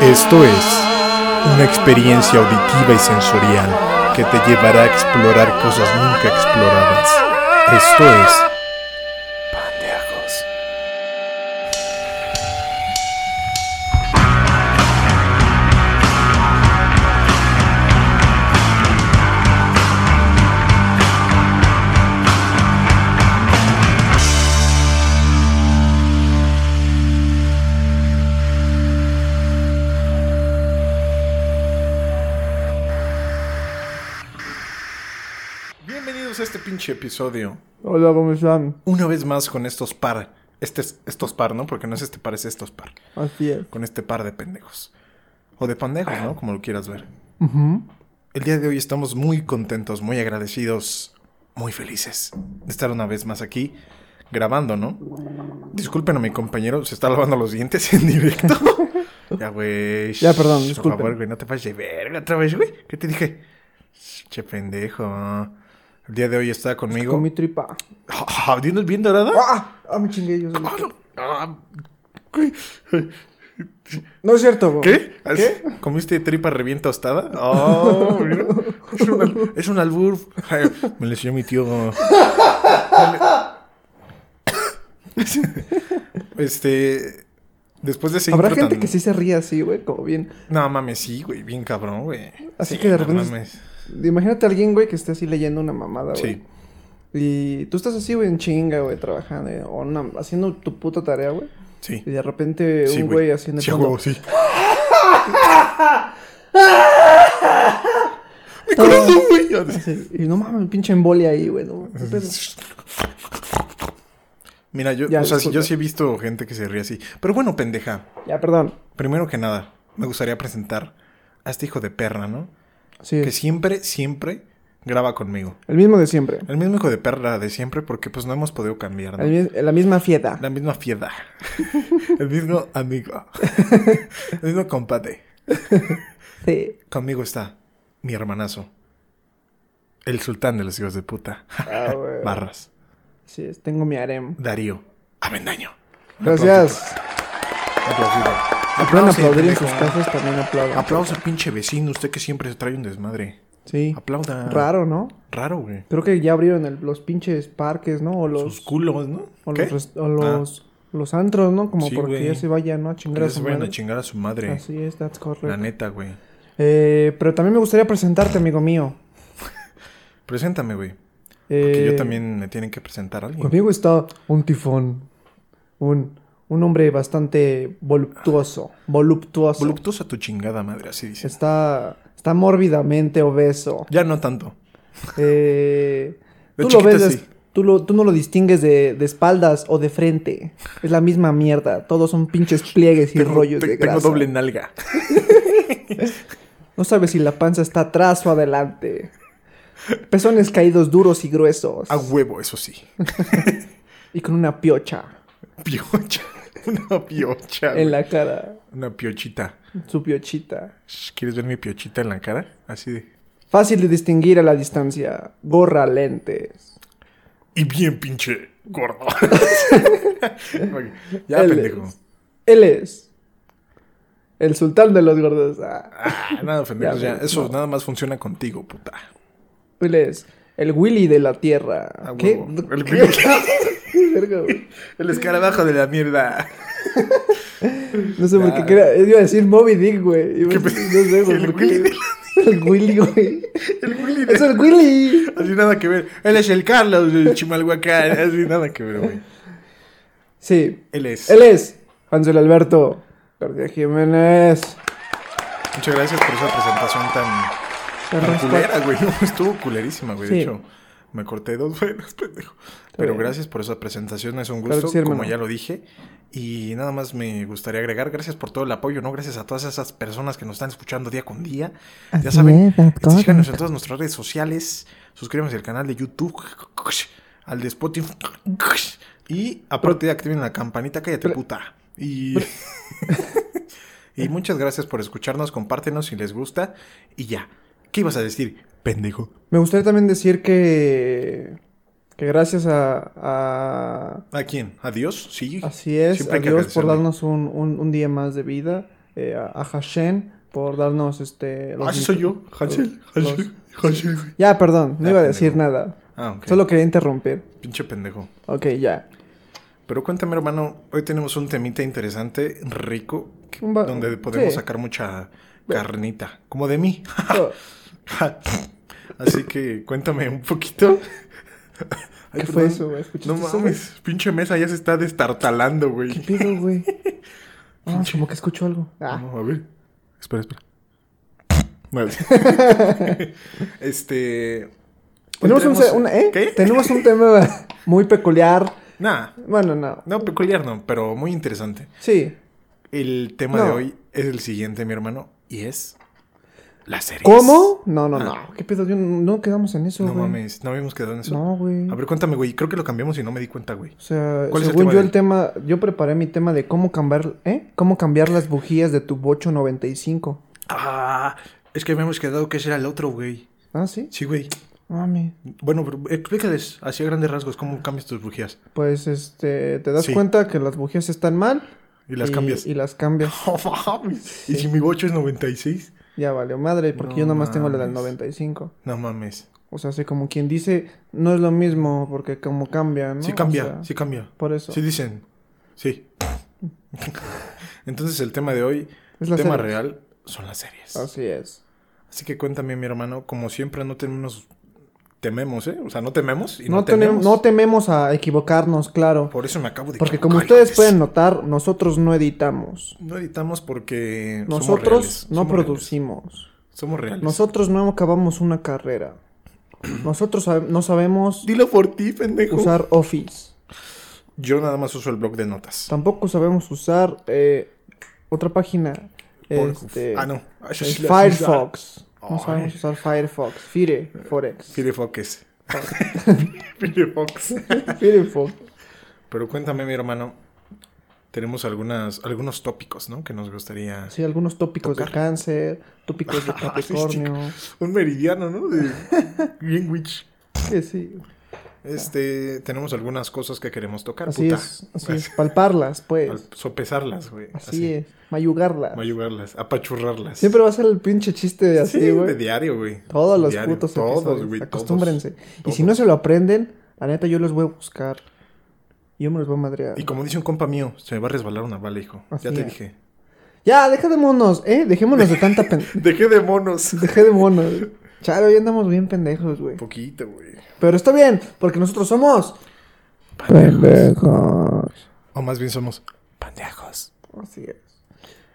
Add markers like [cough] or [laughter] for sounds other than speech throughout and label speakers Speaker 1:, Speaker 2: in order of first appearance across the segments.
Speaker 1: Esto es una experiencia auditiva y sensorial que te llevará a explorar cosas nunca exploradas. Esto es Pandeajos. Bienvenidos a este pinche episodio.
Speaker 2: Hola, ¿cómo están?
Speaker 1: Una vez más con estos par. Este es- estos par, ¿no? Porque no es este par, es estos par.
Speaker 2: Así es.
Speaker 1: Con este par de pendejos. O de pendejos, ¿no? Como lo quieras ver.
Speaker 2: Ujú.
Speaker 1: El día de hoy estamos muy contentos, muy agradecidos, muy felices de estar una vez más aquí grabando, ¿no? Disculpen a mi compañero, se está lavando los dientes en
Speaker 2: [laughs]
Speaker 1: directo. ya, güey.
Speaker 2: Ya, perdón,
Speaker 1: shh, Por
Speaker 2: disculpen.
Speaker 1: favor, güey, no te pases de verga otra vez, güey. ¿Qué te dije? Shh, Che pendejo. El día de hoy está conmigo.
Speaker 2: Con mi tripa.
Speaker 1: ¿Vienes bien dorada?
Speaker 2: ¡Ah! ¡Ah, me chingué yo solo.
Speaker 1: Ah, no. Ah, güey.
Speaker 2: No es cierto, bro.
Speaker 1: ¿Qué? ¿Comiste tripa revienta tostada? Oh, mira. es, un, al- es un albur. Ay, Me lo enseñó mi tío. Este. Después de ese
Speaker 2: Habrá
Speaker 1: intro
Speaker 2: gente
Speaker 1: tan-
Speaker 2: que sí se ríe así, güey, como bien.
Speaker 1: No mames, sí, güey. Bien cabrón, güey.
Speaker 2: Así
Speaker 1: Sí,
Speaker 2: que de
Speaker 1: no
Speaker 2: repente-
Speaker 1: mames.
Speaker 2: Imagínate a alguien, güey, que esté así leyendo una mamada,
Speaker 1: Sí.
Speaker 2: güey. Sí. Y tú estás así, güey, en chinga, güey, trabajando, eh, o una- haciendo tu puta tarea, güey.
Speaker 1: Sí.
Speaker 2: Y de repente
Speaker 1: Sí,
Speaker 2: un güey así en el
Speaker 1: Sí, a
Speaker 2: fondo,
Speaker 1: huevo,
Speaker 2: [laughs]
Speaker 1: sí. Mi corazón, güey.
Speaker 2: así, y no mames, pinche embolia ahí, güey. No, ¿Qué pedo?
Speaker 1: Mira, yo,
Speaker 2: Ya,
Speaker 1: o sea, sí, yo
Speaker 2: disculpa.
Speaker 1: sí he visto gente que se ríe así. Pero bueno, pendeja.
Speaker 2: ya, perdón.
Speaker 1: Primero que nada, me gustaría presentar a este hijo de perra, ¿no?
Speaker 2: Sí,
Speaker 1: Que siempre, siempre graba conmigo.
Speaker 2: el mismo de siempre.
Speaker 1: El mismo hijo de perra de siempre porque pues no hemos podido cambiar, ¿no?
Speaker 2: El mi- la misma fiesta.
Speaker 1: La misma
Speaker 2: [laughs]
Speaker 1: fieda. El mismo amigo. El mismo compadre.
Speaker 2: [laughs] Sí.
Speaker 1: Conmigo está mi hermanazo. El sultán de los hijos de puta.
Speaker 2: Ah, güey.
Speaker 1: Barras.
Speaker 2: Así es, tengo mi harem.
Speaker 1: Darío. Avendaño. Un
Speaker 2: Gracias.
Speaker 1: aplausido.
Speaker 2: Pueden
Speaker 1: Aplauso,
Speaker 2: aplaudir en
Speaker 1: pendejo.
Speaker 2: sus casas, también aplaudan.
Speaker 1: Aplauso, pinche vecino. Usted que siempre se trae un desmadre.
Speaker 2: Sí.
Speaker 1: Aplauda.
Speaker 2: Raro, ¿no?
Speaker 1: Raro, güey.
Speaker 2: Creo que ya abrieron el- los pinches parques, ¿no? O los,
Speaker 1: Sus culos, ¿no?
Speaker 2: o
Speaker 1: ¿Qué? Ah.
Speaker 2: los, res- o los, los antros, ¿no? Como
Speaker 1: Sí,
Speaker 2: porque
Speaker 1: güey.
Speaker 2: ya se vayan, ¿no? A
Speaker 1: Que
Speaker 2: chingar a
Speaker 1: les
Speaker 2: su
Speaker 1: vayan a
Speaker 2: madre.
Speaker 1: chingar a su madre.
Speaker 2: Así es, that's
Speaker 1: La
Speaker 2: correct.
Speaker 1: neta, güey.
Speaker 2: Eh, pero también me gustaría presentarte, amigo mío.
Speaker 1: Preséntame, güey.
Speaker 2: Eh,
Speaker 1: Porque yo también me tienen que presentar a alguien.
Speaker 2: Conmigo está un tifón. Un, un hombre bastante voluptuoso. Voluptuoso.
Speaker 1: Voluptuosa tu chingada madre, así dices.
Speaker 2: está, está mórbidamente obeso.
Speaker 1: Ya no tanto.
Speaker 2: Eh,
Speaker 1: De
Speaker 2: tú, lo
Speaker 1: chiquita,
Speaker 2: ves, des-
Speaker 1: sí.
Speaker 2: tú, lo- tú no lo distingues de, de espaldas o de frente. Es la misma mierda. Todos son pinches pliegues y rollos
Speaker 1: te-
Speaker 2: de
Speaker 1: tengo
Speaker 2: grasa.
Speaker 1: doble nalga.
Speaker 2: No sabes si la panza está atrás o adelante. Pezones caídos duros y gruesos.
Speaker 1: A huevo, eso sí. [laughs]
Speaker 2: Y con una piocha
Speaker 1: Piocha. Una piocha. güey.
Speaker 2: en la cara.
Speaker 1: Una piochita.
Speaker 2: Su piochita.
Speaker 1: Shh, ¿Quieres ver mi piochita en la cara? Así de.
Speaker 2: Fácil de distinguir a la distancia. Gorra, lentes.
Speaker 1: Y bien, pinche gordo. [laughs] Ok, ya,
Speaker 2: Él
Speaker 1: pendejo.
Speaker 2: es- Él es el sultán de los gordos. Ah.
Speaker 1: Ah, nada, pendejo.
Speaker 2: Ya,
Speaker 1: ya.
Speaker 2: güey,
Speaker 1: Eso
Speaker 2: no.
Speaker 1: nada más funciona contigo, puta.
Speaker 2: Él es el Willy de la Tierra.
Speaker 1: A Ah, huevo.
Speaker 2: ¿Qué?
Speaker 1: El Willy.
Speaker 2: Qué [laughs] verga, güey.
Speaker 1: El escarabajo de la mierda. [laughs]
Speaker 2: No sé por
Speaker 1: Ah.
Speaker 2: qué. crea- eh, iba a decir Moby Dick, güey. Iba a decir- No
Speaker 1: [laughs]
Speaker 2: sé, güey.
Speaker 1: El
Speaker 2: por
Speaker 1: Willy
Speaker 2: qué. [laughs] El Willy, güey.
Speaker 1: El Willy
Speaker 2: ¡Es el Willy!
Speaker 1: Así nada que ver. Él es el Carlos, el Chimalhuacán. Así nada que ver, güey.
Speaker 2: Sí.
Speaker 1: Él es.
Speaker 2: Él es Hansel Alberto García Jiménez.
Speaker 1: Muchas gracias por esa presentación tan,
Speaker 2: Te
Speaker 1: tan
Speaker 2: raspa-
Speaker 1: culera, güey. [laughs] No, estuvo culerísima, güey. De
Speaker 2: Sí.
Speaker 1: hecho, me corté dos venas, [laughs] pendejo. Pero
Speaker 2: bien.
Speaker 1: gracias por esa presentación. Es un
Speaker 2: Claro que
Speaker 1: gusto,
Speaker 2: sí, hermano.
Speaker 1: como ya lo dije. Y nada más me gustaría agregar, gracias por todo el apoyo, ¿no? Gracias a todas esas personas que nos están escuchando día con día. ya
Speaker 2: Así
Speaker 1: saben,
Speaker 2: es, that's
Speaker 1: este, síganos en
Speaker 2: correct.
Speaker 1: todas nuestras redes sociales. Suscríbanse al canal de YouTube, al de Spotify. Y aparte activen la campanita, cállate puta. Y, [laughs] y muchas gracias por escucharnos, compártenos si les gusta. Y ya, ¿qué ibas a decir, pendejo?
Speaker 2: Me gustaría también decir que. Que gracias a. a-
Speaker 1: ¿A quién? ¿Adiós? Sí.
Speaker 2: así es.
Speaker 1: Siempre
Speaker 2: A
Speaker 1: hay que
Speaker 2: Dios por
Speaker 1: agradecerle.
Speaker 2: darnos un, un- un día más de vida. eh, a, a Hashem por darnos este. los
Speaker 1: Ah, sí soy yo. Hansel.
Speaker 2: los-
Speaker 1: Hansel. Hansel, güey.
Speaker 2: Ya, perdón, no
Speaker 1: Ah,
Speaker 2: iba a
Speaker 1: pendejo.
Speaker 2: decir nada.
Speaker 1: Ah, ok.
Speaker 2: Solo quería interrumpir.
Speaker 1: Pinche pendejo.
Speaker 2: Ok, ya.
Speaker 1: Pero cuéntame, hermano, hoy tenemos un temita interesante, rico, que-
Speaker 2: Un ba-
Speaker 1: donde podemos
Speaker 2: sí.
Speaker 1: sacar mucha carnita, como de mí. [laughs]
Speaker 2: Oh,
Speaker 1: Así que cuéntame un poquito. Ay,
Speaker 2: ¿Qué fue
Speaker 1: perdón.
Speaker 2: eso, güey? ¿Escuchaste
Speaker 1: No
Speaker 2: eso,
Speaker 1: mames, pinche mesa ya se está destartalando,
Speaker 2: ¿Qué
Speaker 1: güey. [laughs]
Speaker 2: pedo, güey? Ah, como que escucho algo. Ah,
Speaker 1: No, a ver. Espera, espera.
Speaker 2: [laughs]
Speaker 1: Vale. este.
Speaker 2: tenemos un,
Speaker 1: entremos-
Speaker 2: se- una- ¿eh?
Speaker 1: ¿Qué?
Speaker 2: tenemos un tema [laughs] muy peculiar.
Speaker 1: [laughs] Nah,
Speaker 2: Bueno, no.
Speaker 1: no peculiar, no, pero muy interesante.
Speaker 2: Sí.
Speaker 1: El tema de
Speaker 2: No.
Speaker 1: hoy es el siguiente, mi hermano, y es las series.
Speaker 2: ¿Cómo? No, no,
Speaker 1: Ah.
Speaker 2: no. ¿Qué pedo? Yo no, no quedamos en eso,
Speaker 1: No
Speaker 2: güey.
Speaker 1: mames, no habíamos quedado en eso.
Speaker 2: No, güey.
Speaker 1: A ver, cuéntame, güey. Creo que lo cambiamos y no me di cuenta, güey.
Speaker 2: O sea,
Speaker 1: ¿Cuál es el
Speaker 2: según
Speaker 1: tema
Speaker 2: yo
Speaker 1: de-
Speaker 2: el tema, yo preparé mi tema de cómo cambiar, ¿eh? Cómo cambiar las bujías de tu bocho 95.
Speaker 1: Ah, es que habíamos quedado que ese era el otro, güey.
Speaker 2: Ah, sí. Ah,
Speaker 1: Sí, güey.
Speaker 2: Mami.
Speaker 1: Bueno, pero explícales así a grandes rasgos cómo cambias tus bujías.
Speaker 2: Pues este, te das
Speaker 1: Sí.
Speaker 2: cuenta que las bujías están mal
Speaker 1: Y las cambias. [laughs]
Speaker 2: Y las cambias.
Speaker 1: No mames. ¿Y si mi bocho es 96?
Speaker 2: Ya valió madre, porque
Speaker 1: No
Speaker 2: yo nomás tengo la del
Speaker 1: mames.
Speaker 2: 95.
Speaker 1: No mames.
Speaker 2: O sea, así como quien dice, no es lo mismo porque como cambia, ¿no?
Speaker 1: Sí
Speaker 2: O
Speaker 1: cambia,
Speaker 2: sea,
Speaker 1: sí cambia.
Speaker 2: Por eso.
Speaker 1: Sí dicen. Sí. [laughs] Entonces el tema de hoy,
Speaker 2: Es
Speaker 1: tema
Speaker 2: las series. Ah.
Speaker 1: real, son las series.
Speaker 2: Así es.
Speaker 1: Así que cuéntame, mi hermano, como siempre no tenemos tememos, ¿eh? O sea, no tememos y
Speaker 2: No,
Speaker 1: no,
Speaker 2: tenemos,
Speaker 1: tenemos.
Speaker 2: no tememos a equivocarnos, claro.
Speaker 1: Por eso me acabo de
Speaker 2: Porque
Speaker 1: equivocar,
Speaker 2: como ustedes
Speaker 1: Luis.
Speaker 2: pueden notar, nosotros no editamos.
Speaker 1: no editamos porque somos reales,
Speaker 2: Nosotros no
Speaker 1: somos
Speaker 2: producimos.
Speaker 1: reales, somos reales.
Speaker 2: Nosotros no acabamos una
Speaker 1: [clears throat]
Speaker 2: carrera. Nosotros sabe- no sabemos
Speaker 1: Dilo por ti, pendejo.
Speaker 2: usar Office.
Speaker 1: Yo nada más uso el blog de notas.
Speaker 2: Tampoco sabemos usar eh, otra página.
Speaker 1: Pornhub.
Speaker 2: Este,
Speaker 1: ah, no. Ah, eso
Speaker 2: eh,
Speaker 1: sí la-
Speaker 2: Firefox. No
Speaker 1: Ay.
Speaker 2: sabemos usar Firefox. Fire,
Speaker 1: [laughs]
Speaker 2: Forex. [laughs]
Speaker 1: Firefox. Firefox.
Speaker 2: Firefox.
Speaker 1: [laughs] Pero cuéntame, mi hermano. Tenemos algunas, algunos tópicos, ¿no? Que nos gustaría.
Speaker 2: Sí, algunos tópicos de cáncer,
Speaker 1: [laughs]
Speaker 2: tópicos de
Speaker 1: Ah,
Speaker 2: Capricornio.
Speaker 1: Un meridiano, ¿no? De Greenwich.
Speaker 2: que sí.
Speaker 1: Este, tenemos algunas cosas que queremos tocar,
Speaker 2: Así
Speaker 1: puta.
Speaker 2: es, así es. Palparlas, pues.
Speaker 1: Al sopesarlas, güey.
Speaker 2: así, es. Mayugarlas.
Speaker 1: Mayugarlas, apachurrarlas.
Speaker 2: Siempre va a ser el pinche chiste de así,
Speaker 1: Sí,
Speaker 2: güey.
Speaker 1: de diario, güey.
Speaker 2: Todos los
Speaker 1: Diario,
Speaker 2: putos
Speaker 1: Todos,
Speaker 2: episodios.
Speaker 1: güey. todos.
Speaker 2: Acostúmbrense. Y si
Speaker 1: Todos.
Speaker 2: no se lo aprenden, la neta yo los voy a buscar. Yo me los voy a madrear.
Speaker 1: Y como dice un compa mío, se me va a resbalar una bala, hijo.
Speaker 2: Así
Speaker 1: ya te
Speaker 2: es.
Speaker 1: dije. [laughs]
Speaker 2: Ya, deja de monos, ¿eh? Dejémonos de tanta pen... [laughs]
Speaker 1: Dejé de monos.
Speaker 2: Dejé de monos. Charo, hoy andamos bien pendejos, güey.
Speaker 1: poquito, güey.
Speaker 2: Pero está bien, porque nosotros somos... Pendejos.
Speaker 1: O más bien somos pandejos.
Speaker 2: Así es.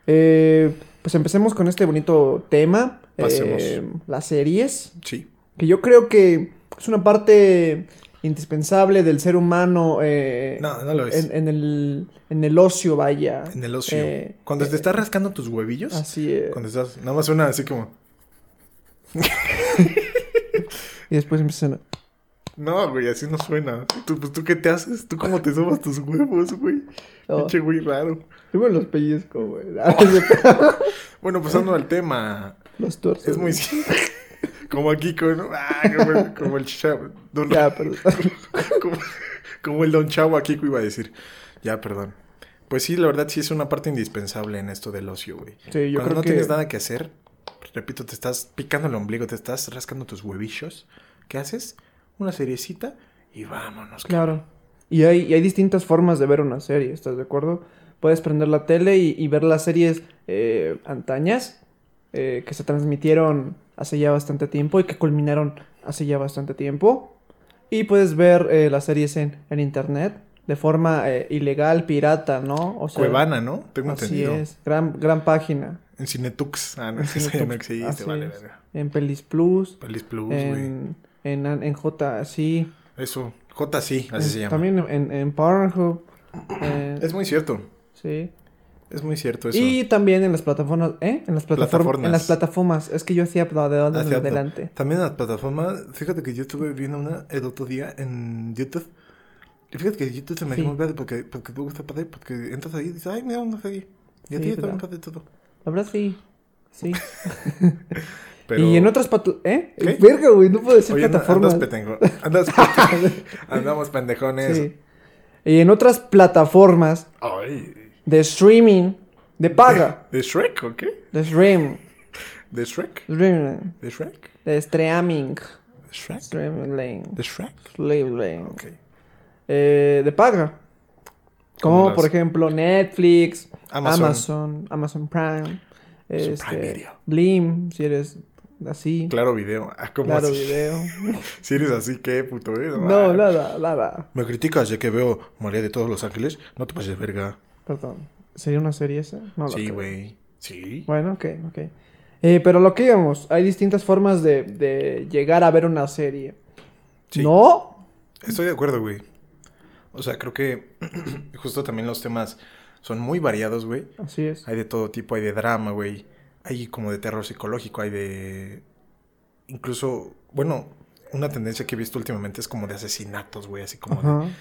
Speaker 2: Eh, pues empecemos con este bonito tema.
Speaker 1: Pasemos.
Speaker 2: eh, las series.
Speaker 1: Sí.
Speaker 2: Que yo creo que es una parte indispensable del ser humano. eh,
Speaker 1: No, no lo es.
Speaker 2: en,
Speaker 1: En,
Speaker 2: en el, en el ocio, vaya.
Speaker 1: Pues, el ocio.
Speaker 2: Eh,
Speaker 1: cuando
Speaker 2: eh,
Speaker 1: te estás rascando tus huevillos.
Speaker 2: Así es.
Speaker 1: Cuando estás. Nada más suena así como.
Speaker 2: Y después empiezan a...
Speaker 1: No, güey, así no suena. Tú, pues, ¿tú qué te haces? ¿Tú cómo te sobas tus huevos, güey?
Speaker 2: Oh,
Speaker 1: Pinche güey raro.
Speaker 2: yo me los pellizco, [laughs] güey.
Speaker 1: Bueno, pasando al tema.
Speaker 2: los tuerzo.
Speaker 1: Es muy. [laughs] como aquí, ¿no? Ah, como, como el chavo. Don-
Speaker 2: [laughs] Ya,
Speaker 1: [laughs]
Speaker 2: perdón.
Speaker 1: como, como el don Chavo aquí que iba a decir. Ya, perdón. Pues sí, la verdad sí es una parte indispensable en esto del ocio, güey.
Speaker 2: Sí, yo
Speaker 1: Cuando
Speaker 2: creo
Speaker 1: no
Speaker 2: que...
Speaker 1: tienes nada que hacer, repito, te estás picando el ombligo, te estás rascando tus huevillos. ¿Qué haces? Una seriecita y vámonos.
Speaker 2: Claro. Y hay, y hay distintas formas de ver una serie, ¿estás de acuerdo? Puedes prender la tele y, y ver las series eh, antañas eh, que se transmitieron hace ya bastante tiempo y que culminaron hace ya bastante tiempo. Y puedes ver eh, las series en, en internet de forma eh, ilegal, pirata, ¿no? O sea,
Speaker 1: Cuevana, ¿no? Tengo
Speaker 2: así
Speaker 1: entendido.
Speaker 2: es. Gran,
Speaker 1: [laughs]
Speaker 2: gran página.
Speaker 1: En Cinetux. Ah, [laughs] no,
Speaker 2: En
Speaker 1: esa ya no
Speaker 2: Cinetux,
Speaker 1: existe,
Speaker 2: así
Speaker 1: vale,
Speaker 2: es.
Speaker 1: verga.
Speaker 2: En Pelis Plus,
Speaker 1: Pelis Plus, güey.
Speaker 2: en, en, en J, sí.
Speaker 1: Eso. J sí, así
Speaker 2: en-
Speaker 1: se llama.
Speaker 2: También en, en Pornhub. en-
Speaker 1: Es muy cierto.
Speaker 2: Sí.
Speaker 1: Es muy cierto eso.
Speaker 2: Y también en las plataformas, ¿eh? En las plataformas.
Speaker 1: Plataformas.
Speaker 2: En las plataformas. Es que yo hacía de
Speaker 1: Ah,
Speaker 2: dónde
Speaker 1: cierto.
Speaker 2: adelante.
Speaker 1: También en las plataformas, fíjate que yo estuve viendo una el otro día en YouTube. Y fíjate que YouTube se me
Speaker 2: Sí.
Speaker 1: dio muy padre porque, porque te gusta padre, porque entras ahí y dices, ay, mira una serie. Y a
Speaker 2: Sí, pues
Speaker 1: ti
Speaker 2: ¿verdad?
Speaker 1: está padre todo.
Speaker 2: La
Speaker 1: [laughs]
Speaker 2: verdad sí. Sí.
Speaker 1: Pero...
Speaker 2: Y en otras pato ¿eh?
Speaker 1: ¿Qué?
Speaker 2: Verga, güey, no puedo decir
Speaker 1: Oye, anda-
Speaker 2: plataformas.
Speaker 1: Andas petengo. Andas
Speaker 2: [laughs]
Speaker 1: pete- Andamos pendejones.
Speaker 2: Sí. Y en otras plataformas
Speaker 1: Ay.
Speaker 2: de streaming De paga.
Speaker 1: ¿De Shrek o qué?
Speaker 2: De stream.
Speaker 1: ¿De Shrek?
Speaker 2: Stream.
Speaker 1: ¿De Shrek?
Speaker 2: De streaming.
Speaker 1: ¿De Shrek?
Speaker 2: Streaming.
Speaker 1: ¿De Shrek?
Speaker 2: Streaming.
Speaker 1: Ok.
Speaker 2: Eh, de paga. Como
Speaker 1: Como las-
Speaker 2: por ejemplo Netflix,
Speaker 1: Amazon.
Speaker 2: Amazon, Amazon, Prime,
Speaker 1: Prime
Speaker 2: este,
Speaker 1: Video.
Speaker 2: Blim, si eres así.
Speaker 1: Claro, video. Ah, ¿cómo
Speaker 2: Claro,
Speaker 1: así? [laughs]
Speaker 2: video.
Speaker 1: Si eres así, ¿qué puto eres?
Speaker 2: No,
Speaker 1: Ah,
Speaker 2: nada, nada.
Speaker 1: Me criticas de que veo María de todos los ángeles. No te pases verga.
Speaker 2: Perdón. ¿Sería una serie esa? No lo
Speaker 1: sí,
Speaker 2: creo.
Speaker 1: güey. Sí.
Speaker 2: Bueno, ok, ok. Eh, pero lo que íbamos, hay distintas formas de, de llegar a ver una serie.
Speaker 1: Sí.
Speaker 2: ¿No?
Speaker 1: Estoy de acuerdo, güey. O sea, creo que [clears throat] justo también los temas son muy variados, güey.
Speaker 2: Así es.
Speaker 1: Hay de todo tipo, hay de drama, güey. Hay como de terror psicológico, hay de... Incluso, bueno, una tendencia que he visto últimamente es como de asesinatos, güey. Así como, de-
Speaker 2: Ajá.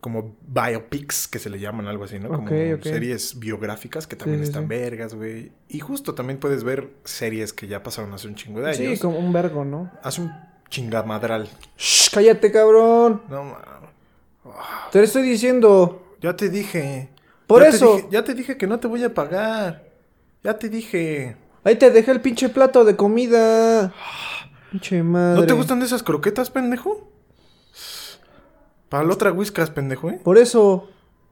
Speaker 1: como biopics, que se le llaman algo así, ¿no? Como
Speaker 2: Ok, ok.
Speaker 1: series biográficas que también
Speaker 2: sí,
Speaker 1: están
Speaker 2: sí.
Speaker 1: vergas, güey. Y justo también puedes ver series que ya pasaron hace un chingo de años.
Speaker 2: Sí, como un vergo, ¿no?
Speaker 1: Hace un chingamadral.
Speaker 2: Shh, cállate, cabrón.
Speaker 1: No, mames.
Speaker 2: Te lo estoy diciendo.
Speaker 1: Ya te dije.
Speaker 2: Por
Speaker 1: Ya te
Speaker 2: eso.
Speaker 1: dije- ya te dije que no te voy a pagar. Ya te dije.
Speaker 2: Ahí te dejé el pinche plato de comida. Pinche madre.
Speaker 1: ¿No te gustan esas croquetas, pendejo? Para la otra whiskas, pendejo, ¿eh?
Speaker 2: Por eso.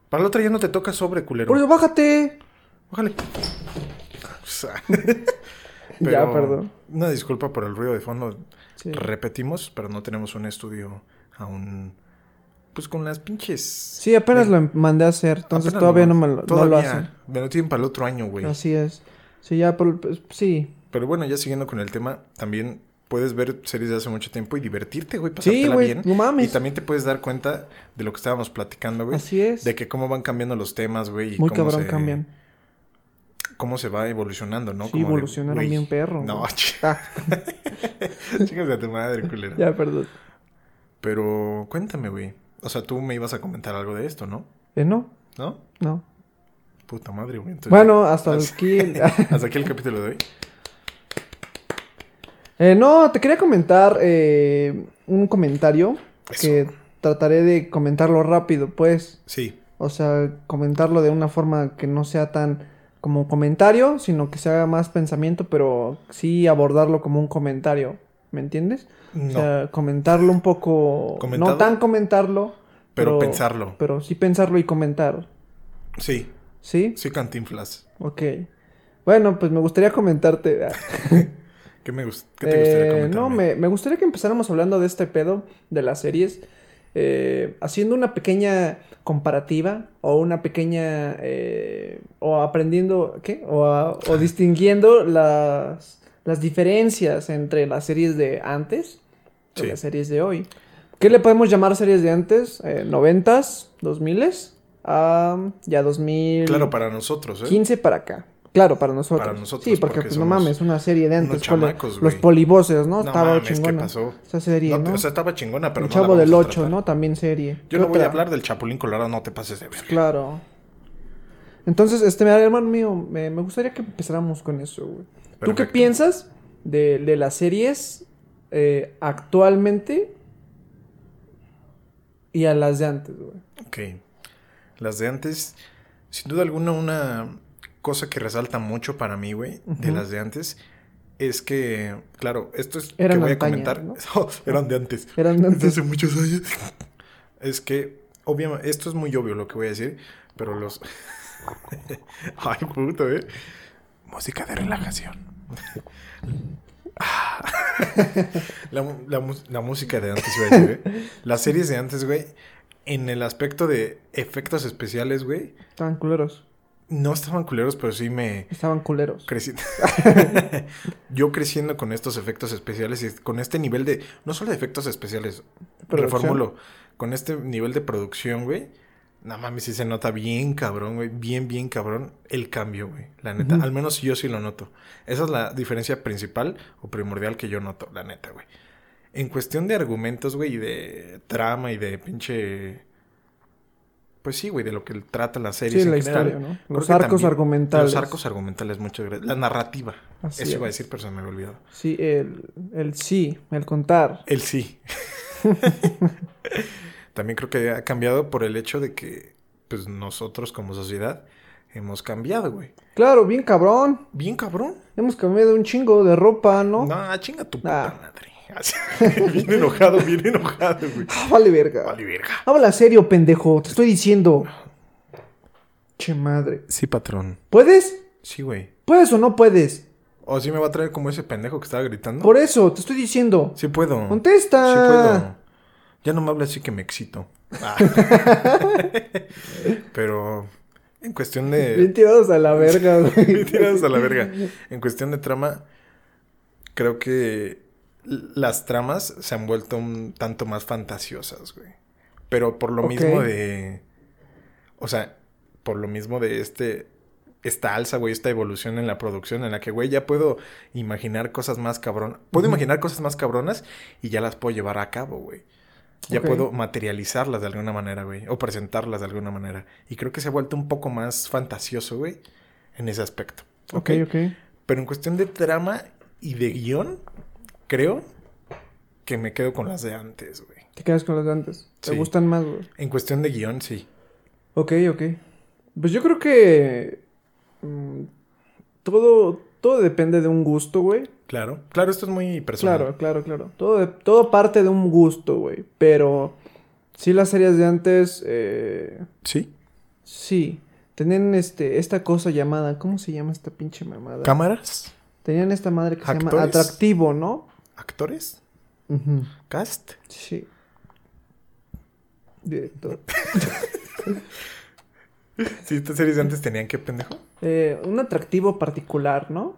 Speaker 1: Para la otra ya no te toca sobre, culero.
Speaker 2: Por eso, bájate.
Speaker 1: Bájale. O sea,
Speaker 2: [laughs] Ya,
Speaker 1: pero
Speaker 2: perdón.
Speaker 1: Una disculpa por el ruido de fondo.
Speaker 2: Sí.
Speaker 1: Repetimos, pero no tenemos un estudio aún. Pues con las pinches.
Speaker 2: Sí, apenas lo mandé a hacer, entonces
Speaker 1: Apenas
Speaker 2: todavía no,
Speaker 1: nomás.
Speaker 2: me lo, no lo
Speaker 1: Todavía.
Speaker 2: hacen.
Speaker 1: Me lo tienen para el otro año, güey.
Speaker 2: Así es. Sí, ya, por, pues, sí.
Speaker 1: Pero bueno, ya siguiendo con el tema, también puedes ver series de hace mucho tiempo y divertirte, güey,
Speaker 2: Sí,
Speaker 1: pasártela
Speaker 2: güey,
Speaker 1: bien.
Speaker 2: no mames.
Speaker 1: Y también te puedes dar cuenta de lo que estábamos platicando, güey.
Speaker 2: Así es.
Speaker 1: De que cómo van cambiando los temas, güey. y
Speaker 2: Muy
Speaker 1: cómo
Speaker 2: cabrón
Speaker 1: se-
Speaker 2: cambian.
Speaker 1: Cómo se va evolucionando, ¿no?
Speaker 2: Sí,
Speaker 1: Como de,
Speaker 2: evolucionaron
Speaker 1: güey,
Speaker 2: bien perro,
Speaker 1: No,
Speaker 2: güey.
Speaker 1: ch- [laughs]
Speaker 2: Ah,
Speaker 1: chingas a tu madre, culera.
Speaker 2: ya, perdón.
Speaker 1: Pero cuéntame, güey. O sea, tú me ibas a comentar algo de esto, ¿no?
Speaker 2: Eh, no,
Speaker 1: ¿No?
Speaker 2: no.
Speaker 1: Puta madre, güey. entonces- [laughs]
Speaker 2: Bueno, hasta
Speaker 1: Así-
Speaker 2: aquí.
Speaker 1: Hasta aquí el capítulo de hoy.
Speaker 2: [laughs] Eh, no, te quería comentar eh, un comentario
Speaker 1: Eso.
Speaker 2: que trataré de comentarlo rápido, pues.
Speaker 1: Sí.
Speaker 2: O sea, comentarlo de una forma que no sea tan como comentario, sino que se haga más pensamiento, pero sí abordarlo como un comentario. ¿Me entiendes?
Speaker 1: No.
Speaker 2: O sea, comentarlo un poco.
Speaker 1: Comentado.
Speaker 2: No tan comentarlo.
Speaker 1: Pero pensarlo.
Speaker 2: Pero sí pensarlo y comentar.
Speaker 1: Sí.
Speaker 2: ¿Sí?
Speaker 1: Sí, cantinflas.
Speaker 2: Ok. Bueno, pues me gustaría comentarte. ah,
Speaker 1: ¿Qué, me gust- qué te gustaría
Speaker 2: Eh,
Speaker 1: comentar?
Speaker 2: no, me, me gustaría que empezáramos hablando de este pedo de las series, eh, haciendo una pequeña comparativa o una pequeña... eh, o aprendiendo, ¿qué? O, a- o distinguiendo las, las diferencias entre las series de antes y
Speaker 1: Sí.
Speaker 2: las series de hoy. ¿Qué le podemos llamar series de antes? Eh, ¿90s? ¿2000s? Ah, ya 2000...
Speaker 1: Claro, para nosotros, ¿eh?
Speaker 2: 15 para acá. Claro, para nosotros.
Speaker 1: Para nosotros,
Speaker 2: Sí, porque,
Speaker 1: porque
Speaker 2: pues, no
Speaker 1: somos
Speaker 2: mames, una serie de antes.
Speaker 1: unos
Speaker 2: ¿cuál era?
Speaker 1: chamacos, güey.
Speaker 2: los polivoces, ¿no?
Speaker 1: No
Speaker 2: Estaba
Speaker 1: mames, ¿qué
Speaker 2: chingona.
Speaker 1: pasó?
Speaker 2: Esa serie,
Speaker 1: No
Speaker 2: ¿no?
Speaker 1: te- O sea, estaba chingona, pero no
Speaker 2: El
Speaker 1: la
Speaker 2: Chavo
Speaker 1: vamos
Speaker 2: del
Speaker 1: a
Speaker 2: 8,
Speaker 1: tratar.
Speaker 2: ¿no? También serie.
Speaker 1: Yo no voy a
Speaker 2: Otra. Pues,
Speaker 1: hablar pues, del Chapulín Colorado, no te pases de verga.
Speaker 2: Claro. Entonces, este, mira, hermano mío, me, me gustaría que empezáramos con eso, güey. ¿Tú qué
Speaker 1: Perfecto.
Speaker 2: piensas de, de las series eh, actualmente y a las de antes, güey?
Speaker 1: Ok. Las de antes, sin duda alguna, una cosa que resalta mucho para mí, güey, de
Speaker 2: Ujú.
Speaker 1: las de antes, es que, claro, esto es
Speaker 2: Eran
Speaker 1: que voy a
Speaker 2: antaño,
Speaker 1: comentar.
Speaker 2: ¿no?
Speaker 1: No, [laughs] eran de antes.
Speaker 2: Eran de
Speaker 1: Desde
Speaker 2: antes.
Speaker 1: hace muchos años. Es que, obviamente, esto es muy obvio lo que voy a decir, pero los. [laughs] Ay, puto, eh. Música de relajación. Ah. [laughs] la, mu- la mu- la música de antes, iba a decir, güey. Las series de antes, güey, en el aspecto de efectos especiales, güey,
Speaker 2: Estaban culeros.
Speaker 1: no estaban culeros, pero sí me
Speaker 2: Estaban culeros.
Speaker 1: crecí. [laughs] Yo creciendo con estos efectos especiales y con este nivel de. No solo de efectos especiales,
Speaker 2: Producción.
Speaker 1: reformulo. Con este nivel de producción, güey. No mames, sí se nota bien cabrón, güey. Bien, bien cabrón el cambio, güey. La neta.
Speaker 2: Ujú.
Speaker 1: Al menos yo sí lo noto. Esa es la diferencia principal o primordial que yo noto, la neta, güey. En cuestión de argumentos, güey, y de trama y de pinche. Pues sí, güey, de lo que trata la serie.
Speaker 2: Sí,
Speaker 1: en
Speaker 2: la
Speaker 1: general.
Speaker 2: historia, ¿no?
Speaker 1: Creo
Speaker 2: Los
Speaker 1: que
Speaker 2: arcos
Speaker 1: también-
Speaker 2: argumentales.
Speaker 1: Los arcos argumentales, muchas gracias. La narrativa.
Speaker 2: Así
Speaker 1: Eso iba a
Speaker 2: es.
Speaker 1: decir, pero se me había olvidado.
Speaker 2: Sí, el, el sí, el contar.
Speaker 1: El
Speaker 2: [laughs]
Speaker 1: sí. También creo que ha cambiado por el hecho de que, pues, nosotros como sociedad hemos cambiado, güey.
Speaker 2: Claro, bien cabrón.
Speaker 1: Bien cabrón.
Speaker 2: Hemos cambiado un chingo de ropa, ¿no?
Speaker 1: No, chinga tu
Speaker 2: Nah.
Speaker 1: puta madre. [laughs] Así, bien enojado, bien enojado,
Speaker 2: [laughs]
Speaker 1: güey.
Speaker 2: Ah, vale verga.
Speaker 1: Vale, verga.
Speaker 2: Habla serio, pendejo. Te estoy diciendo. Che madre.
Speaker 1: Sí, patrón.
Speaker 2: ¿Puedes?
Speaker 1: Sí, güey.
Speaker 2: ¿Puedes o no puedes?
Speaker 1: O sí me va a traer como ese pendejo que estaba gritando.
Speaker 2: Por eso, te estoy diciendo.
Speaker 1: Sí puedo.
Speaker 2: Contesta.
Speaker 1: Sí puedo. Ya no me habla así que me
Speaker 2: [laughs]
Speaker 1: excito. Ah. [laughs] Pero en cuestión
Speaker 2: Bien
Speaker 1: de...
Speaker 2: tirados a la
Speaker 1: [laughs]
Speaker 2: verga, güey. [laughs]
Speaker 1: Tirados a la verga. En cuestión de trama, creo que l- las tramas se han vuelto un tanto más fantasiosas, güey. Pero por lo
Speaker 2: Ok.
Speaker 1: mismo de... O sea, por lo mismo de este... Esta alza, güey, esta evolución en la producción en la que, güey, ya puedo imaginar cosas más cabronas. Puedo
Speaker 2: Ujú.
Speaker 1: imaginar cosas más cabronas y ya las puedo llevar a cabo, güey. Ya
Speaker 2: Ok.
Speaker 1: puedo materializarlas de alguna manera, güey. O presentarlas de alguna manera. Y creo que se ha vuelto un poco más fantasioso, güey. En ese aspecto.
Speaker 2: Ok,
Speaker 1: ¿ok?
Speaker 2: ok.
Speaker 1: Pero en cuestión de trama y de guión, creo que me quedo con las de antes, güey.
Speaker 2: Te quedas con las de antes. Te
Speaker 1: Sí.
Speaker 2: gustan más, güey.
Speaker 1: En cuestión de guión, sí.
Speaker 2: Ok, ok. Pues yo creo que. mm, todo. Todo depende de un gusto, güey.
Speaker 1: Claro. Claro, esto es muy personal.
Speaker 2: Claro, claro, claro. Todo, de- todo parte de un gusto, güey. Pero. Sí, las series de antes. eh,
Speaker 1: Sí.
Speaker 2: sí. Tenían este, esta cosa llamada. ¿Cómo se llama esta pinche mamada?
Speaker 1: Cámaras,
Speaker 2: Tenían esta madre que se llama
Speaker 1: Actores.
Speaker 2: atractivo, ¿no?
Speaker 1: actores,
Speaker 2: Ujú.
Speaker 1: cast.
Speaker 2: Sí. Director.
Speaker 1: Sí, estas series de antes tenían que pendejo.
Speaker 2: Eh, un atractivo particular, ¿no?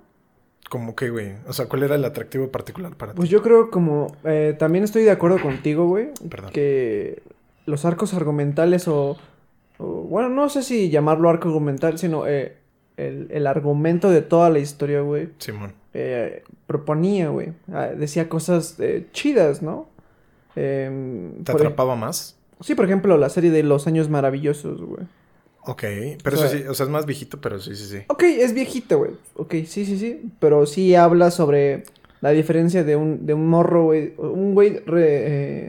Speaker 1: Como que, güey. O sea, ¿cuál era el atractivo particular para ti?
Speaker 2: Pues yo creo como... eh, también estoy de acuerdo contigo, güey.
Speaker 1: Perdón.
Speaker 2: Que los arcos argumentales o, o- Bueno, no sé si llamarlo arco argumental, sino eh, el, el argumento de toda la historia, güey.
Speaker 1: Simón.
Speaker 2: eh, proponía, güey. Ah, decía cosas eh, chidas, ¿no? Em,
Speaker 1: ¿Te
Speaker 2: por ej-
Speaker 1: atrapaba más?
Speaker 2: Sí, por ejemplo, la serie de Los Años Maravillosos, güey.
Speaker 1: Ok. Pero
Speaker 2: O sea-
Speaker 1: eso sí, o sea, es más viejito, pero sí, sí, sí.
Speaker 2: Ok, es viejita, güey. Ok, sí, sí, sí. Pero sí habla sobre la diferencia de un, de un morro, güey. Un güey re-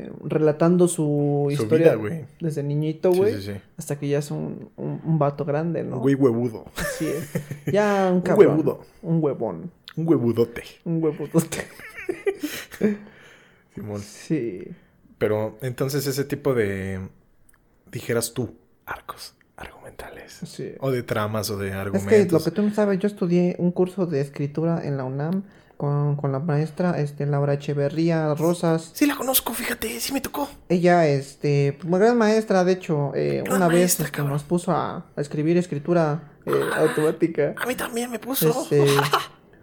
Speaker 2: eh, relatando su,
Speaker 1: Su vida,
Speaker 2: historia
Speaker 1: güey.
Speaker 2: desde niñito,
Speaker 1: Sí,
Speaker 2: güey.
Speaker 1: sí, sí.
Speaker 2: Hasta que ya es un, un, un vato grande, ¿no?
Speaker 1: Un güey huevudo.
Speaker 2: Así es. Ya
Speaker 1: [laughs]
Speaker 2: un
Speaker 1: Un
Speaker 2: cabrón.
Speaker 1: huevudo.
Speaker 2: Un huevón.
Speaker 1: Un huevudote.
Speaker 2: Un huevudote.
Speaker 1: Simón.
Speaker 2: sí.
Speaker 1: Pero entonces ese tipo de, dijeras tú, arcos argumentales.
Speaker 2: Sí.
Speaker 1: O de tramas o de
Speaker 2: Es que lo
Speaker 1: argumentos.
Speaker 2: que tú no sabes, yo estudié un curso de escritura en la UNAM con, con la maestra este, Laura Echeverría Rosas.
Speaker 1: Sí la conozco, fíjate, sí me tocó.
Speaker 2: Ella, este, una gran maestra, de hecho, eh,
Speaker 1: Gran
Speaker 2: una vez
Speaker 1: maestra,
Speaker 2: este,
Speaker 1: cabrón. Ah.
Speaker 2: nos puso a, a escribir escritura eh, automática.
Speaker 1: A mí también me puso.
Speaker 2: Este,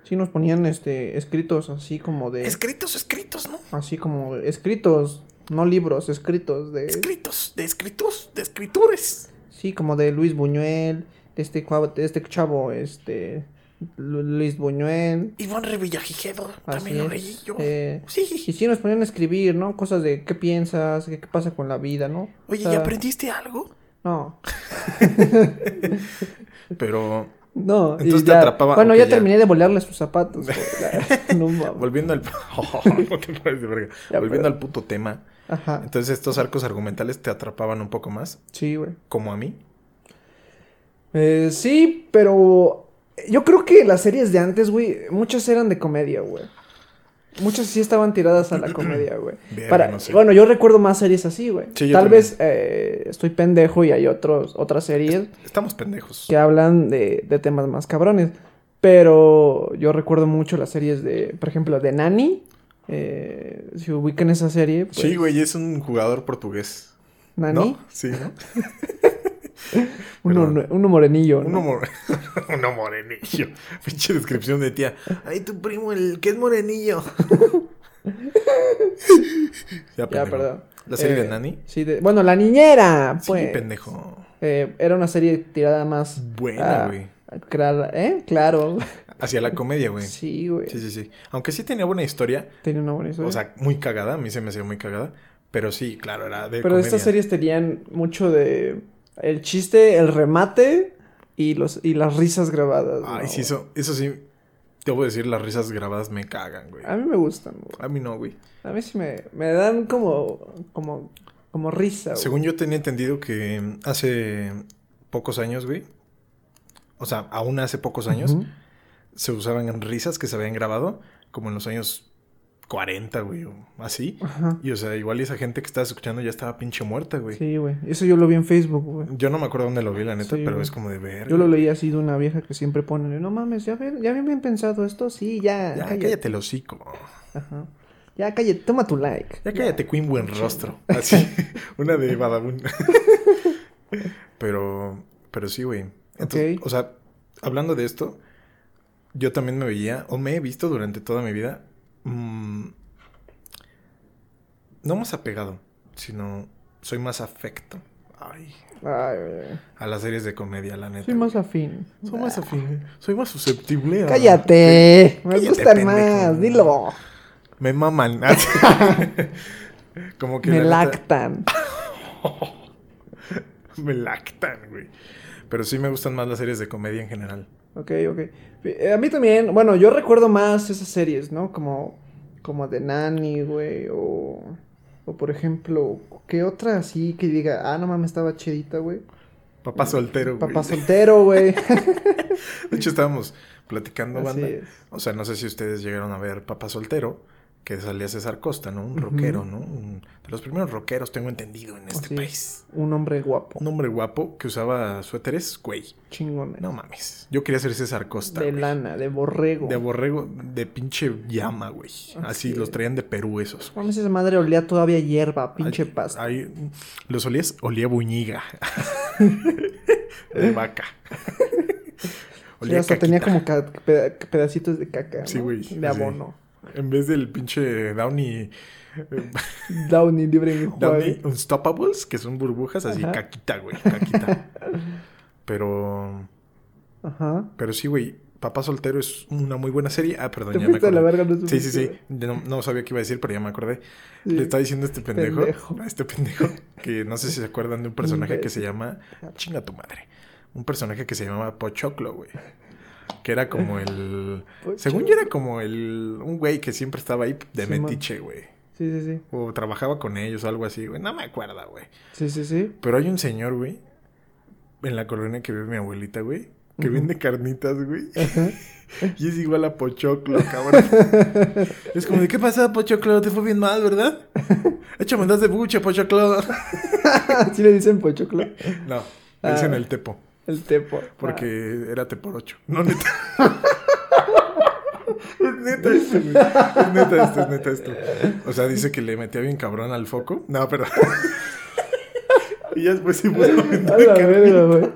Speaker 2: sí nos ponían, este, escritos así como de,
Speaker 1: Escritos, escritos, ¿no?
Speaker 2: así como escritos, no libros, escritos de,
Speaker 1: Escritos, de escritos, de escritores.
Speaker 2: sí, como de Luis Buñuel, de este, cua- de este chavo, este, Lu- Luis Buñuel.
Speaker 1: Iván Revillagigedo,
Speaker 2: Así
Speaker 1: también lo
Speaker 2: es,
Speaker 1: leí yo.
Speaker 2: eh, Y
Speaker 1: Sí.
Speaker 2: sí nos ponían a escribir, ¿no? Cosas de qué piensas, qué, qué pasa con la vida, ¿no? O
Speaker 1: Oye,
Speaker 2: sea,
Speaker 1: ¿y aprendiste algo?
Speaker 2: [laughs] No,
Speaker 1: Pero
Speaker 2: No, y
Speaker 1: Entonces te
Speaker 2: ya-
Speaker 1: atrapaba,
Speaker 2: Bueno,
Speaker 1: ok,
Speaker 2: ya,
Speaker 1: ya.
Speaker 2: terminé de bolearle sus
Speaker 1: [laughs]
Speaker 2: zapatos. güey. La- no mames.
Speaker 1: volviendo [laughs] al... Oh, No te pases de verga.
Speaker 2: [laughs] Ya,
Speaker 1: volviendo
Speaker 2: pero-
Speaker 1: al puto tema.
Speaker 2: Ajá.
Speaker 1: Entonces estos arcos argumentales te atrapaban un poco más,
Speaker 2: Sí, güey.
Speaker 1: como a mí.
Speaker 2: Eh, sí, pero yo creo que las series de antes, güey, muchas eran de comedia, güey. Muchas sí estaban tiradas a la
Speaker 1: [clears throat]
Speaker 2: comedia, güey.
Speaker 1: Verga,
Speaker 2: Para,
Speaker 1: no sé.
Speaker 2: Bueno, yo recuerdo más series así, güey.
Speaker 1: Sí, yo
Speaker 2: Tal
Speaker 1: también.
Speaker 2: vez eh, estoy pendejo y hay otros, otras series
Speaker 1: Estamos pendejos.
Speaker 2: que hablan de, de temas más cabrones. Pero yo recuerdo mucho las series de, por ejemplo, de Nani. Eh, si ubican esa serie, pues,
Speaker 1: Sí, güey, es un jugador portugués.
Speaker 2: Nani.
Speaker 1: ¿No? Sí,
Speaker 2: [laughs]
Speaker 1: ¿no?
Speaker 2: Uno,
Speaker 1: Perdón.
Speaker 2: uno morenillo, ¿no?
Speaker 1: Uno, mor- [laughs] uno morenillo. [laughs] Pinche descripción de tía. Ay, tu primo, el que es
Speaker 2: [laughs]
Speaker 1: morenillo. ya,
Speaker 2: Ya,
Speaker 1: pendejo.
Speaker 2: perdón.
Speaker 1: La serie
Speaker 2: Eh,
Speaker 1: de Nani.
Speaker 2: Sí, de- bueno, La Niñera,
Speaker 1: Sí,
Speaker 2: pues.
Speaker 1: pendejo.
Speaker 2: Eh, era una serie tirada más...
Speaker 1: Buena,
Speaker 2: ah,
Speaker 1: güey.
Speaker 2: clara- ¿Eh? Claro.
Speaker 1: Hacia la comedia, güey. Sí.
Speaker 2: [laughs] Sí, güey.
Speaker 1: sí, sí, Aunque sí tenía buena historia.
Speaker 2: Tenía una buena historia.
Speaker 1: O sea, muy cagada. A mí se me hacía muy cagada. Pero sí, claro, era de
Speaker 2: Pero
Speaker 1: comedia.
Speaker 2: estas series tenían mucho de... El chiste, el remate y, los, y las risas grabadas.
Speaker 1: Ay,
Speaker 2: ¿no,
Speaker 1: sí,
Speaker 2: güey?
Speaker 1: eso, eso sí. Debo decir, las risas grabadas me cagan, güey.
Speaker 2: A mí me gustan, güey.
Speaker 1: A mí no, güey.
Speaker 2: A mí sí me, me dan como... Como, como risa, Ah, güey.
Speaker 1: Según yo tenía entendido que hace pocos años, güey, o sea, aún hace pocos años,
Speaker 2: Ujú.
Speaker 1: se usaban risas que se habían grabado, como en los años 40, güey, o así.
Speaker 2: Ajá.
Speaker 1: Y o sea, igual esa gente que estabas escuchando ya estaba pinche muerta, güey.
Speaker 2: Sí, güey. Eso yo lo vi en Facebook, güey.
Speaker 1: Yo no me acuerdo dónde lo vi, la neta,
Speaker 2: Sí,
Speaker 1: pero
Speaker 2: güey.
Speaker 1: es como de ver.
Speaker 2: Yo lo leí así de una vieja que siempre pone, no mames, ya, ven- ya bien, bien pensado esto, sí, Ah, ya,
Speaker 1: Ya,
Speaker 2: cállate.
Speaker 1: cállate el hocico.
Speaker 2: Ajá. Ya cállate, toma tu like.
Speaker 1: Ya cállate, Queen Buen Rostro. Así, [laughs] una de
Speaker 2: [laughs]
Speaker 1: Badabun. pero, pero sí, güey. Entonces,
Speaker 2: Ok.
Speaker 1: O sea, hablando de esto, yo también me veía, o me he visto durante toda mi vida, mm, no más apegado, sino soy más afecto ay,
Speaker 2: Ay, güey.
Speaker 1: a las series de comedia, la neta.
Speaker 2: Soy más afín.
Speaker 1: soy más afín, eh. soy más susceptible a...
Speaker 2: Cállate, me
Speaker 1: Cállate,
Speaker 2: gustan
Speaker 1: pendejo.
Speaker 2: más, dilo.
Speaker 1: Me
Speaker 2: [laughs]
Speaker 1: maman. [laughs] Como que
Speaker 2: Me
Speaker 1: la neta-
Speaker 2: lactan.
Speaker 1: [laughs] Me lactan, güey. Pero sí me gustan más las series de comedia en general.
Speaker 2: Ok, ok. Eh, A mí también, bueno, yo recuerdo más esas series, ¿no? Como, como The Nanny, güey, o, o por ejemplo, ¿qué otra así que diga, ah, no mames, estaba chidita, güey?
Speaker 1: Papá soltero, güey.
Speaker 2: Papá soltero, güey.
Speaker 1: [laughs] De hecho, estábamos platicando,
Speaker 2: Así
Speaker 1: banda.
Speaker 2: es.
Speaker 1: O sea, no sé si ustedes llegaron a ver Papá soltero, que salía César Costa, ¿no? Un
Speaker 2: Ujú.
Speaker 1: rockero, ¿no? Un- de los primeros rockeros, tengo entendido, en este
Speaker 2: Así es.
Speaker 1: país.
Speaker 2: Un hombre guapo,
Speaker 1: Un hombre guapo que usaba suéteres, güey.
Speaker 2: chingón. eh.
Speaker 1: No mames. Yo quería ser César Costa.
Speaker 2: de
Speaker 1: güey.
Speaker 2: lana, de borrego.
Speaker 1: De borrego, de pinche llama, güey. Así,
Speaker 2: Así
Speaker 1: los
Speaker 2: es.
Speaker 1: traían de Perú esos. güey.
Speaker 2: Mames, esa madre olía todavía a hierba, pinche
Speaker 1: Ahí-
Speaker 2: pasta.
Speaker 1: ahí- los olías, olía
Speaker 2: [laughs]
Speaker 1: buñiga. de vaca.
Speaker 2: Sí,
Speaker 1: Olía
Speaker 2: hasta tenía
Speaker 1: caquita.
Speaker 2: como ca- peda- pedacitos de caca, ¿no?
Speaker 1: Sí, güey, sí.
Speaker 2: De abono.
Speaker 1: En vez del pinche Downy, eh,
Speaker 2: Downy libre en
Speaker 1: Downy Unstoppables, que son burbujas, así
Speaker 2: Ajá.
Speaker 1: caquita, güey, caquita. Pero,
Speaker 2: Ajá.
Speaker 1: pero sí, güey, Papá Soltero es una muy buena serie. Ah, perdón,
Speaker 2: Te
Speaker 1: ya me
Speaker 2: fuiste a la
Speaker 1: acordé.
Speaker 2: verga, no
Speaker 1: Sí,
Speaker 2: supiste,
Speaker 1: sí, sí.
Speaker 2: güey.
Speaker 1: Yo No, no sabía qué iba a decir, pero ya me acordé.
Speaker 2: Sí.
Speaker 1: Le está diciendo a este pendejo,
Speaker 2: Pendejo.
Speaker 1: a este pendejo, que no sé si se acuerdan de un personaje que se llama
Speaker 2: Imbécil.
Speaker 1: Chinga tu madre. Un personaje que se llamaba Pochoclo, güey. Que era como el.
Speaker 2: [laughs]
Speaker 1: Según yo era como el. un güey que siempre estaba ahí de
Speaker 2: Simón.
Speaker 1: metiche, güey.
Speaker 2: Sí, sí, sí.
Speaker 1: O trabajaba con ellos o algo así, güey. No me acuerdo, güey.
Speaker 2: Sí, sí, sí.
Speaker 1: Pero hay un señor, güey, en la colonia que vive mi abuelita, güey, que
Speaker 2: Ujú.
Speaker 1: vende carnitas, güey.
Speaker 2: Ajá. [laughs]
Speaker 1: Y es igual a Pochoclo, cabrón. es como de, ¿qué pasa, Pochoclo? Te fue bien mal,
Speaker 2: [laughs]
Speaker 1: ¿verdad? Échame dos de buche, Pochoclo.
Speaker 2: Así le dicen pochoclo.
Speaker 1: No, le dicen
Speaker 2: Ah.
Speaker 1: el tepo.
Speaker 2: El tepo.
Speaker 1: Porque era teporocho. No,
Speaker 2: [laughs]
Speaker 1: neta. es neta esto, güey. Es neta esto, es neta esto. O sea, dice que le metía bien cabrón al foco. No, pero... [laughs] y ya después sí
Speaker 2: [laughs]
Speaker 1: puso a
Speaker 2: Ah, a
Speaker 1: [laughs] vender
Speaker 2: la
Speaker 1: carnitas.
Speaker 2: verga, güey.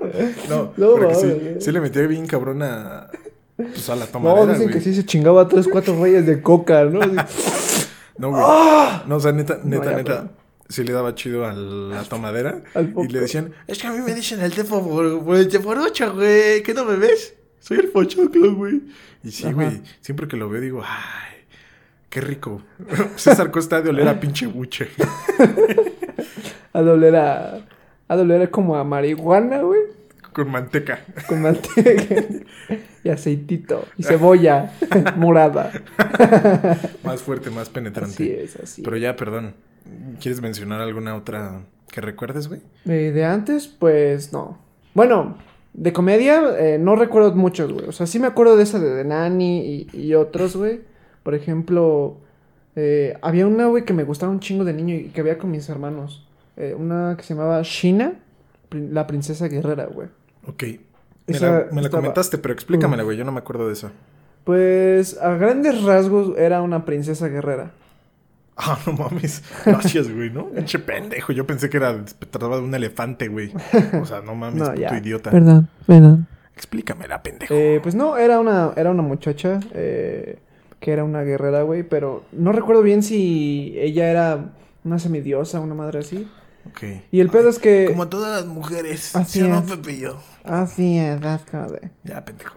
Speaker 1: No,
Speaker 2: No,
Speaker 1: pero que sí,
Speaker 2: mames.
Speaker 1: sí le metía bien cabrón a... Pues a la
Speaker 2: No,
Speaker 1: tomadera,
Speaker 2: dicen
Speaker 1: güey.
Speaker 2: que sí se chingaba tres, cuatro reyes de coca, ¿no? Así-
Speaker 1: No, güey. No, o sea, neta, neta,
Speaker 2: ¡Ah! ya,
Speaker 1: neta.
Speaker 2: perdón.
Speaker 1: Sí le daba chido a la tomadera.
Speaker 2: Al
Speaker 1: y
Speaker 2: foco.
Speaker 1: le decían, es que a mí me dicen el tepo por, por el teporocho, güey. ¿Qué no me ves? Soy el pochoclo, güey. Y sí,
Speaker 2: Ajá.
Speaker 1: güey. Siempre que lo veo digo, ay, qué rico. [laughs] César Costa de oler a pinche buche. [laughs]
Speaker 2: A doler a... A doler a como a marihuana, güey.
Speaker 1: con manteca.
Speaker 2: Con manteca. [laughs] y aceitito. Y cebolla [laughs] morada.
Speaker 1: Más fuerte, más penetrante.
Speaker 2: Así es, así
Speaker 1: Pero ya, perdón. ¿Quieres mencionar alguna otra que recuerdes, güey?
Speaker 2: De, de antes, pues no. Bueno, de comedia eh, no recuerdo muchos, güey. O sea, sí me acuerdo de esa de, The Nanny y, y otros, güey. Por ejemplo, eh, había una, güey, que me gustaba un chingo de niño y que había con mis hermanos. Eh, una que se llamaba Shina, prin- la princesa guerrera, güey.
Speaker 1: Ok. Me
Speaker 2: Esa
Speaker 1: la, me la
Speaker 2: estaba-
Speaker 1: comentaste, pero explícamela, güey. Yo no me acuerdo de eso.
Speaker 2: Pues a grandes rasgos era una princesa guerrera.
Speaker 1: Ah, [laughs] no mames. Gracias, güey, ¿no? Pinche pendejo. Yo pensé que era se trataba de un elefante, güey. O sea, no mames,
Speaker 2: No,
Speaker 1: puto
Speaker 2: ya.
Speaker 1: idiota.
Speaker 2: Perdón, perdón.
Speaker 1: Explícamela, pendejo.
Speaker 2: Eh, pues no, era una, era una muchacha eh, que era una guerrera, güey, pero no recuerdo bien si ella era una semidiosa, una madre así.
Speaker 1: Ok.
Speaker 2: Eh, Y el pedo es que...
Speaker 1: Como todas las mujeres.
Speaker 2: Así
Speaker 1: ¿sí o no,
Speaker 2: es.
Speaker 1: Pepe y yo?
Speaker 2: Ah, sí, es como de...
Speaker 1: Ya, pendejo.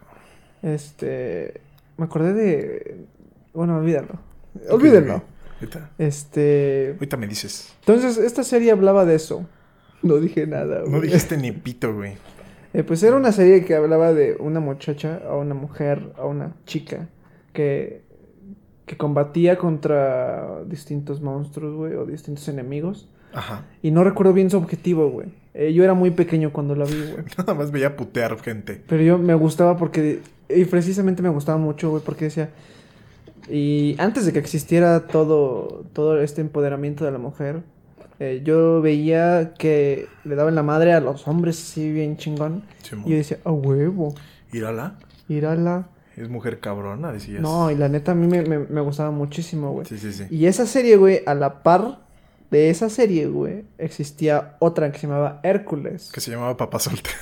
Speaker 2: Este... Me acordé de... Bueno, olvídalo. Olvídenlo.
Speaker 1: Ok, ok. Ahorita,
Speaker 2: Este...
Speaker 1: ahorita me dices.
Speaker 2: Entonces, esta serie hablaba de eso. No dije nada, güey.
Speaker 1: No dijiste ni pito, güey.
Speaker 2: Eh, pues era una serie que hablaba de una muchacha, a una mujer, a una chica, que, que combatía contra distintos monstruos, güey, o distintos enemigos.
Speaker 1: Ajá. [laughs]
Speaker 2: Y no recuerdo bien su objetivo, güey. Eh, yo era muy pequeño cuando la vi, güey.
Speaker 1: Nada más veía putear gente.
Speaker 2: Pero yo me gustaba porque... Y precisamente me gustaba mucho, güey, porque decía... Y antes de que existiera todo, todo este empoderamiento de la mujer, eh, yo veía que le daban la madre a los hombres así bien chingón.
Speaker 1: Simón.
Speaker 2: Y yo decía, a huevo,
Speaker 1: Írala.
Speaker 2: ir a la...
Speaker 1: Es mujer cabrona, decías.
Speaker 2: No, y la neta a mí me, me- me gustaba muchísimo, güey.
Speaker 1: Sí, sí, sí.
Speaker 2: Y esa serie, güey, a la par de esa serie, güey, existía otra que se llamaba Hércules.
Speaker 1: Que se llamaba Papá
Speaker 2: [laughs]
Speaker 1: Soltero.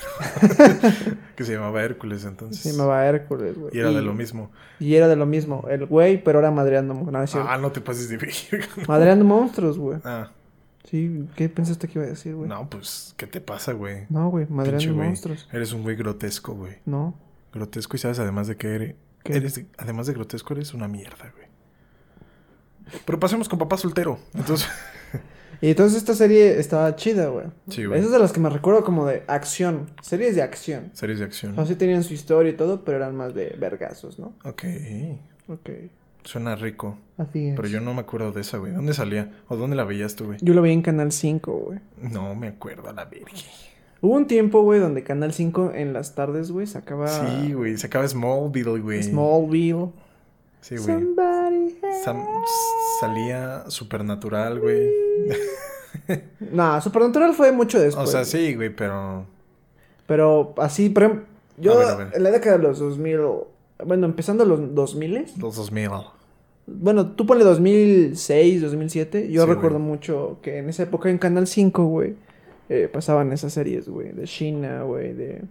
Speaker 1: que se llamaba Hércules entonces.
Speaker 2: Se llamaba Hércules, güey.
Speaker 1: Y era de lo mismo.
Speaker 2: Y era de lo mismo, el güey, pero era madreando, mon- no, es cierto.
Speaker 1: Ah, no te pases de verga. [laughs]
Speaker 2: Madreando monstruos, güey.
Speaker 1: Ah,
Speaker 2: Sí, ¿qué pensaste que iba a decir, güey?
Speaker 1: no, pues, ¿qué te pasa, güey?
Speaker 2: No, güey,
Speaker 1: Pinche
Speaker 2: madreando
Speaker 1: güey.
Speaker 2: monstruos.
Speaker 1: Eres un güey grotesco, güey.
Speaker 2: No.
Speaker 1: Grotesco y sabes además de que eres...
Speaker 2: ¿Qué?
Speaker 1: eres- además de grotesco, eres una mierda, güey. Pero pasemos con papá soltero.
Speaker 2: [laughs]
Speaker 1: Entonces,
Speaker 2: Y entonces esta serie estaba chida, güey.
Speaker 1: Sí, güey.
Speaker 2: Esa es de las que me recuerdo como de acción. Series de acción.
Speaker 1: series de acción.
Speaker 2: O sea, sí tenían su historia y todo, pero eran más de vergazos, ¿no?
Speaker 1: Ok,
Speaker 2: Ok.
Speaker 1: suena rico.
Speaker 2: Así es.
Speaker 1: Pero yo no me acuerdo de esa, güey. ¿Dónde salía? ¿O dónde la veías tú, güey?
Speaker 2: Yo lo vi en Canal 5, güey.
Speaker 1: No me acuerdo a la verga.
Speaker 2: Hubo un tiempo, güey, donde Canal 5 en las tardes, güey, sacaba
Speaker 1: Sí, güey. Se acaba Smallville, güey.
Speaker 2: Ah. Smallville.
Speaker 1: Sí, güey.
Speaker 2: Somebody help.
Speaker 1: Sam- salía Supernatural, güey.
Speaker 2: No, Supernatural fue mucho después.
Speaker 1: o sea, sí, güey, pero...
Speaker 2: Pero así, por ejemplo, yo
Speaker 1: A ver, a ver.
Speaker 2: en la década de los 2000, o- bueno, empezando los 2000,
Speaker 1: Los 2000.
Speaker 2: bueno, tú ponle 2006, 2007, yo
Speaker 1: Sí,
Speaker 2: recuerdo
Speaker 1: güey.
Speaker 2: mucho que en esa época en Canal 5, güey, eh, pasaban esas series, güey, de China, güey, de...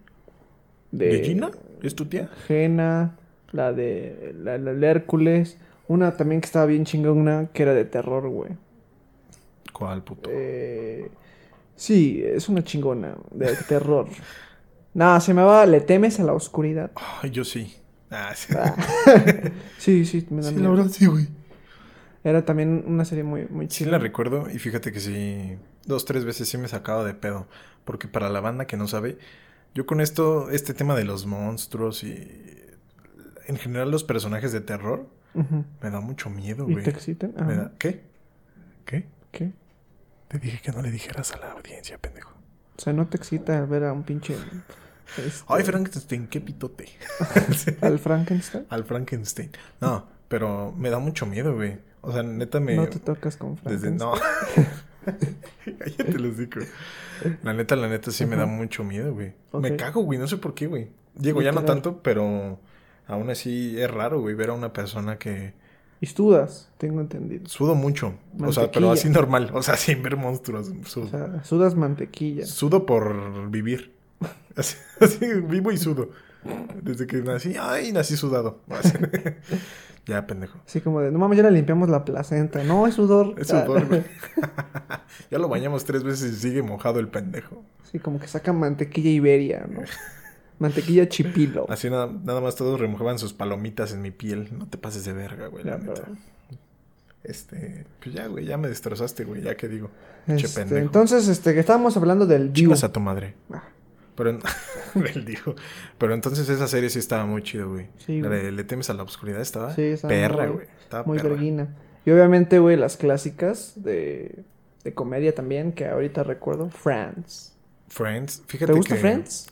Speaker 1: ¿De Gina? ¿Es tu tía?
Speaker 2: Jena, la de la, la del Hércules, una también que estaba bien chingona que era de terror, güey.
Speaker 1: ¿Cuál, puto?
Speaker 2: Eh, sí, es una chingona
Speaker 1: [laughs]
Speaker 2: de terror. Nada, se llamaba Le temes a la oscuridad.
Speaker 1: Ay, yo sí. Ah, sí.
Speaker 2: Sí, sí, me
Speaker 1: [laughs]
Speaker 2: da
Speaker 1: Sí, la
Speaker 2: miedo.
Speaker 1: verdad, sí, güey.
Speaker 2: Era también una serie muy muy
Speaker 1: Sí
Speaker 2: chida.
Speaker 1: la recuerdo y fíjate que sí, dos, tres veces sí me sacaba de pedo. Porque para la banda que no sabe, yo con esto, este tema de los monstruos y en general los personajes de terror,
Speaker 2: Ujú.
Speaker 1: me da mucho miedo,
Speaker 2: ¿Y
Speaker 1: güey.
Speaker 2: te excitan?
Speaker 1: Me
Speaker 2: Ajá.
Speaker 1: da- ¿Qué? ¿Qué?
Speaker 2: ¿Qué?
Speaker 1: Te dije que no le dijeras a la audiencia, pendejo.
Speaker 2: O sea, no te excita ver a un pinche este,
Speaker 1: Ay, Frankenstein, qué pitote. Sí.
Speaker 2: al Frankenstein.
Speaker 1: Al Frankenstein. No, pero me da mucho miedo, güey. O sea, neta me...
Speaker 2: No te tocas con
Speaker 1: Desde,
Speaker 2: Frankenstein.
Speaker 1: no. [laughs] Cállate los digo. La neta, la neta sí me da
Speaker 2: Ajá.
Speaker 1: mucho miedo, güey.
Speaker 2: Ok.
Speaker 1: Me cago, güey, no sé por qué, güey. Digo, ya no
Speaker 2: Literal.
Speaker 1: tanto, pero aún así es raro, güey, ver a una persona que
Speaker 2: Y sudas, tengo entendido.
Speaker 1: sudo mucho. O sea, pero
Speaker 2: Mantequilla.
Speaker 1: así normal, o sea, [laughs] sin ver monstruos.
Speaker 2: O
Speaker 1: Sudo,
Speaker 2: sea, sudas mantequilla.
Speaker 1: Sudo por vivir. [laughs] Así, así, vivo y sudo. Desde que nací, ay, nací sudado. [laughs] Así. ya, pendejo.
Speaker 2: Así como de, no mames, ya le limpiamos la placenta. No, es sudor.
Speaker 1: Es sudor, güey. [laughs] ya lo bañamos tres veces y sigue mojado el pendejo.
Speaker 2: [laughs] Sí, como que sacan mantequilla Iberia, ¿no? mantequilla chipilo.
Speaker 1: Así nada, nada más todos remojaban sus palomitas en mi piel. No te pases de verga, güey, la
Speaker 2: Ya,
Speaker 1: neta.
Speaker 2: pero-
Speaker 1: Este, pues ya, güey, ya me destrozaste, güey, ya que digo. Che
Speaker 2: Este,
Speaker 1: pendejo.
Speaker 2: entonces, este, que estábamos hablando del Diu.
Speaker 1: Chingas a tu madre.
Speaker 2: Ah,
Speaker 1: Pero, en- [laughs] él dijo. Pero entonces esa serie sí estaba muy chido, güey.
Speaker 2: Sí,
Speaker 1: La
Speaker 2: güey.
Speaker 1: de Le temes a la oscuridad estaba
Speaker 2: Sí, estaba
Speaker 1: perra,
Speaker 2: muy-
Speaker 1: güey. Estaba
Speaker 2: Muy
Speaker 1: perra.
Speaker 2: verguina. Y obviamente, güey, las clásicas de, de comedia también, que ahorita recuerdo. Friends.
Speaker 1: Friends, fíjate
Speaker 2: ¿Te gusta
Speaker 1: que-
Speaker 2: Friends?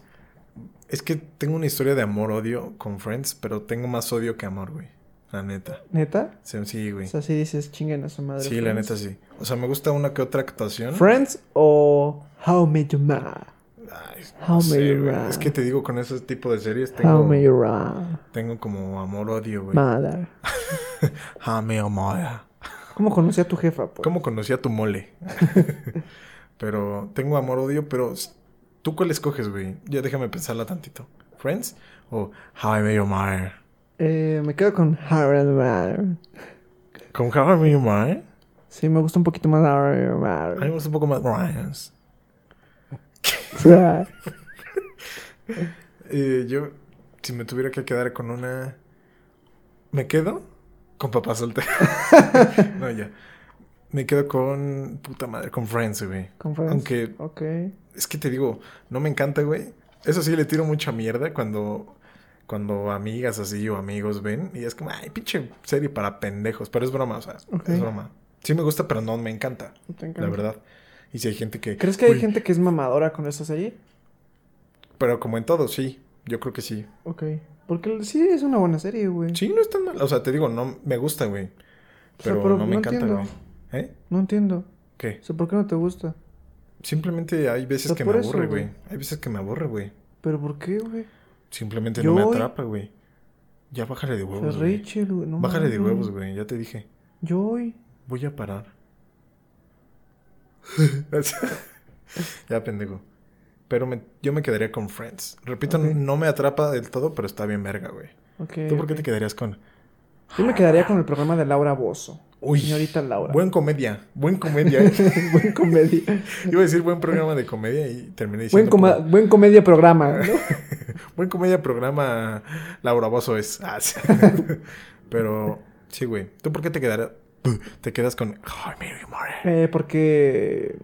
Speaker 1: Es que tengo una historia de amor-odio con Friends, pero tengo más odio que amor, güey. La neta.
Speaker 2: ¿Neta?
Speaker 1: Sí, Sí, güey.
Speaker 2: O sea, si dices, chinguen a su madre.
Speaker 1: Sí, la
Speaker 2: Friends".
Speaker 1: neta sí. O sea, me gusta una que otra actuación.
Speaker 2: ¿Friends o How Me Your Ma?
Speaker 1: Ay, no
Speaker 2: How may
Speaker 1: sé,
Speaker 2: you
Speaker 1: güey.
Speaker 2: run.
Speaker 1: Es que te digo, con ese tipo de series
Speaker 2: How
Speaker 1: tengo,
Speaker 2: Me Your Ma?
Speaker 1: tengo como amor-odio, güey.
Speaker 2: Mother.
Speaker 1: How may you mother.
Speaker 2: ¿Cómo conocí a tu jefa, pues?
Speaker 1: ¿Cómo conocí a tu
Speaker 2: [laughs]
Speaker 1: mole? pero tengo amor-odio, pero s- ¿tú cuál escoges, güey? Ya déjame pensarla tantito. ¿Friends o How I Met Your Mother?
Speaker 2: Eh, me quedo con Harold Mother.
Speaker 1: ¿Con How I Met Your Mother?
Speaker 2: Sí, me gusta un poquito más
Speaker 1: A mí me
Speaker 2: Harold
Speaker 1: gusta un poco más Ryan's.
Speaker 2: Mother.
Speaker 1: Eh, yo, si me tuviera que quedar con una... ¿Me quedo? Con papá soltero. [laughs] no, ya. Me quedo con... Puta madre, con Friends, güey.
Speaker 2: Con Friends.
Speaker 1: Aunque-
Speaker 2: Ok.
Speaker 1: Es que te digo, no me encanta, güey. Eso sí, le tiro mucha mierda cuando, cuando amigas así o amigos ven. Y es como, ay, pinche serie para pendejos. Pero es broma, o sea,
Speaker 2: Ok.
Speaker 1: es broma. Sí me gusta, pero no me encanta,
Speaker 2: No te
Speaker 1: la
Speaker 2: encanta.
Speaker 1: verdad. Y si hay gente que.
Speaker 2: ¿Crees que hay
Speaker 1: "Uy",
Speaker 2: gente que es mamadora con esa serie?
Speaker 1: Pero como en todo, sí. Yo creo que sí.
Speaker 2: Ok. Porque sí es una buena serie, güey.
Speaker 1: Sí, no es tan mal. O sea, te digo, no me gusta, güey.
Speaker 2: O sea,
Speaker 1: Pero,
Speaker 2: pero
Speaker 1: no me
Speaker 2: no
Speaker 1: encanta,
Speaker 2: entiendo.
Speaker 1: güey. ¿Eh?
Speaker 2: No entiendo.
Speaker 1: ¿Qué?
Speaker 2: O sea, ¿por qué no te gusta?
Speaker 1: Simplemente hay veces
Speaker 2: O sea,
Speaker 1: que
Speaker 2: por
Speaker 1: me
Speaker 2: eso,
Speaker 1: aburre,
Speaker 2: güey.
Speaker 1: güey. Hay veces que me aburre, güey.
Speaker 2: ¿Pero por qué, güey?
Speaker 1: Simplemente
Speaker 2: Yo
Speaker 1: no me
Speaker 2: hoy-
Speaker 1: atrapa, güey. Ya bájale de
Speaker 2: O sea,
Speaker 1: huevos, güey.
Speaker 2: Rachel, güey. No
Speaker 1: Bájale de
Speaker 2: mames.
Speaker 1: huevos, güey. Ya te dije.
Speaker 2: Yo hoy.
Speaker 1: Voy a parar. [laughs] ya, pendejo. Pero me- yo me quedaría con Friends. Repito,
Speaker 2: Ok.
Speaker 1: no me atrapa del todo, pero está bien verga, güey.
Speaker 2: Ok.
Speaker 1: ¿Tú por qué
Speaker 2: ok.
Speaker 1: te quedarías con...?
Speaker 2: Yo me quedaría con el programa de Laura Bozo.
Speaker 1: Uy,
Speaker 2: Señorita Laura.
Speaker 1: buen comedia. Buen
Speaker 2: [laughs]
Speaker 1: comedia. ¿eh?
Speaker 2: buen comedia.
Speaker 1: Iba a decir buen programa de comedia y terminé
Speaker 2: [laughs] buen,
Speaker 1: diciendo...
Speaker 2: coma- buen comedia
Speaker 1: [laughs]
Speaker 2: programa. ¿no?
Speaker 1: Buen comedia programa Laura Bozo es. Ah,
Speaker 2: [laughs]
Speaker 1: sí. Pero sí, güey. ¿Tú por qué te quedarás? Te quedas con Ay, Mary Moore.
Speaker 2: Eh, porque.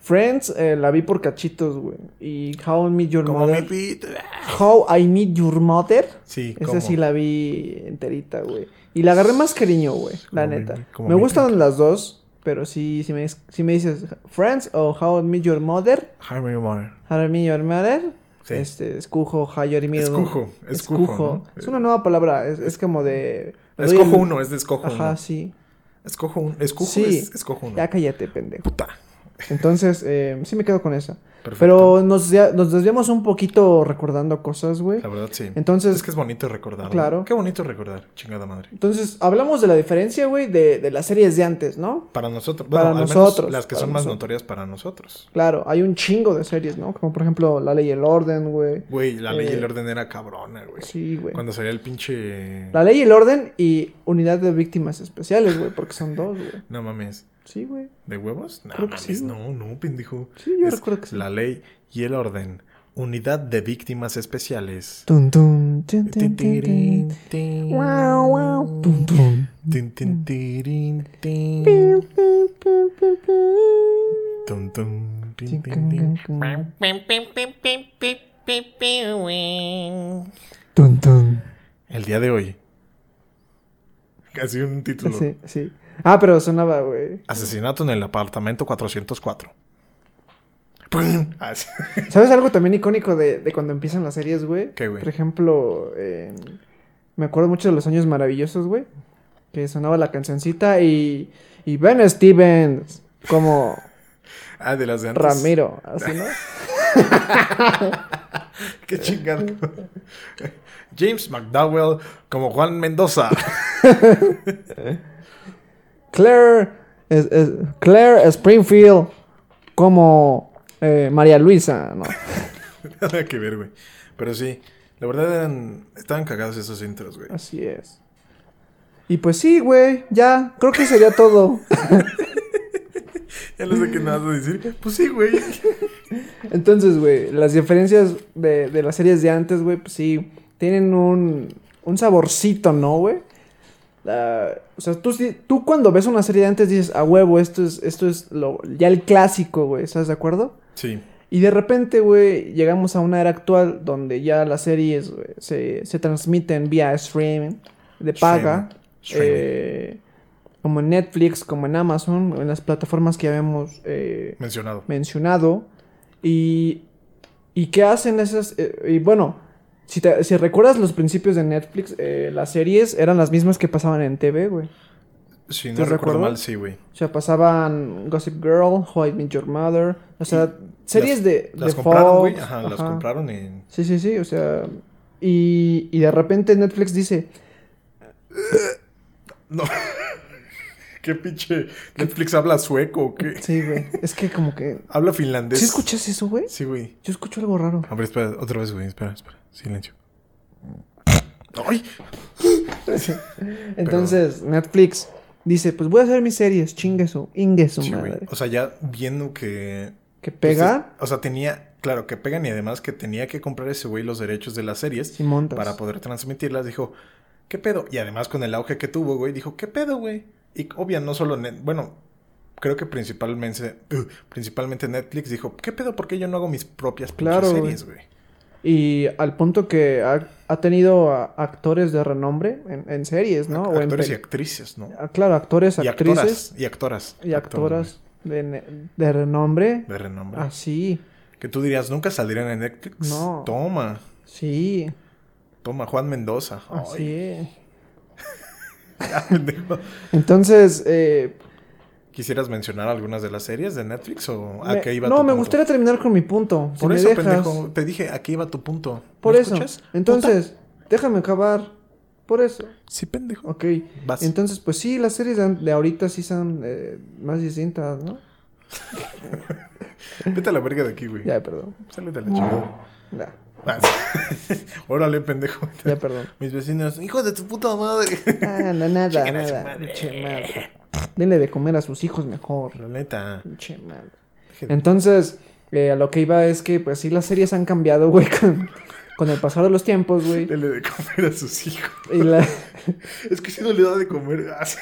Speaker 2: Friends eh, la vi por cachitos, güey. Y How I Meet Your
Speaker 1: Como mi
Speaker 2: Mother.
Speaker 1: pito.
Speaker 2: How I Meet Your Mother.
Speaker 1: Sí,
Speaker 2: Esa
Speaker 1: como.
Speaker 2: sí la vi enterita, güey. Y la agarré más cariño, güey. La
Speaker 1: Como mi-
Speaker 2: neta.
Speaker 1: como
Speaker 2: Me
Speaker 1: mi
Speaker 2: gustan las dos. Pero sí, si me, si me dices Friends o How I Meet Your Mother.
Speaker 1: Ay, Mary Moore.
Speaker 2: How I Meet Your Mother.
Speaker 1: Sí.
Speaker 2: Este, escujo, How I Meet Your
Speaker 1: Escujo, escujo, ¿no?
Speaker 2: Es una nueva palabra. Es, es como de. me doy
Speaker 1: Escojo
Speaker 2: el-
Speaker 1: uno, es de escojo
Speaker 2: Ajá,
Speaker 1: uno.
Speaker 2: sí.
Speaker 1: Escojo uno. Escojo
Speaker 2: Sí.
Speaker 1: es escojo uno.
Speaker 2: Ya cállate, pendejo.
Speaker 1: Puta.
Speaker 2: Entonces, eh, sí me quedo con esa.
Speaker 1: Perfecto.
Speaker 2: Pero nos, ya- nos desviamos un poquito recordando cosas, güey.
Speaker 1: La verdad, sí.
Speaker 2: Entonces,
Speaker 1: es que es bonito recordar. ¿no?
Speaker 2: Claro.
Speaker 1: Qué bonito recordar, chingada madre.
Speaker 2: entonces hablamos de la diferencia, güey, de, de las series de antes, ¿no?
Speaker 1: Para nosotros,
Speaker 2: Para
Speaker 1: bueno, al menos
Speaker 2: nosotros,
Speaker 1: las que
Speaker 2: para
Speaker 1: son más
Speaker 2: nosotros.
Speaker 1: notorias para nosotros.
Speaker 2: Claro, hay un chingo de series, ¿no? Como por ejemplo La Ley y el Orden, güey.
Speaker 1: Güey, la ley y
Speaker 2: Eh,
Speaker 1: el orden era cabrona, güey.
Speaker 2: Sí, güey.
Speaker 1: Cuando salía el pinche.
Speaker 2: La Ley y el Orden y Unidad de Víctimas Especiales, güey, porque son dos, güey.
Speaker 1: No mames.
Speaker 2: Sí, güey.
Speaker 1: ¿De huevos? No,
Speaker 2: Creo que sí,
Speaker 1: mames,
Speaker 2: güey.
Speaker 1: no, no, pendejo.
Speaker 2: Sí, yo
Speaker 1: Es
Speaker 2: recuerdo que sí.
Speaker 1: La ley y el orden. Unidad de víctimas especiales.
Speaker 2: Tun, tun, tin,
Speaker 1: Tin,
Speaker 2: tin, tin,
Speaker 1: tirin,
Speaker 2: tin.
Speaker 1: tin.
Speaker 2: Wow, wow. Tun, tun.
Speaker 1: Tin, tin, tirin, tin.
Speaker 2: Piu, piu, piu, piu, piu.
Speaker 1: Tun, tun, tin,
Speaker 2: Tin,
Speaker 1: tin,
Speaker 2: can, can,
Speaker 1: tin.
Speaker 2: can.
Speaker 1: El día de hoy. Casi un título.
Speaker 2: Sí, sí. Ah, pero sonaba, güey.
Speaker 1: Asesinato en el apartamento 404. Pum. Ah, sí.
Speaker 2: ¿Sabes algo también icónico de, de cuando empiezan las series, güey?
Speaker 1: ¿Qué, güey?
Speaker 2: Por ejemplo, en- me acuerdo mucho de los años maravillosos, güey. Que sonaba la cancioncita y, y Ben Stevens como
Speaker 1: Ah, de las de antes.
Speaker 2: Ramiro, así, ¿no?
Speaker 1: [laughs] Qué chingado. [laughs] James McDowell como Juan Mendoza. [laughs]
Speaker 2: Claire, es- es- Claire Springfield como eh, María Luisa, ¿no?
Speaker 1: Nada que ver, güey. Pero sí, la verdad eran, estaban cagados esos intros, güey. [laughs]
Speaker 2: Así es. Y pues sí, güey, ya, creo que sería todo.
Speaker 1: Ya no sé qué me vas a decir. Pues sí, güey. [laughs]
Speaker 2: Entonces, güey, las diferencias de, de las series de antes, güey, pues sí, tienen un, un saborcito, ¿no, güey? La- o sea, tú, sí- tú cuando ves una serie de antes dices, a huevo, esto es, esto es lo, ya el clásico, güey, ¿estás de acuerdo?
Speaker 1: Sí,
Speaker 2: Y de repente, güey, llegamos a una era actual donde ya las series güey, se, se transmiten vía streaming, de paga,
Speaker 1: Streaming, streaming.
Speaker 2: eh, como en Netflix, como en Amazon, en las plataformas que ya vemos eh,
Speaker 1: mencionado.
Speaker 2: mencionado. Y, y qué hacen esas... eh, y bueno, si, te- si recuerdas los principios de Netflix, eh, las series eran las mismas que pasaban en TV, güey.
Speaker 1: Si no
Speaker 2: ¿Te
Speaker 1: recuerdo
Speaker 2: recuerdo?
Speaker 1: mal, sí, güey.
Speaker 2: O sea, pasaban Gossip Girl, How I Met Your Mother, o sea, series de...
Speaker 1: Las
Speaker 2: de
Speaker 1: compraron, güey.
Speaker 2: Fox,
Speaker 1: Ajá, las
Speaker 2: ajá.
Speaker 1: compraron y...
Speaker 2: Sí, sí, sí, o sea... Y, y de repente Netflix dice,
Speaker 1: No. ¿Qué pinche Netflix habla sueco o qué?
Speaker 2: sí, güey, es que como que...
Speaker 1: Habla finlandés.
Speaker 2: ¿Sí escuchas eso, güey?
Speaker 1: Sí, güey.
Speaker 2: Yo escucho algo raro.
Speaker 1: A ver, espera, otra vez, güey. Espera, espera. Silencio. ¡Ay!
Speaker 2: [laughs] Entonces, Netflix dice, pues voy a hacer mis series, chingue su, ingue su
Speaker 1: Sí, güey.
Speaker 2: madre.
Speaker 1: O sea, ya viendo que
Speaker 2: Que pega...
Speaker 1: Entonces, o sea, tenía, claro, que pegan y además que tenía que comprar ese güey los derechos de las series
Speaker 2: Sí, pues. montas.
Speaker 1: para poder transmitirlas. Dijo, ¿qué pedo? Y además con el auge que tuvo, güey, dijo, ¿qué pedo, güey? Y obvio, no solo, Net- bueno, creo que principalmente, uh, principalmente Netflix dijo, ¿qué pedo? ¿Por qué yo no hago mis propias pinches
Speaker 2: Claro,
Speaker 1: series, güey?
Speaker 2: Y al punto que ha, ha tenido a- actores de renombre en, en series, ¿no? O en
Speaker 1: Actores y
Speaker 2: peli-
Speaker 1: actrices, ¿no?
Speaker 2: Ah, Claro, actores,
Speaker 1: Y
Speaker 2: actrices
Speaker 1: actoras. Y actoras.
Speaker 2: y actoras. de, ne- de renombre.
Speaker 1: de renombre.
Speaker 2: Ah, sí,
Speaker 1: Que tú dirías, nunca salieron en Netflix.
Speaker 2: No.
Speaker 1: Toma,
Speaker 2: sí,
Speaker 1: toma, Juan Mendoza.
Speaker 2: así es.
Speaker 1: Ay, [laughs] pendejo.
Speaker 2: Entonces, eh,
Speaker 1: ¿Quisieras mencionar algunas de las series de Netflix o a
Speaker 2: me-
Speaker 1: qué iba
Speaker 2: no,
Speaker 1: tu
Speaker 2: me
Speaker 1: punto?
Speaker 2: gustaría terminar con mi punto. si
Speaker 1: Por
Speaker 2: me
Speaker 1: eso,
Speaker 2: dejas.
Speaker 1: pendejo, te dije, a qué iba tu punto. ¿Me
Speaker 2: Por eso.
Speaker 1: escuchas?
Speaker 2: Entonces, déjame acabar. Por eso.
Speaker 1: Puta. Sí, pendejo.
Speaker 2: Ok.
Speaker 1: Vas.
Speaker 2: Entonces, pues sí, las series de, de ahorita sí son eh, más distintas, ¿no?
Speaker 1: Vete a la verga de aquí, güey.
Speaker 2: Ya, perdón.
Speaker 1: Sálete a la chingada.
Speaker 2: Ya,
Speaker 1: Ah, [laughs] Órale, pendejo.
Speaker 2: ya, perdón.
Speaker 1: Mis vecinos, hijos de tu puta madre. [laughs]
Speaker 2: Ah, no, nada,
Speaker 1: Chinguen a su
Speaker 2: nada.
Speaker 1: madre.
Speaker 2: Che, madre. Denle de comer a sus hijos mejor.
Speaker 1: La neta.
Speaker 2: Che, madre.
Speaker 1: Gente.
Speaker 2: Entonces, eh, a lo que iba es que, pues sí, las series han cambiado, güey, [laughs] con, con el pasar de los tiempos, güey.
Speaker 1: Dele de comer a sus hijos.
Speaker 2: Y la-
Speaker 1: Es que si no le da de comer. ah, sí.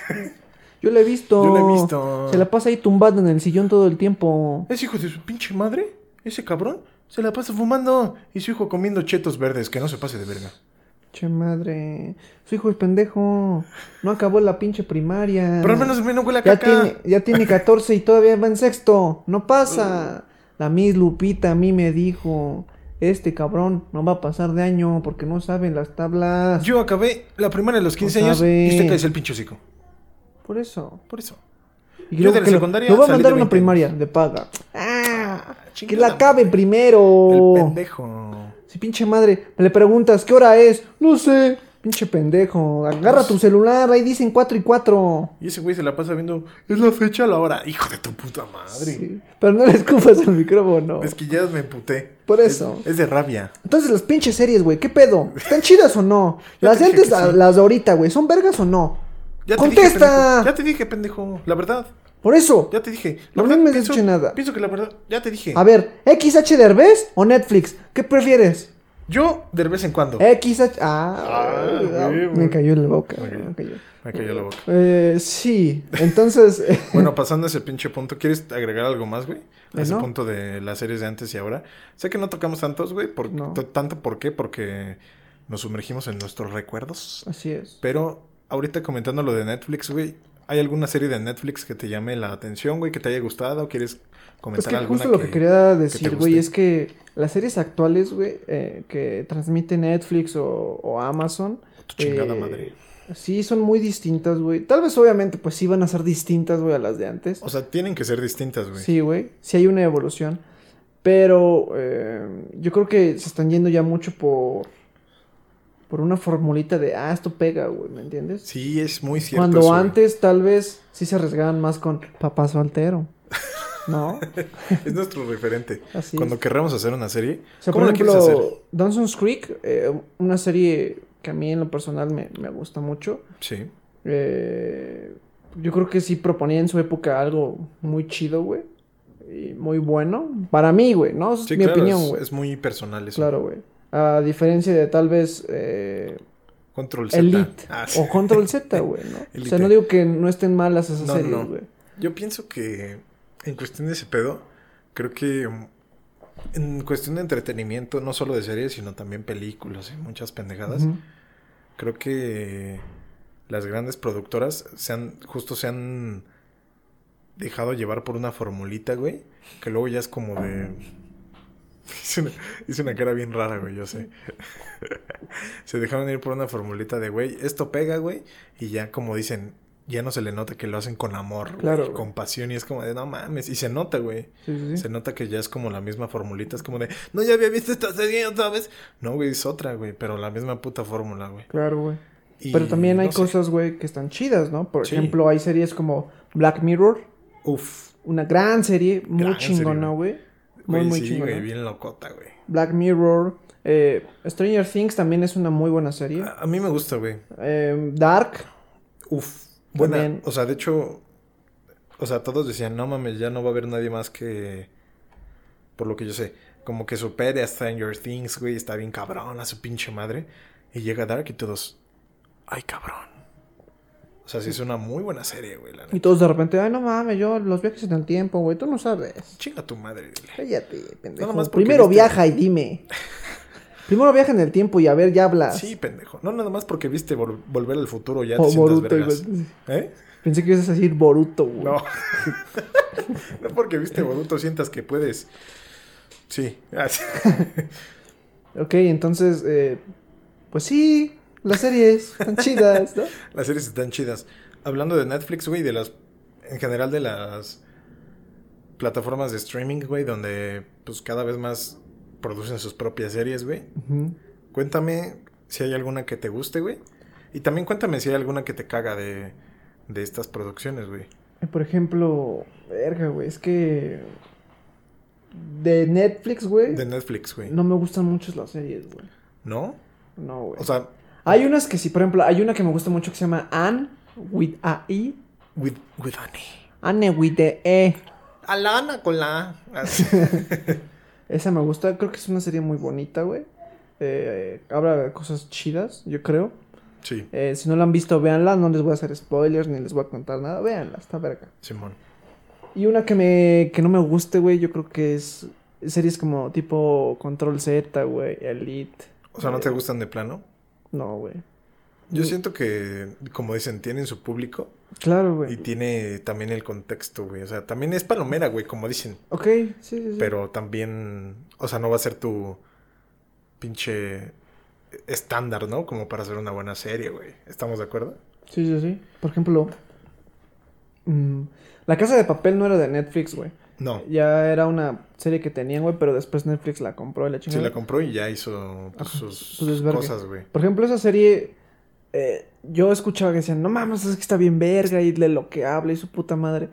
Speaker 2: Yo la he visto.
Speaker 1: Yo la he visto.
Speaker 2: Se la pasa ahí tumbada en el sillón todo el tiempo.
Speaker 1: Ese hijo de su pinche madre, ese cabrón, se la pasa fumando y su hijo comiendo chetos verdes, que no se pase de verga.
Speaker 2: Che madre, su hijo es pendejo, no acabó la pinche primaria.
Speaker 1: Pero al menos a mí no huele a
Speaker 2: ya
Speaker 1: caca.
Speaker 2: tiene, ya tiene 14 y todavía va en sexto, no pasa. La Miss Lupita a mí me dijo, este cabrón no va a pasar de año porque no sabe las tablas.
Speaker 1: Yo acabé la primaria a los 15
Speaker 2: No
Speaker 1: años
Speaker 2: sabe.
Speaker 1: y usted cae el pinche hocico.
Speaker 2: Por eso.
Speaker 1: Por eso.
Speaker 2: Y
Speaker 1: Yo
Speaker 2: creo
Speaker 1: de la
Speaker 2: que lo-
Speaker 1: secundaria
Speaker 2: lo, va a
Speaker 1: salí
Speaker 2: mandar
Speaker 1: de
Speaker 2: a una
Speaker 1: 20
Speaker 2: primaria de paga. Ah,
Speaker 1: chinga
Speaker 2: que
Speaker 1: la
Speaker 2: la acabe
Speaker 1: El
Speaker 2: primero.
Speaker 1: pendejo.
Speaker 2: Si pinche madre, me le preguntas, ¿qué hora es? No sé, pinche pendejo, agarra tu celular, ahí dicen 4 y 4.
Speaker 1: Y ese güey se la pasa viendo, es la fecha, la hora. Hijo de tu puta madre.
Speaker 2: Sí, Pero no le escupas al micrófono.
Speaker 1: Es que ya me emputé.
Speaker 2: Por
Speaker 1: Es-
Speaker 2: eso.
Speaker 1: Es, de rabia.
Speaker 2: Entonces, las pinches series, güey, ¿qué pedo? ¿Están chidas
Speaker 1: [laughs]
Speaker 2: o no?
Speaker 1: Ya
Speaker 2: Las
Speaker 1: te
Speaker 2: de
Speaker 1: dije
Speaker 2: antes,
Speaker 1: que
Speaker 2: a-
Speaker 1: sí.
Speaker 2: las de ahorita, güey, ¿son vergas o no?
Speaker 1: Ya te dije,
Speaker 2: ¡Contesta!
Speaker 1: pendejo. ya te dije, pendejo. La verdad.
Speaker 2: Por eso,
Speaker 1: Ya te dije.
Speaker 2: No
Speaker 1: La verdad,
Speaker 2: me has dicho nada.
Speaker 1: Pienso que la verdad. Ya te dije.
Speaker 2: a ver, ¿XH Derbez o Netflix? ¿Qué prefieres?
Speaker 1: Yo, de vez en cuando.
Speaker 2: Eh. XH. Ah,
Speaker 1: Ah,
Speaker 2: ah,
Speaker 1: güey,
Speaker 2: me
Speaker 1: güey.
Speaker 2: cayó en la boca.
Speaker 1: Me cayó.
Speaker 2: me cayó.
Speaker 1: Me cayó la boca.
Speaker 2: Eh, sí, entonces. [laughs]
Speaker 1: Bueno, pasando ese pinche punto, ¿quieres agregar algo más, güey? A
Speaker 2: Eh,
Speaker 1: ese
Speaker 2: no.
Speaker 1: punto de las series de antes y ahora. Sé que no tocamos tantos, güey. Por,
Speaker 2: No.
Speaker 1: t- ¿Tanto por qué? Porque nos sumergimos en nuestros recuerdos.
Speaker 2: así es.
Speaker 1: Pero ahorita comentando lo de Netflix, güey. ¿Hay alguna serie de Netflix que te llame la atención, güey? Que te haya gustado. ¿Quieres
Speaker 2: Pues
Speaker 1: comentar
Speaker 2: que
Speaker 1: alguna
Speaker 2: justo lo que, quería decir, güey,
Speaker 1: guste.
Speaker 2: es que las series actuales, güey, eh, que transmite Netflix o, o Amazon.
Speaker 1: Tu chingada
Speaker 2: eh,
Speaker 1: madre.
Speaker 2: Sí, son muy distintas, güey. Tal vez, obviamente, pues sí van a ser distintas, güey, a las de antes.
Speaker 1: O sea, tienen que ser distintas, güey.
Speaker 2: Sí, güey. Sí hay una evolución. Pero eh, yo creo que se están yendo ya mucho por. Por una formulita de, ah, esto pega, güey, ¿me entiendes?
Speaker 1: Sí, es muy cierto.
Speaker 2: Cuando
Speaker 1: eso, güey.
Speaker 2: antes, tal vez, sí se arriesgaban más con
Speaker 1: [laughs]
Speaker 2: papá soltero. ¿No?
Speaker 1: Es nuestro referente.
Speaker 2: Así
Speaker 1: Cuando
Speaker 2: es.
Speaker 1: querramos hacer una serie,
Speaker 2: O sea,
Speaker 1: ¿cómo
Speaker 2: por
Speaker 1: la quieres hacer?
Speaker 2: ejemplo, Dawson's Creek, eh, una serie que a mí en lo personal me, me gusta mucho.
Speaker 1: Sí.
Speaker 2: Eh, yo creo que sí proponía en su época algo muy chido, güey. Y muy bueno. Para mí, güey, ¿no? Esa Es
Speaker 1: Sí,
Speaker 2: mi
Speaker 1: claro,
Speaker 2: opinión,
Speaker 1: es-
Speaker 2: güey.
Speaker 1: Es, muy personal eso.
Speaker 2: Claro, güey. A diferencia de tal vez eh,
Speaker 1: Control Z.
Speaker 2: Elite
Speaker 1: Ah, sí.
Speaker 2: o
Speaker 1: [laughs]
Speaker 2: Control Z, güey, ¿no? O sea,
Speaker 1: Elite.
Speaker 2: no digo que no estén malas esas
Speaker 1: No,
Speaker 2: series,
Speaker 1: no.
Speaker 2: güey.
Speaker 1: Yo pienso que en cuestión de ese pedo, creo que mm, en cuestión de entretenimiento, no solo de series, sino también películas y muchas pendejadas,
Speaker 2: Ujú.
Speaker 1: creo que las grandes productoras se han, justo se han dejado llevar por una formulita, güey, que luego ya es como de... Hice una, hice una cara bien rara, güey, yo sé. [laughs] se dejaron ir por una formulita de, güey, esto pega, güey, y ya como dicen, ya no se le nota que lo hacen con amor, güey,
Speaker 2: Claro, güey.
Speaker 1: con pasión, y es como de, no mames, y se nota, güey.
Speaker 2: Sí, sí, sí.
Speaker 1: Se nota que ya es como la misma formulita, es como de, no, ya había visto esta serie otra vez. No, güey, es otra, güey, pero la misma puta fórmula, güey.
Speaker 2: Claro, güey.
Speaker 1: Y
Speaker 2: Pero también hay
Speaker 1: no sé.
Speaker 2: cosas, güey, que están chidas, ¿no? Por
Speaker 1: Sí.
Speaker 2: ejemplo, hay series como Black Mirror,
Speaker 1: Uf,
Speaker 2: una gran serie, muy
Speaker 1: Gran
Speaker 2: chingona,
Speaker 1: serie,
Speaker 2: güey. Muy,
Speaker 1: güey,
Speaker 2: muy
Speaker 1: sí,
Speaker 2: chingona.
Speaker 1: güey, bien locota, güey.
Speaker 2: Black Mirror, eh, Stranger Things también es una muy buena serie.
Speaker 1: A, a mí me gusta, güey.
Speaker 2: Eh, Dark,
Speaker 1: Uf, buena.
Speaker 2: También.
Speaker 1: O sea, de hecho, o sea, todos decían, no mames, ya no va a haber nadie más que, por lo que yo sé, como que supere a Stranger Things, güey, está bien cabrón a su pinche madre. Y llega Dark y todos, ay, cabrón. O sea, sí es una muy buena serie, güey, la
Speaker 2: y
Speaker 1: neta.
Speaker 2: todos de repente, ay, no mames, yo los viajes en el tiempo, güey, tú no sabes.
Speaker 1: Chinga tu madre, dile.
Speaker 2: Cállate, pendejo.
Speaker 1: Nada más porque
Speaker 2: Primero
Speaker 1: viste-
Speaker 2: viaja y dime. [laughs] Primero viaja en el tiempo y a ver, ya hablas.
Speaker 1: Sí, pendejo. No nada más porque viste vol- Volver al Futuro ya te
Speaker 2: O
Speaker 1: sientas
Speaker 2: Boruto, pues,
Speaker 1: vergas.
Speaker 2: igual.
Speaker 1: ¿Eh?
Speaker 2: Pensé que ibas a decir Boruto, güey.
Speaker 1: No. [laughs] No porque viste Boruto sientas que puedes. Sí.
Speaker 2: Ok, entonces, eh, pues sí, las series están chidas,
Speaker 1: [laughs]
Speaker 2: ¿no?
Speaker 1: Las series están chidas. Hablando de Netflix, güey, de las. En general, de las plataformas de streaming, güey, donde pues cada vez más producen sus propias series, güey.
Speaker 2: Ujú.
Speaker 1: Cuéntame si hay alguna que te guste, güey. Y también cuéntame si hay alguna que te caga de, de estas producciones, güey.
Speaker 2: Eh, Por ejemplo, verga, güey, es que. De Netflix, güey.
Speaker 1: De Netflix, güey.
Speaker 2: No me gustan mucho las series, güey.
Speaker 1: ¿No?
Speaker 2: No, güey.
Speaker 1: O sea,
Speaker 2: hay unas que sí, por ejemplo, hay una que me gusta mucho que se llama Anne with A I.
Speaker 1: with, with Annie.
Speaker 2: Anne with the E.
Speaker 1: Alana con la A. Así.
Speaker 2: Esa me gusta, creo que es una serie muy bonita, güey. Eh, habla de cosas chidas, yo creo.
Speaker 1: sí,
Speaker 2: Eh, si no la han visto, véanla. No les voy a hacer spoilers ni les voy a contar nada. Véanla, está verga.
Speaker 1: Simón.
Speaker 2: Y una que me que no me guste, güey, yo creo que es series como tipo Control Z, güey, Elite.
Speaker 1: O sea, ¿no te
Speaker 2: Eh,
Speaker 1: gustan de plano?
Speaker 2: No, güey.
Speaker 1: Yo
Speaker 2: Mm.
Speaker 1: siento que, como dicen, tienen su público
Speaker 2: Claro,
Speaker 1: y
Speaker 2: güey.
Speaker 1: tiene también el contexto, güey. O sea, también es palomera, güey, como dicen.
Speaker 2: Ok, sí, sí, sí.
Speaker 1: Pero también, o sea, no va a ser tu pinche estándar, ¿no? Como para hacer una buena serie, güey. ¿Estamos de acuerdo?
Speaker 2: Sí, sí, sí. Por ejemplo, mm, La Casa de Papel no era de Netflix, güey.
Speaker 1: No.
Speaker 2: Ya era una serie que tenían, güey, pero después Netflix la compró y la
Speaker 1: Sí
Speaker 2: chingada.
Speaker 1: la compró y ya hizo pues,
Speaker 2: Ajá,
Speaker 1: sus
Speaker 2: su desvergue.
Speaker 1: cosas, güey.
Speaker 2: Por ejemplo, esa serie, eh, yo escuchaba que decían, no mames, es que está bien verga y de lo que habla y su puta madre.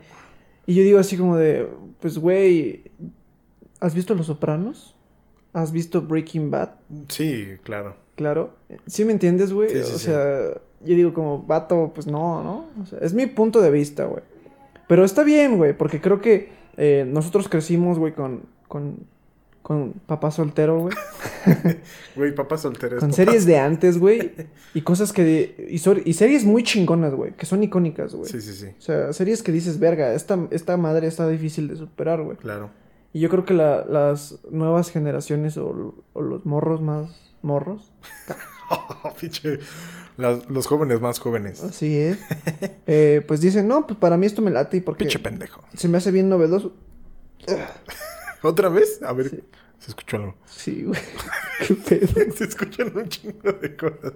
Speaker 2: Y yo digo así como de, pues güey, ¿has visto Los Sopranos? ¿Has visto Breaking Bad?
Speaker 1: Sí, claro.
Speaker 2: Claro. ¿Sí me entiendes, güey?
Speaker 1: Sí, sí,
Speaker 2: o
Speaker 1: sí.
Speaker 2: sea, yo digo como, vato, pues no, ¿no? O sea, es mi punto de vista, güey. Pero está bien, güey, porque creo que eh, nosotros crecimos, güey, con, con, con papá
Speaker 1: [laughs]
Speaker 2: soltero, güey.
Speaker 1: Güey, papá soltero es
Speaker 2: Con
Speaker 1: papá
Speaker 2: series de antes, güey. Y cosas que. Y, sor- y series muy chingonas, güey. Que son icónicas, güey.
Speaker 1: Sí, sí, sí.
Speaker 2: O sea, series que dices, verga, esta, esta madre está difícil de superar, güey.
Speaker 1: Claro. [laughs]
Speaker 2: Y yo creo que la- las nuevas generaciones o, o los morros más morros.
Speaker 1: Oh, Pinche, las- los jóvenes más jóvenes.
Speaker 2: Así es. [laughs] eh, pues dicen, no, pues para mí esto me late y porque
Speaker 1: Pinche pendejo.
Speaker 2: se me hace bien novedoso.
Speaker 1: ¿Otra vez? A ver, se escuchó algo.
Speaker 2: Sí, güey. Qué pedo.
Speaker 1: [laughs] Se escuchan un chingo de cosas.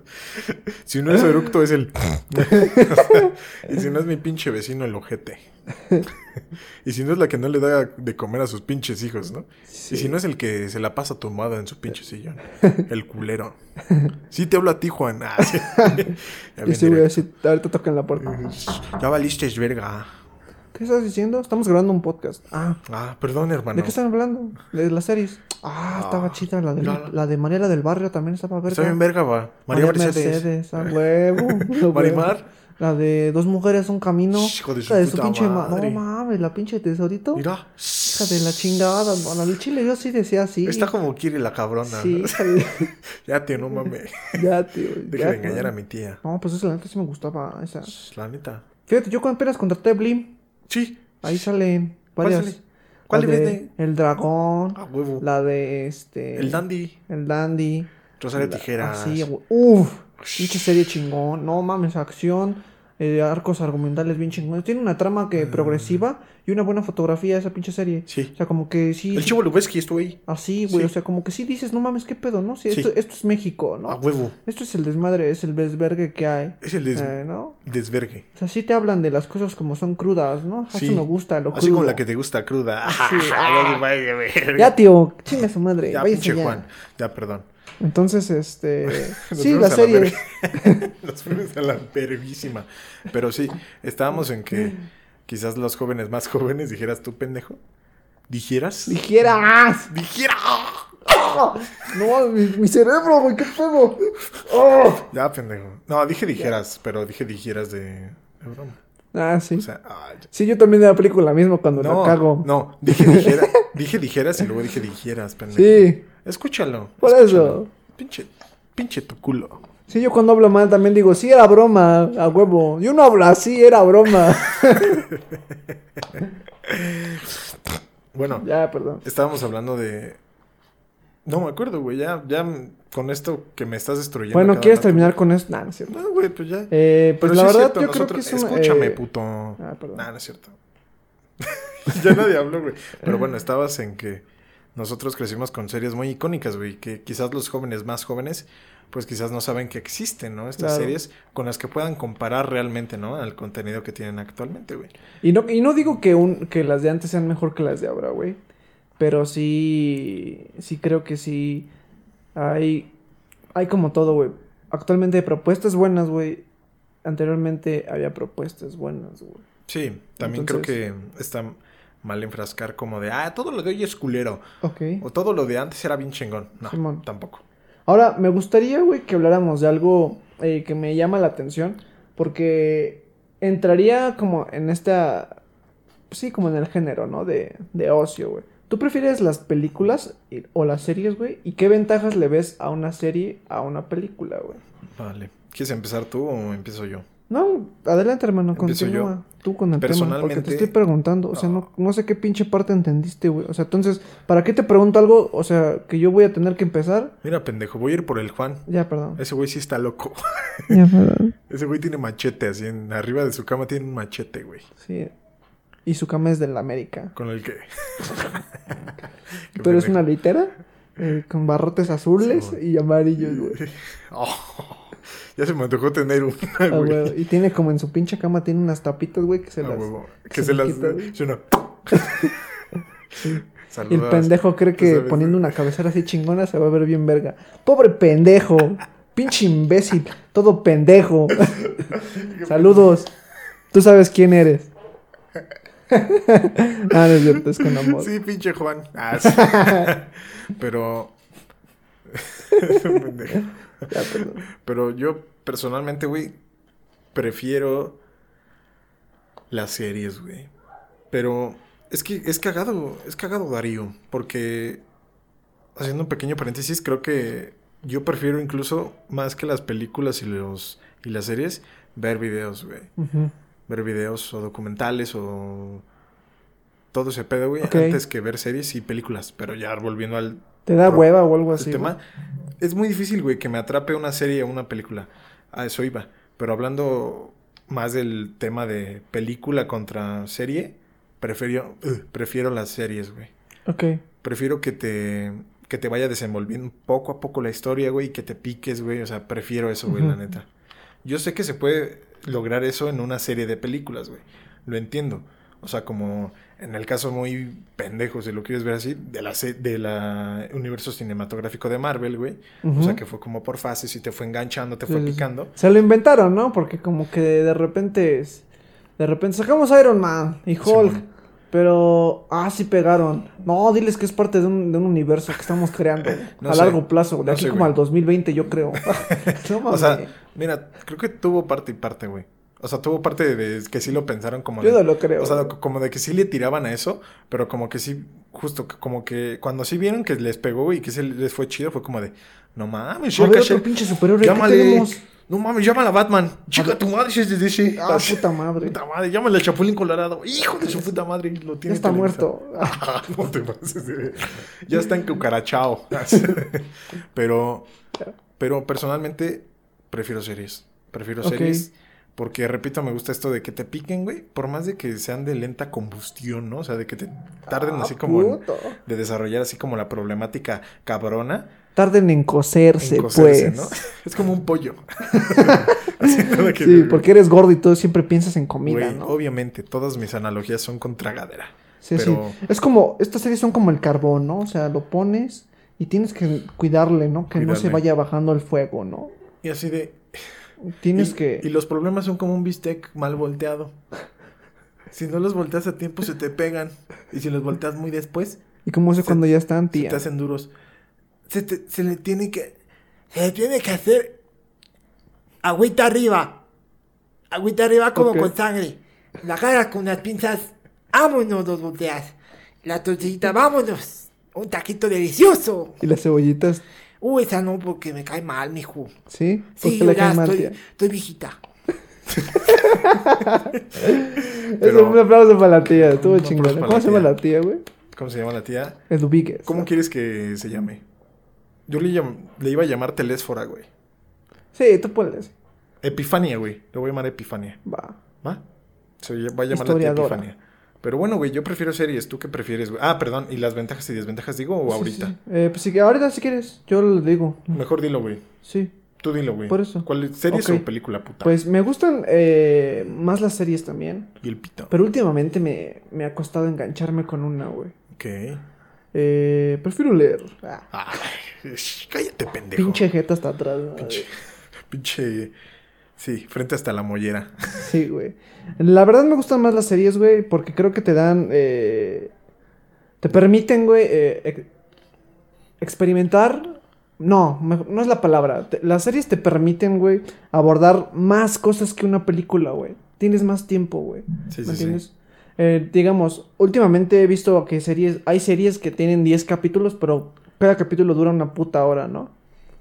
Speaker 1: Si no es
Speaker 2: Ah.
Speaker 1: eructo, es
Speaker 2: [laughs]
Speaker 1: el. [laughs] y si no es mi pinche vecino, el
Speaker 2: [laughs]
Speaker 1: ojete. y si no es la que no le da de comer a sus pinches hijos, ¿no? Y si no es el que se la pasa tomada en su
Speaker 2: Eh.
Speaker 1: pinche
Speaker 2: [laughs]
Speaker 1: sillón. El culero. Sí te hablo a ti, Juan. Ah,
Speaker 2: [laughs]
Speaker 1: sí. Ya
Speaker 2: Y
Speaker 1: bien
Speaker 2: sí, Este güey,
Speaker 1: directo.
Speaker 2: así, ahorita tocan la puerta.
Speaker 1: Ya valiste, verga.
Speaker 2: ¿Qué estás diciendo? Estamos grabando un podcast. Ah.
Speaker 1: Ah, perdón, hermano.
Speaker 2: ¿De qué están hablando? De las series. Ah, estaba chida. La de,
Speaker 1: no, no.
Speaker 2: la de María la del Barrio también estaba verga.
Speaker 1: Está bien, verga, va. María, Mercedes.
Speaker 2: a ah,
Speaker 1: [laughs]
Speaker 2: huevo. a huevo.
Speaker 1: Marimar.
Speaker 2: La de Dos Mujeres, Un Camino.
Speaker 1: Hijo de su
Speaker 2: la de su
Speaker 1: puta
Speaker 2: pinche ma-
Speaker 1: madre.
Speaker 2: No mames, la pinche tesorito.
Speaker 1: Mira.
Speaker 2: Hija de la chingada. Bueno, el chile yo sí decía así.
Speaker 1: Está como quiere la cabrona.
Speaker 2: Sí,
Speaker 1: ¿no?
Speaker 2: hija de-
Speaker 1: [laughs] Ya, tío, no mames.
Speaker 2: [laughs] ya, tío.
Speaker 1: Deja
Speaker 2: ya,
Speaker 1: de engañar a mi tía.
Speaker 2: No, pues esa la neta sí me gustaba. Esa.
Speaker 1: La neta.
Speaker 2: Fíjate, yo cuando apenas contraté a Blim,
Speaker 1: Sí.
Speaker 2: ahí salen varias.
Speaker 1: sale? ¿Cuál
Speaker 2: La
Speaker 1: le
Speaker 2: de
Speaker 1: vende?
Speaker 2: El dragón.
Speaker 1: A huevo.
Speaker 2: La de este.
Speaker 1: El dandy.
Speaker 2: El Dandy.
Speaker 1: Rosario
Speaker 2: La- ah,
Speaker 1: Tijeras.
Speaker 2: Así, güey. Uf, pinche serie chingón. No mames, acción. eh, arcos argumentales bien chingones. Tiene una trama que progresiva y una buena fotografía esa pinche serie.
Speaker 1: Ah. Sí.
Speaker 2: O sea, como que sí.
Speaker 1: El chivo Lubeski estuvo ahí.
Speaker 2: Así, güey.
Speaker 1: Sí.
Speaker 2: O sea, como que sí dices, no mames, qué pedo, ¿no? Sí,
Speaker 1: Sí. Ah,
Speaker 2: Esto, esto es México, ¿no?
Speaker 1: A huevo.
Speaker 2: Esto es el desmadre, es el desvergue que hay.
Speaker 1: Es el des-
Speaker 2: eh, ¿No?
Speaker 1: desvergue.
Speaker 2: O sea, sí te hablan de las cosas como son crudas, ¿no? Así
Speaker 1: Sí.
Speaker 2: me gusta, lo
Speaker 1: Así
Speaker 2: crudo.
Speaker 1: como la que te gusta cruda. [laughs]
Speaker 2: Así.
Speaker 1: Ya, vaya, verga.
Speaker 2: Ya, tío, chinga su madre.
Speaker 1: Ya,
Speaker 2: váyase
Speaker 1: pinche
Speaker 2: ya.
Speaker 1: Juan. Ya, perdón.
Speaker 2: Entonces, este.
Speaker 1: [laughs] Nos
Speaker 2: sí,
Speaker 1: fuimos
Speaker 2: la
Speaker 1: a
Speaker 2: serie.
Speaker 1: verga.
Speaker 2: [laughs]
Speaker 1: Nos fuimos a la verguísima. Pero sí, estábamos en que quizás los jóvenes más jóvenes dijeras tú, pendejo. ¿Dijeras?
Speaker 2: Dijera más.
Speaker 1: ¡Dijera!
Speaker 2: No, mi, mi cerebro, güey, qué pedo. ¡Oh!
Speaker 1: Ya, pendejo. No, dije dijeras, pero dije dijeras de, de broma.
Speaker 2: Ah, sí.
Speaker 1: O sea, ay,
Speaker 2: Sí, yo también le aplico la misma cuando
Speaker 1: no,
Speaker 2: la cago.
Speaker 1: no, dije
Speaker 2: [laughs]
Speaker 1: dijera, dije dijeras y luego dije dijeras, pendejo.
Speaker 2: Sí.
Speaker 1: Escúchalo.
Speaker 2: Por
Speaker 1: escúchalo.
Speaker 2: eso.
Speaker 1: Pinche, pinche tu culo.
Speaker 2: Sí, yo cuando hablo mal también digo, sí, era broma, a huevo. Yo no hablo así, era broma. [laughs]
Speaker 1: Bueno,
Speaker 2: ya, perdón.
Speaker 1: estábamos hablando de. No me acuerdo, güey. Ya, ya m- con esto que me estás destruyendo.
Speaker 2: Bueno,
Speaker 1: cada
Speaker 2: ¿quieres
Speaker 1: rato.
Speaker 2: terminar con esto? Nah, no es cierto.
Speaker 1: No, güey, pues ya.
Speaker 2: Eh, pues
Speaker 1: Pero
Speaker 2: la
Speaker 1: sí es
Speaker 2: verdad,
Speaker 1: cierto,
Speaker 2: yo creo que eh,
Speaker 1: nosotros-
Speaker 2: es un.
Speaker 1: Escúchame,
Speaker 2: eh,
Speaker 1: puto.
Speaker 2: Ah, perdón.
Speaker 1: Nah, no es cierto. [laughs] ya nadie habló, güey. Pero bueno, estabas en que nosotros crecimos con series muy icónicas, güey, que quizás los jóvenes más jóvenes, pues quizás no saben que existen, ¿no? Estas
Speaker 2: Claro.
Speaker 1: series con las que puedan comparar realmente, ¿no? Al contenido que tienen actualmente, güey.
Speaker 2: Y no, y no digo que, un, que las de antes sean mejor que las de ahora, güey. Pero sí. Sí creo que sí. Hay. Hay como todo, güey. Actualmente hay propuestas buenas, güey. Anteriormente había propuestas buenas, güey.
Speaker 1: Sí, también
Speaker 2: Entonces-
Speaker 1: creo que está mal enfrascar como de, ah, todo lo de hoy es culero,
Speaker 2: Ok.
Speaker 1: o todo lo de antes era bien chingón. No,
Speaker 2: Simón.
Speaker 1: tampoco.
Speaker 2: Ahora, me gustaría, güey, que habláramos de algo eh, que me llama la atención. Porque entraría como en esta. pues Sí, como en el género, ¿no? De, de ocio, güey. ¿Tú prefieres las películas y- o las series, güey? ¿Y qué ventajas le ves a una serie a una película, güey?
Speaker 1: Vale. ¿Quieres empezar tú o empiezo yo?
Speaker 2: No, adelante, hermano,
Speaker 1: Empiezo yo.
Speaker 2: continúa. Tú con el tema, porque
Speaker 1: Personalmente- ah.
Speaker 2: te estoy preguntando. O sea,
Speaker 1: No.
Speaker 2: no, no sé qué pinche parte entendiste, güey. O sea, entonces, ¿para qué te pregunto algo? O sea, que yo voy a tener que empezar.
Speaker 1: Mira, pendejo, voy a ir por el Juan.
Speaker 2: Ya, perdón.
Speaker 1: Ese güey sí está loco. [laughs]
Speaker 2: Ya, perdón.
Speaker 1: Ese güey tiene machete, así en arriba de su cama tiene un machete, güey.
Speaker 2: Sí. Y su cama es de la América.
Speaker 1: Con el que. [laughs] Qué
Speaker 2: Pero es
Speaker 1: pendejo. [laughs]
Speaker 2: una litera eh, con barrotes azules
Speaker 1: Sí,
Speaker 2: y amarillos, güey.
Speaker 1: Oh, ya se me antojó tener
Speaker 2: [laughs]
Speaker 1: una,
Speaker 2: Ah,
Speaker 1: güey.
Speaker 2: güey. Y tiene como en su pinche cama, tiene unas tapitas, güey, que se
Speaker 1: Ah,
Speaker 2: las...
Speaker 1: huevo.
Speaker 2: que
Speaker 1: Que
Speaker 2: se
Speaker 1: se
Speaker 2: le
Speaker 1: las.
Speaker 2: quita, güey.
Speaker 1: Sí,
Speaker 2: [laughs]
Speaker 1: una- [laughs]
Speaker 2: Y el
Speaker 1: Saludas.
Speaker 2: pendejo cree que
Speaker 1: sabes,
Speaker 2: poniendo
Speaker 1: güey.
Speaker 2: una cabecera así chingona se va a ver bien verga. Pobre pendejo. Pinche imbécil.
Speaker 1: [laughs]
Speaker 2: Todo pendejo. Saludos. Tú sabes
Speaker 1: [laughs]
Speaker 2: quién eres. ah, no es cierto, es con amor.
Speaker 1: Sí, [laughs] pinche Juan. Ah, sí. Pero. Es un pendejo.
Speaker 2: Ya, perdón.
Speaker 1: Pero yo personalmente, güey, prefiero las series, güey. Pero es que es cagado, es cagado Darío, porque haciendo un pequeño paréntesis, creo que yo prefiero incluso más que las películas y los y las series ver videos, güey.
Speaker 2: Ujú.
Speaker 1: Ver videos o documentales o todo ese pedo, güey,
Speaker 2: Ok.
Speaker 1: antes que ver series y películas, pero ya volviendo al
Speaker 2: ¿Te da
Speaker 1: Pro-
Speaker 2: hueva o algo
Speaker 1: el
Speaker 2: así?
Speaker 1: tema.
Speaker 2: güey?
Speaker 1: Es muy difícil, güey, que me atrape una serie o una película. A eso iba. Pero hablando más del tema de película contra serie, prefiero, ugh, prefiero las series, güey.
Speaker 2: Ok.
Speaker 1: Prefiero que te, que te vaya desenvolviendo poco a poco la historia, güey, y que te piques, güey. O sea, prefiero eso, güey, la
Speaker 2: Ujú.
Speaker 1: neta. Yo sé que se puede lograr eso en una serie de películas, güey. Lo entiendo. O sea, como en el caso muy pendejo, si lo quieres ver así, de la, se- de la universo cinematográfico de Marvel, güey. O sea,
Speaker 2: Ujú.
Speaker 1: que fue como por fases y te fue enganchando, te fue
Speaker 2: Sí, sí, sí.
Speaker 1: picando.
Speaker 2: Se lo inventaron, ¿no? Porque como que de repente es- De repente sacamos Iron Man y Hulk.
Speaker 1: Simón.
Speaker 2: pero... Ah, sí pegaron. No, diles que es parte de un, de un universo que estamos creando.
Speaker 1: [laughs] No
Speaker 2: a
Speaker 1: sé.
Speaker 2: largo plazo. De
Speaker 1: No
Speaker 2: aquí
Speaker 1: sé,
Speaker 2: como
Speaker 1: güey.
Speaker 2: al 2020, yo
Speaker 1: [laughs]
Speaker 2: creo. [laughs] no
Speaker 1: O
Speaker 2: mames.
Speaker 1: sea, mira, creo que tuvo parte y parte, güey. O sea, tuvo parte de, de que sí lo pensaron como
Speaker 2: yo
Speaker 1: de-
Speaker 2: no lo creo.
Speaker 1: O sea, co- como de que sí le tiraban a eso, pero como que sí, justo que- como que cuando sí vieron que les pegó y que se les fue chido, fue como de, no mames,
Speaker 2: a
Speaker 1: ya
Speaker 2: ver,
Speaker 1: caché,
Speaker 2: otro pinche superhéroe. ¿Qué
Speaker 1: llámale,
Speaker 2: tenemos?
Speaker 1: no mames, llámala a Batman, chica tu madre, si es de DC.
Speaker 2: Ah,
Speaker 1: Así,
Speaker 2: puta madre.
Speaker 1: puta madre, llámale a Chapulín Colorado, hijo de su puta madre, lo
Speaker 2: Ya
Speaker 1: tiene.
Speaker 2: está
Speaker 1: Televisa.
Speaker 2: muerto. Ah,
Speaker 1: no te pases de ver. Ya está
Speaker 2: [laughs]
Speaker 1: encucarachao.
Speaker 2: Ah,
Speaker 1: Así. pero, pero personalmente prefiero series. Prefiero
Speaker 2: Ok.
Speaker 1: series. Porque, repito, me gusta esto de que te piquen, güey. Por más de que sean de lenta combustión, ¿no? O sea, de que te tarden
Speaker 2: ah,
Speaker 1: así como... en-
Speaker 2: puto.
Speaker 1: de desarrollar así como la problemática cabrona.
Speaker 2: Tarden en
Speaker 1: en
Speaker 2: cocerse,
Speaker 1: cocerse,
Speaker 2: pues.
Speaker 1: ¿no? [laughs] Es como un
Speaker 2: [laughs]
Speaker 1: pollo. Así, ¿no? De que-
Speaker 2: Sí, porque eres gordo y todo siempre piensas en comida,
Speaker 1: Güey,
Speaker 2: ¿no?
Speaker 1: obviamente, todas mis analogías son con tragadera.
Speaker 2: Sí,
Speaker 1: Pero-
Speaker 2: sí. Es como, estas series son como el carbón, ¿no? O sea, lo pones y tienes que cuidarle, ¿no? Que no se
Speaker 1: Cuidarle.
Speaker 2: vaya bajando el fuego, ¿no?
Speaker 1: Y así de,
Speaker 2: Tienes
Speaker 1: y,
Speaker 2: que...
Speaker 1: y los problemas son como un bistec mal volteado. [laughs] Si no los volteas a tiempo, se te pegan. Y si los volteas muy después,
Speaker 2: ¿Y cómo sé
Speaker 1: se-
Speaker 2: cuando ya están, tía?
Speaker 1: se te hacen duros. Se, te- se le tiene que. Se le tiene que hacer.
Speaker 3: Agüita arriba. Agüita arriba como
Speaker 2: Ok.
Speaker 3: con sangre. La cara con las pinzas. Vámonos, dos volteas. La tortillita, vámonos. Un taquito delicioso.
Speaker 2: Y las cebollitas,
Speaker 3: Uh, esa no, porque me cae mal, mijo.
Speaker 2: ¿sí? ¿Por
Speaker 3: Sí,
Speaker 2: qué le
Speaker 3: ya
Speaker 2: cae mal,
Speaker 3: estoy,
Speaker 2: tía?
Speaker 3: estoy viejita.
Speaker 2: Es
Speaker 1: Pero-
Speaker 2: un aplauso para la tía,
Speaker 1: Un
Speaker 2: estuvo
Speaker 1: aplauso
Speaker 2: chingón.
Speaker 1: para
Speaker 2: ¿Cómo
Speaker 1: la
Speaker 2: se llama
Speaker 1: tía.
Speaker 2: la tía, güey?
Speaker 1: ¿Cómo se llama la tía?
Speaker 2: Eduvíguez.
Speaker 1: ¿Cómo quieres que se llame? Yo le, llam- le iba a llamar Telésfora, güey.
Speaker 2: Sí, tú puedes.
Speaker 1: Epifania, güey. Le voy a llamar Epifania.
Speaker 2: Va.
Speaker 1: ¿Va? Se ll- va a llamar la tía
Speaker 2: Historiadora.
Speaker 1: Epifania. Pero bueno, güey, yo prefiero series. ¿Tú qué prefieres, güey? Ah, perdón. ¿Y las ventajas y desventajas digo o
Speaker 2: Sí,
Speaker 1: ahorita?
Speaker 2: sí. Eh, pues sí, ahorita si quieres, yo lo digo.
Speaker 1: Mejor dilo, güey.
Speaker 2: Sí.
Speaker 1: Tú dilo, güey.
Speaker 2: Por eso.
Speaker 1: ¿Cuál es- series
Speaker 2: Ok.
Speaker 1: o película, puta?
Speaker 2: Pues me gustan eh, más las series también.
Speaker 1: Y el pito.
Speaker 2: Pero últimamente me, me ha costado engancharme con una, güey.
Speaker 1: Ok.
Speaker 2: Eh, prefiero leer. Ah,
Speaker 1: Ay, sh- cállate, pendejo.
Speaker 2: pinche jeta hasta atrás. ¿no?
Speaker 1: Pinche. Pinche- Sí, frente hasta la mollera.
Speaker 2: Sí, güey. La verdad me gustan más las series, güey, porque creo que te dan... eh, te permiten, güey, eh, ex- experimentar... No, me- no es la palabra. Te- las series te permiten, güey, abordar más cosas que una película, güey. Tienes más tiempo, güey.
Speaker 1: Sí, sí,
Speaker 2: ¿Me
Speaker 1: sí.
Speaker 2: entiendes? Eh, digamos, últimamente he visto que series, hay series que tienen 10 capítulos, pero cada capítulo dura una puta hora, ¿no?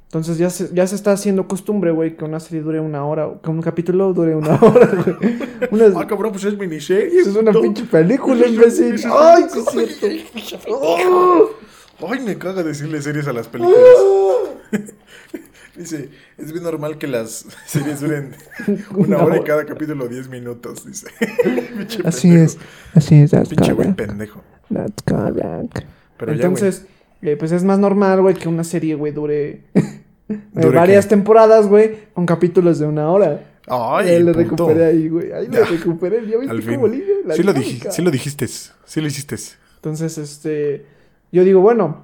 Speaker 2: Entonces ya se, ya se está haciendo costumbre, güey, que una serie dure una hora, o que un capítulo dure una [laughs] hora, güey. Una-
Speaker 1: Ah, cabrón, pues es miniserie.
Speaker 2: [laughs] es una
Speaker 1: puto.
Speaker 2: pinche película,
Speaker 1: Eso-
Speaker 2: imbécil.
Speaker 1: eso-
Speaker 2: ¡Ay, sí es cierto! ¡Oh!
Speaker 1: Ay, me caga decirle series a las
Speaker 2: [laughs] Ah.
Speaker 1: películas. Dice, es bien normal que las [laughs] series
Speaker 2: [laughs]
Speaker 1: duren una hora y cada capítulo 10 minutos, dice. [laughs] Pinche
Speaker 2: Así
Speaker 1: pendejo.
Speaker 2: es, así es, that's
Speaker 1: Pinche güey
Speaker 2: correct.
Speaker 1: pendejo.
Speaker 2: That's correct.
Speaker 1: Pero
Speaker 2: Entonces, eh, pues es más normal, güey, que una serie, güey, dure, [laughs] eh,
Speaker 1: ¿Dure
Speaker 2: varias
Speaker 1: qué?
Speaker 2: temporadas, güey, con capítulos de una hora.
Speaker 1: ya, güey.
Speaker 2: Ahí
Speaker 1: Ay,
Speaker 2: lo
Speaker 1: punto.
Speaker 2: recuperé ahí, güey. Ahí lo
Speaker 1: Ya.
Speaker 2: recuperé. Ya
Speaker 1: Al
Speaker 2: viste
Speaker 1: fin.
Speaker 2: cómo lidia la
Speaker 1: Sí lo,
Speaker 2: dinámica.
Speaker 1: dij- sí lo dijiste. Sí lo hiciste.
Speaker 2: Entonces, este. Yo digo, bueno,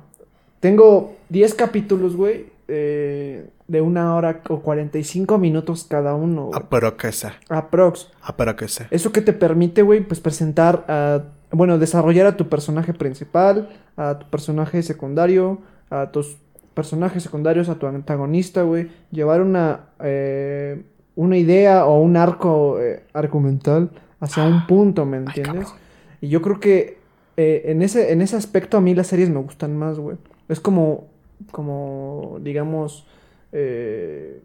Speaker 2: tengo 10 capítulos, güey. eh, de una hora o 45 minutos cada uno, güey.
Speaker 1: A para casa.
Speaker 2: Aprox.
Speaker 1: A para casa.
Speaker 2: Eso que te permite, güey, pues presentar a. Bueno, desarrollar a tu personaje principal, a tu personaje secundario, a tus personajes secundarios, a tu antagonista, güey. Llevar una. eh, una idea o un arco eh, argumental hacia un punto, ¿me entiendes?
Speaker 1: Ah, cabrón.
Speaker 2: y yo creo que eh, en, ese, en ese aspecto a mí las series me gustan más, güey. Es como. Como, digamos. eh,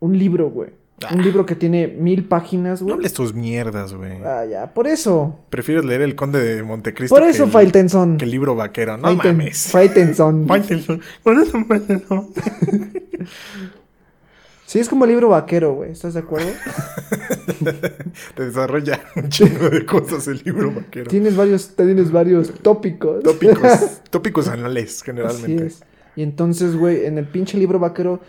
Speaker 2: un libro, güey.
Speaker 1: Ah.
Speaker 2: Un libro que tiene mil páginas, güey.
Speaker 1: No hables tus mierdas, güey.
Speaker 2: Ah, ya, por eso.
Speaker 1: Prefieres leer El Conde de Montecristo.
Speaker 2: por
Speaker 1: que
Speaker 2: eso,
Speaker 1: el-
Speaker 2: Faitelson.
Speaker 1: Que el libro vaquero. No
Speaker 2: Faiten-
Speaker 1: mames.
Speaker 2: Faitelson.
Speaker 1: Faitelson. Bueno, no, bueno, no.
Speaker 2: Sí, es como el libro vaquero, güey. ¿Estás
Speaker 1: [laughs]
Speaker 2: de acuerdo?
Speaker 1: [laughs] Te desarrolla un chingo de cosas el libro vaquero.
Speaker 2: tienes varios, tienes varios tópicos. [laughs]
Speaker 1: Tópicos, tópicos anales,
Speaker 2: Así
Speaker 1: generalmente.
Speaker 2: es. Y entonces, güey, en el pinche libro vaquero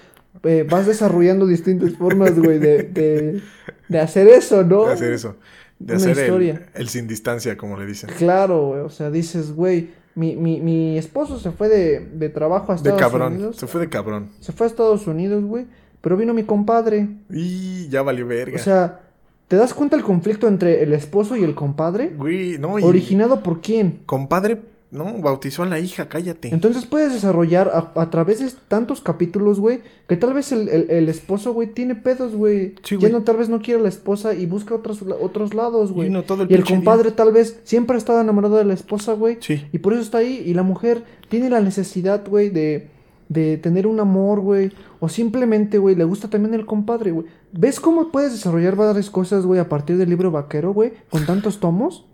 Speaker 2: eh, vas desarrollando distintas formas, güey, de, de, de hacer eso, ¿no?
Speaker 1: De hacer eso. De
Speaker 2: Una
Speaker 1: hacer el,
Speaker 2: historia.
Speaker 1: el sin distancia, como le dicen.
Speaker 2: Claro, güey. O sea, dices, güey, mi, mi, mi esposo se fue de, de trabajo a
Speaker 1: De
Speaker 2: Estados
Speaker 1: cabrón.
Speaker 2: Unidos.
Speaker 1: Se fue de cabrón.
Speaker 2: Se fue a Estados Unidos, güey. Pero vino mi compadre.
Speaker 1: Y ya valió verga.
Speaker 2: O sea, ¿te das cuenta el conflicto entre el esposo y el compadre?
Speaker 1: Güey, no, y-
Speaker 2: ¿Originado por quién?
Speaker 1: Compadre, no, bautizó a la hija, cállate.
Speaker 2: Entonces puedes desarrollar a, a través de tantos capítulos, güey, que tal vez el, el- el esposo, güey, tiene pedos, güey.
Speaker 1: Sí,
Speaker 2: ya
Speaker 1: güey.
Speaker 2: no tal vez no quiere a la esposa y busca otros, la- otros lados, güey.
Speaker 1: Y no todo el
Speaker 2: y el
Speaker 1: pinche
Speaker 2: compadre tal vez siempre ha estado enamorado de la esposa, güey.
Speaker 1: Sí. [laughs]
Speaker 2: Y por eso está ahí. Y la mujer tiene la necesidad, güey, de, de tener un amor, güey. O simplemente, güey, le gusta también el compadre, güey. ¿Ves cómo puedes desarrollar varias cosas, güey, a partir del libro vaquero, güey? Con tantos tomos.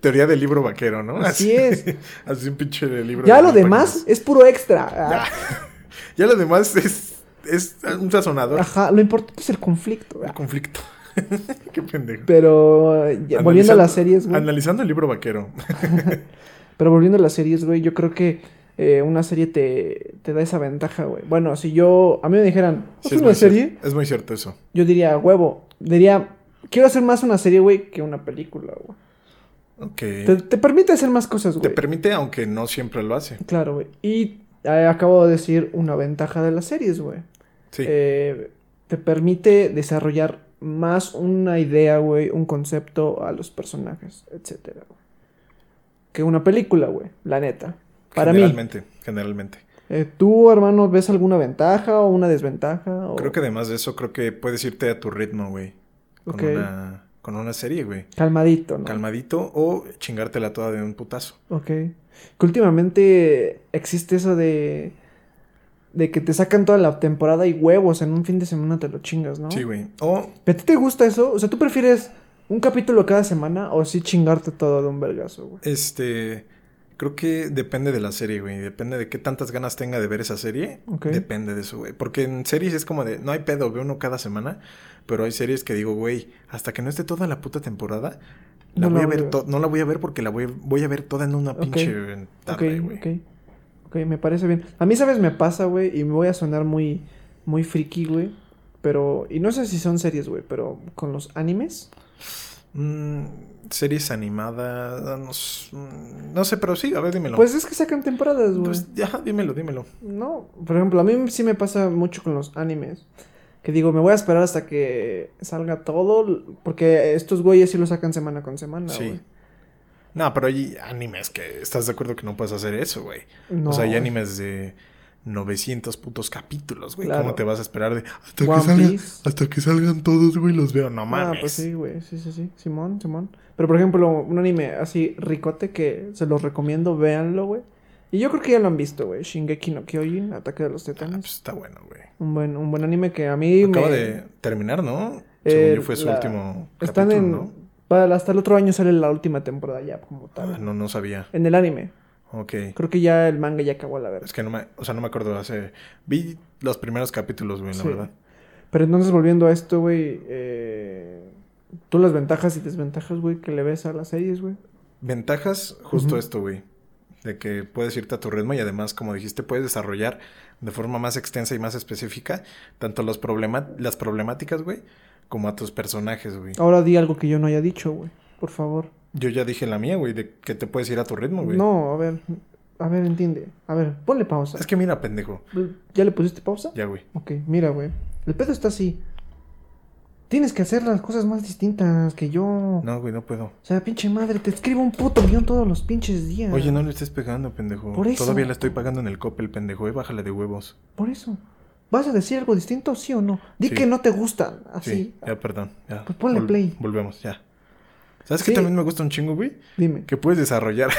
Speaker 1: Teoría del libro vaquero, ¿no?
Speaker 2: Así es.
Speaker 1: Así un pinche libro.
Speaker 2: Ya
Speaker 1: de
Speaker 2: lo
Speaker 1: mil
Speaker 2: demás
Speaker 1: páginas.
Speaker 2: es puro extra.
Speaker 1: Ya lo demás es, es un sazonador.
Speaker 2: Ajá, lo importante es el conflicto.
Speaker 1: El conflicto. [laughs] Qué pendejo.
Speaker 2: Pero eh, ya, volviendo a las series, güey.
Speaker 1: Analizando el libro vaquero.
Speaker 2: Pero volviendo a las series, güey, yo creo que eh, una serie te, te da esa ventaja, güey. Bueno, si yo. A mí me dijeran, ¿es
Speaker 1: Sí,
Speaker 2: una
Speaker 1: muy
Speaker 2: serie?
Speaker 1: cier- Es muy cierto eso.
Speaker 2: Yo diría, huevo. Diría, quiero hacer más una serie, güey, que una película, güey.
Speaker 1: Ok.
Speaker 2: Te,
Speaker 1: Te,
Speaker 2: te permite hacer más cosas, güey.
Speaker 1: permite, aunque no siempre lo hace.
Speaker 2: Claro, güey. Y eh, acabo de decir una ventaja de las series, güey.
Speaker 1: Sí.
Speaker 2: Eh, te permite desarrollar más una idea, güey, un concepto a los personajes, etcétera, güey. Que una película, güey, la neta. Para mí.
Speaker 1: generalmente, generalmente.
Speaker 2: Eh, ¿Tú, hermano, ves alguna ventaja o una desventaja? O...
Speaker 1: Creo que además de eso, creo que puedes irte a tu ritmo, güey. Con,
Speaker 2: Ok.
Speaker 1: una, con una serie, güey.
Speaker 2: Calmadito, ¿no?
Speaker 1: Calmadito o chingártela toda de un putazo.
Speaker 2: Ok. Que últimamente existe eso de. de que te sacan toda la temporada y huevos en un fin de semana te lo chingas, ¿no?
Speaker 1: Sí, güey. O
Speaker 2: ¿A ti te gusta eso? O sea, ¿tú prefieres un capítulo cada semana o sí chingarte todo de un vergazo, güey?
Speaker 1: Este. Creo que depende de la serie, güey. Depende de qué tantas ganas tenga de ver esa serie.
Speaker 2: Ok.
Speaker 1: Depende de eso, güey. Porque en series es como de, no hay pedo, veo uno cada semana. Pero hay series que digo, güey, hasta que no esté toda la puta temporada, la
Speaker 2: No
Speaker 1: voy a ver, to- no la voy a ver porque la voy, voy a ver toda en una
Speaker 2: Ok.
Speaker 1: pinche
Speaker 2: Ok,
Speaker 1: tarde, güey.
Speaker 2: ok. Ok, me parece bien. A mí, ¿sabes? Me pasa, güey, y me voy a sonar muy, muy friki, güey. Pero, y no sé si son series, güey, pero con los animes.
Speaker 1: Mm, series animadas, no, s- mm, no sé, pero sí, a ver, dímelo.
Speaker 2: Pues es que sacan temporadas, güey.
Speaker 1: Pues, ajá, dímelo, dímelo.
Speaker 2: No, por ejemplo, a mí sí me pasa mucho con los animes. Que digo, me voy a esperar hasta que salga todo. Porque estos güeyes sí lo sacan semana con semana,
Speaker 1: Sí.
Speaker 2: güey.
Speaker 1: No, pero hay animes que estás de acuerdo que no puedes hacer eso, güey.
Speaker 2: No,
Speaker 1: o sea, hay animes de 900 putos capítulos, güey.
Speaker 2: Claro.
Speaker 1: ¿Cómo te vas a esperar de hasta
Speaker 2: One
Speaker 1: que salgan,
Speaker 2: Piece.
Speaker 1: hasta que salgan todos, güey, los veo, no
Speaker 2: Ah,
Speaker 1: mames.
Speaker 2: pues sí, güey. Sí, sí, sí. Simón, Simón. Pero por ejemplo, un anime así ricote que se los recomiendo, véanlo, güey. Y yo creo que ya lo han visto, güey. Shingeki no Kyojin, Ataque de los
Speaker 1: Ah,
Speaker 2: Titanes.
Speaker 1: pues está bueno, güey.
Speaker 2: un, buen, un buen anime que a mí
Speaker 1: Acaba
Speaker 2: me-
Speaker 1: de terminar, ¿no?
Speaker 2: Eh,
Speaker 1: Según yo fue su
Speaker 2: la-
Speaker 1: último
Speaker 2: Están
Speaker 1: capítulo,
Speaker 2: en...
Speaker 1: ¿no?
Speaker 2: para- hasta el otro año sale la última temporada ya, como tal.
Speaker 1: Ah, no, no sabía.
Speaker 2: En el anime.
Speaker 1: Ok.
Speaker 2: Creo que ya el manga ya acabó a la verga.
Speaker 1: Es que no me, o sea, no me acuerdo hace... Vi los primeros capítulos, güey, la
Speaker 2: Sí.
Speaker 1: verdad.
Speaker 2: Pero entonces, volviendo a esto, güey. eh, Tú las ventajas y desventajas, güey, que le ves a las series, güey.
Speaker 1: Ventajas, justo
Speaker 2: Ujú.
Speaker 1: esto, güey. De que puedes irte a tu ritmo y además, como dijiste, puedes desarrollar de forma más extensa y más específica tanto los problema las problemáticas, güey, como a tus personajes, güey.
Speaker 2: Ahora di algo que yo no haya dicho, güey. Por favor.
Speaker 1: Yo ya dije la mía, güey, de que te puedes ir a tu ritmo, güey.
Speaker 2: No, a ver. A ver, entiende. A ver, ponle pausa.
Speaker 1: Es que mira, pendejo.
Speaker 2: ¿Ya le pusiste pausa?
Speaker 1: Ya, güey.
Speaker 2: Ok, mira, güey. El pedo está así. Tienes que hacer las cosas más distintas que yo.
Speaker 1: No, güey, no puedo.
Speaker 2: O sea, pinche madre, te escribo un puto guión todos los pinches días.
Speaker 1: Oye, no le estés pegando, pendejo.
Speaker 2: Por eso.
Speaker 1: Todavía la estoy pagando en el copel, pendejo. Eh, bájala de huevos.
Speaker 2: Por eso. ¿Vas a decir algo distinto, sí o no? Di
Speaker 1: Sí.
Speaker 2: que no te gustan,
Speaker 1: Sí,
Speaker 2: así.
Speaker 1: ya, perdón. Ya.
Speaker 2: Ah, Pues ponle play.
Speaker 1: Volvemos, ya. ¿Sabes
Speaker 2: Sí.
Speaker 1: qué también me gusta un chingo, güey?
Speaker 2: Dime.
Speaker 1: que puedes
Speaker 2: [laughs]
Speaker 1: desarrollar.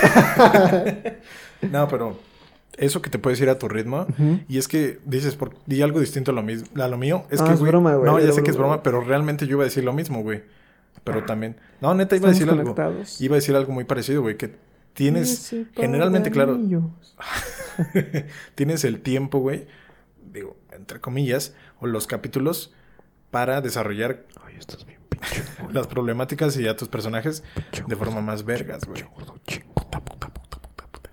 Speaker 1: no, pero eso que te puedes ir a tu ritmo.
Speaker 2: Ujú.
Speaker 1: Y es que dices, por, di algo distinto a lo, mismo, a lo mío. Es
Speaker 2: Ah,
Speaker 1: que,
Speaker 2: es broma, güey,
Speaker 1: No, ya
Speaker 2: era
Speaker 1: sé que es
Speaker 2: broma, Ah.
Speaker 1: broma, pero realmente yo iba a decir lo mismo, güey. Pero también. No, neta, iba
Speaker 2: Estamos
Speaker 1: a decir algo.
Speaker 2: conectados.
Speaker 1: Iba a decir algo muy parecido, güey. Que tienes.
Speaker 2: Ese
Speaker 1: Generalmente, claro.
Speaker 2: pajarillos.
Speaker 1: [laughs] tienes el tiempo, güey. Digo, entre comillas. O los capítulos. Para desarrollar
Speaker 2: Ay, estás bien
Speaker 1: las problemáticas y a tus personajes de forma más vergas, güey.
Speaker 2: gordo, chingo, puta, puta, puta, puta, puta.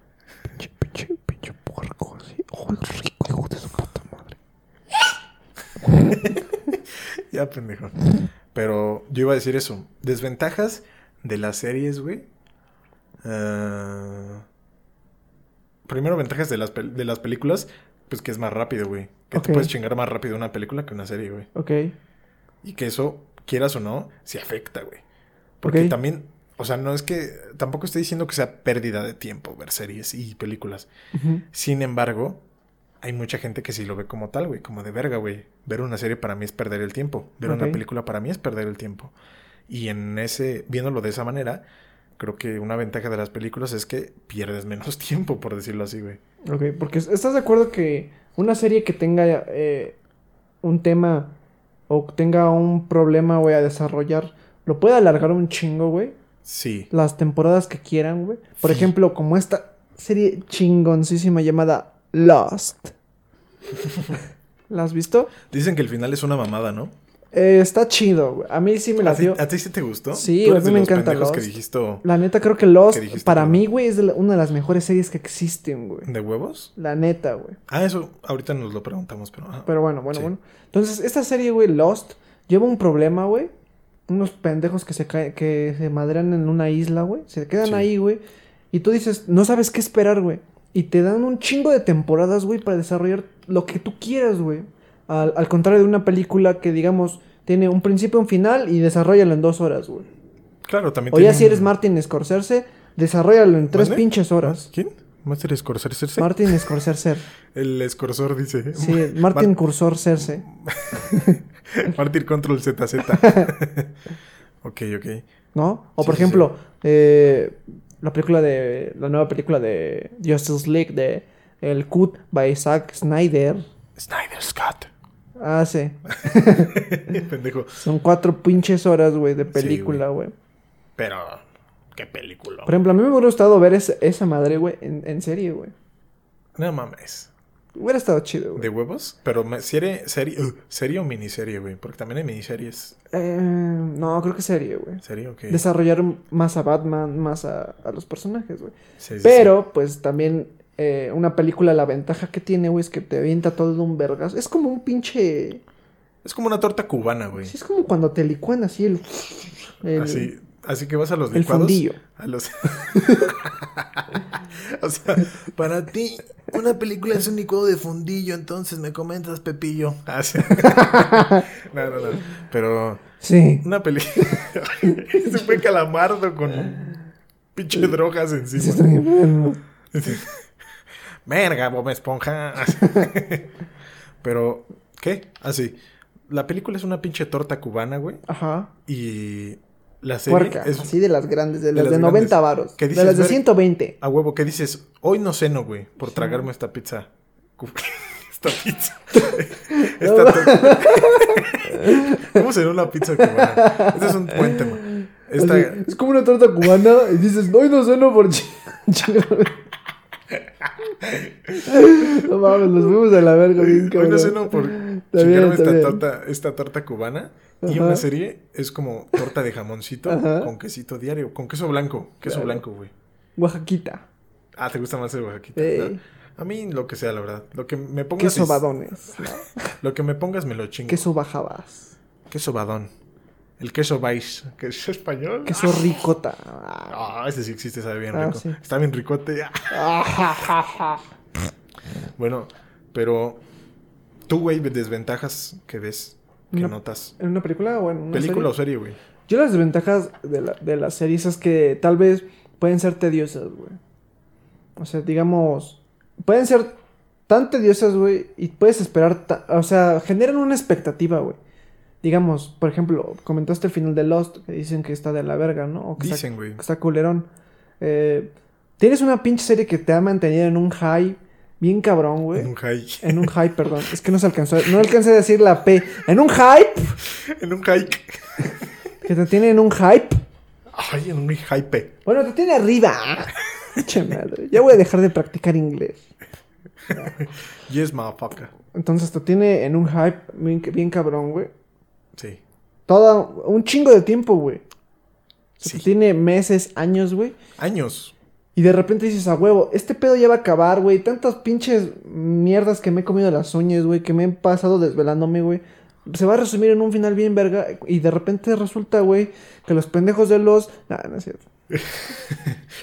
Speaker 2: Pinche, pinche, pinche puerco, así. Oh, rico, hijo de su puta madre.
Speaker 1: [laughs] Ya, pendejo. Pero yo iba a decir eso. Desventajas de las series, güey. Ah, primero, ventajas de las, pel- de las películas. Pues que es más rápido, güey. Que
Speaker 2: Ok.
Speaker 1: te puedes chingar más rápido una película que una serie, güey.
Speaker 2: Ok,
Speaker 1: Y que eso, quieras o no, se afecta, güey. Porque
Speaker 2: Ok.
Speaker 1: también, o sea, no es que. Tampoco estoy diciendo que sea pérdida de tiempo ver series y películas.
Speaker 2: ujú,
Speaker 1: Sin embargo, hay mucha gente que sí lo ve como tal, güey, como de verga, güey. Ver una serie para mí es perder el tiempo. Ver
Speaker 2: Ok.
Speaker 1: una película para mí es perder el tiempo. Y en ese, viéndolo de esa manera, creo que una ventaja de las películas es que pierdes menos [laughs] tiempo, por decirlo así, güey.
Speaker 2: ok. Porque es- estás de acuerdo que una serie que tenga eh, un tema o que tenga un problema, güey, a desarrollar, lo puede alargar un chingo, güey.
Speaker 1: Sí.
Speaker 2: Las temporadas que quieran, güey. Por
Speaker 1: Sí.
Speaker 2: ejemplo, como esta serie chingoncísima llamada
Speaker 1: [laughs]
Speaker 2: Lost. ¿La has visto?
Speaker 1: Dicen que el final es una mamada, ¿no?
Speaker 2: Eh, está chido, güey. A mí sí me
Speaker 1: ¿A
Speaker 2: la
Speaker 1: ti,
Speaker 2: dio.
Speaker 1: a ti Ah, sí te gustó?
Speaker 2: Sí,
Speaker 1: Tú
Speaker 2: güey,
Speaker 1: eres
Speaker 2: a mí
Speaker 1: de
Speaker 2: me
Speaker 1: los
Speaker 2: encanta
Speaker 1: pendejos que
Speaker 2: Lost.
Speaker 1: dijiste "Oh,
Speaker 2: La neta, creo que Lost,
Speaker 1: ¿Qué dijiste,
Speaker 2: para
Speaker 1: perdón?
Speaker 2: mí, güey, es de la- una de las mejores series que existen, güey.
Speaker 1: de huevos.
Speaker 2: La neta, güey.
Speaker 1: Ah, eso ahorita nos lo preguntamos, pero... ajá.
Speaker 2: Pero bueno, bueno,
Speaker 1: Sí.
Speaker 2: bueno. Entonces, esta serie, güey, Lost, lleva un problema, güey. Unos pendejos que se caen, que se madrean en una isla, güey. Se quedan
Speaker 1: Sí.
Speaker 2: ahí, güey. Y tú dices, no sabes qué esperar, güey. Y te dan un chingo de temporadas, güey, para desarrollar lo que tú quieras, güey. Al, al contrario de una película que, digamos, tiene un principio, un final y desarrollalo en dos horas, güey.
Speaker 1: Claro, también
Speaker 2: O ya
Speaker 1: tienen-
Speaker 2: si eres Martin Scorsese, desarrollalo en tres
Speaker 1: ¿Mande? Ah,
Speaker 2: pinches horas.
Speaker 1: ¿Quién? ¿Master Scorsese? [laughs]
Speaker 2: Martin Scorsese.
Speaker 1: El Scorsor dice...
Speaker 2: Sí, Martin Cursor Cerce.
Speaker 1: Mártir Control ZZ.
Speaker 2: [laughs]
Speaker 1: ok, ok.
Speaker 2: ¿No? O
Speaker 1: Sí,
Speaker 2: por
Speaker 1: sí,
Speaker 2: ejemplo, eh, la película de. La nueva película de Justice League de El Cut by Zack Snyder.
Speaker 1: Snyder Scott. [laughs]
Speaker 2: Ah, sí.
Speaker 1: Pendejo.
Speaker 2: Son cuatro pinches horas, güey, de película, güey.
Speaker 1: Pero, ok. qué película.
Speaker 2: Por ejemplo, a mí me hubiera gustado ver esa, esa madre, güey, en, en serie, güey.
Speaker 1: No mames.
Speaker 2: Hubiera estado chido, güey.
Speaker 1: De huevos, pero me- serie, serie, uh, serie o miniserie, güey. Porque también hay miniseries.
Speaker 2: Eh, no, creo que serie, güey.
Speaker 1: ¿Serie o qué?
Speaker 2: Desarrollar más a Batman, más a, a los personajes, güey.
Speaker 1: Sí, sí, sí.
Speaker 2: Pero, pues también eh, una película, la ventaja que tiene, güey, es que te avienta todo de un vergas. Es como un pinche.
Speaker 1: Es como una torta cubana, güey.
Speaker 2: Sí, es como cuando te licúan así el. el-
Speaker 1: Así, así que vas a los
Speaker 2: el
Speaker 1: licuados.
Speaker 2: fondillo.
Speaker 1: A los... [laughs] o sea, para ti, una película es un licuado de fundillo, entonces me comentas, Pepillo. Ah, [laughs] sí. no, no, no. Pero
Speaker 2: Sí.
Speaker 1: una [laughs] película... Se fue calamardo con pinche drogas
Speaker 2: Sí,
Speaker 1: encima.
Speaker 2: estoy enfermo.
Speaker 1: Verga, Bob Esponja. [laughs] Pero, ¿qué? Así. la película es una pinche torta cubana, güey.
Speaker 2: Ajá.
Speaker 1: Y la serie
Speaker 2: Puerca.
Speaker 1: es...
Speaker 2: Así de las grandes, de las de,
Speaker 1: las grandes.
Speaker 2: 90 varos.
Speaker 1: ¿Qué
Speaker 2: De
Speaker 1: dices,
Speaker 2: las de
Speaker 1: ver-
Speaker 2: 120.
Speaker 1: A huevo, ¿qué dices? Hoy no ceno, güey, por tragarme esta pizza. Cu- [laughs] esta
Speaker 2: [laughs]
Speaker 1: pizza. Esta torta. ¿Cómo será una pizza cubana? Ese es un buen tema. Esta...
Speaker 2: Así, Es como una torta cubana y dices, no, hoy no ceno por chi- [laughs] chingarme". No mames, los fuimos a la verga bien,
Speaker 1: Hoy
Speaker 2: cabrón.
Speaker 1: no ceno por
Speaker 2: Está bien,
Speaker 1: chingarme
Speaker 2: está
Speaker 1: esta
Speaker 2: bien.
Speaker 1: torta, esta torta cubana. Y
Speaker 2: Ajá.
Speaker 1: una serie es como torta de jamoncito
Speaker 2: Ajá.
Speaker 1: con quesito diario. Con queso blanco. Queso
Speaker 2: Claro.
Speaker 1: blanco, güey.
Speaker 2: Oaxaquita.
Speaker 1: Ah, ¿te gusta más el oaxaquita?
Speaker 2: Ey.
Speaker 1: A mí lo que sea, la verdad. Lo que me pongas...
Speaker 2: Queso
Speaker 1: es-
Speaker 2: badones. ¿no?
Speaker 1: Lo que me pongas me lo chingo.
Speaker 2: Queso bajabas.
Speaker 1: Queso badón. El queso vais. ¿Queso español?
Speaker 2: Queso ricota. Ah,
Speaker 1: Ah, ese sí existe, sabe bien
Speaker 2: Ah,
Speaker 1: rico.
Speaker 2: sí.
Speaker 1: Está bien ricote.
Speaker 2: ja, ja, ja.
Speaker 1: Bueno, pero tú, güey, desventajas que ves, que
Speaker 2: No.
Speaker 1: notas.
Speaker 2: ¿En una película o en una
Speaker 1: Película
Speaker 2: serie?
Speaker 1: o serie, güey.
Speaker 2: Yo las desventajas de, la- de las series es que tal vez pueden ser tediosas, güey. O sea, digamos, pueden ser tan tediosas, güey, y puedes esperar, ta- o sea, generan una expectativa, güey. Digamos, por ejemplo, comentaste el final de Lost, que dicen que está de la verga, ¿no? O que está-
Speaker 1: Dicen, güey.
Speaker 2: que está culerón. Eh, Tienes una pinche serie que te ha mantenido en un high bien cabrón, güey.
Speaker 1: En un hike. [laughs]
Speaker 2: En un hype, perdón. Es que no se alcanzó. No alcancé a decir la P. En un hype.
Speaker 1: en un hike.
Speaker 2: Que te tiene en un hype.
Speaker 1: Ay, en un hype.
Speaker 2: Bueno, te tiene arriba. [laughs] Che madre. Ya voy a dejar de practicar inglés.
Speaker 1: Yes, motherfucker.
Speaker 2: Entonces te tiene en un hype bien, bien cabrón, güey.
Speaker 1: Sí.
Speaker 2: Todo un chingo de tiempo, güey. O sea,
Speaker 1: Sí.
Speaker 2: Te tiene meses, años, güey.
Speaker 1: Años.
Speaker 2: Y de repente dices a huevo, este pedo ya va a acabar, güey. Tantas pinches mierdas que me he comido las uñas, güey, que me he pasado desvelándome, güey. Se va a resumir en un final bien verga. Y de repente resulta, güey, que los pendejos de los. Nah, no es cierto.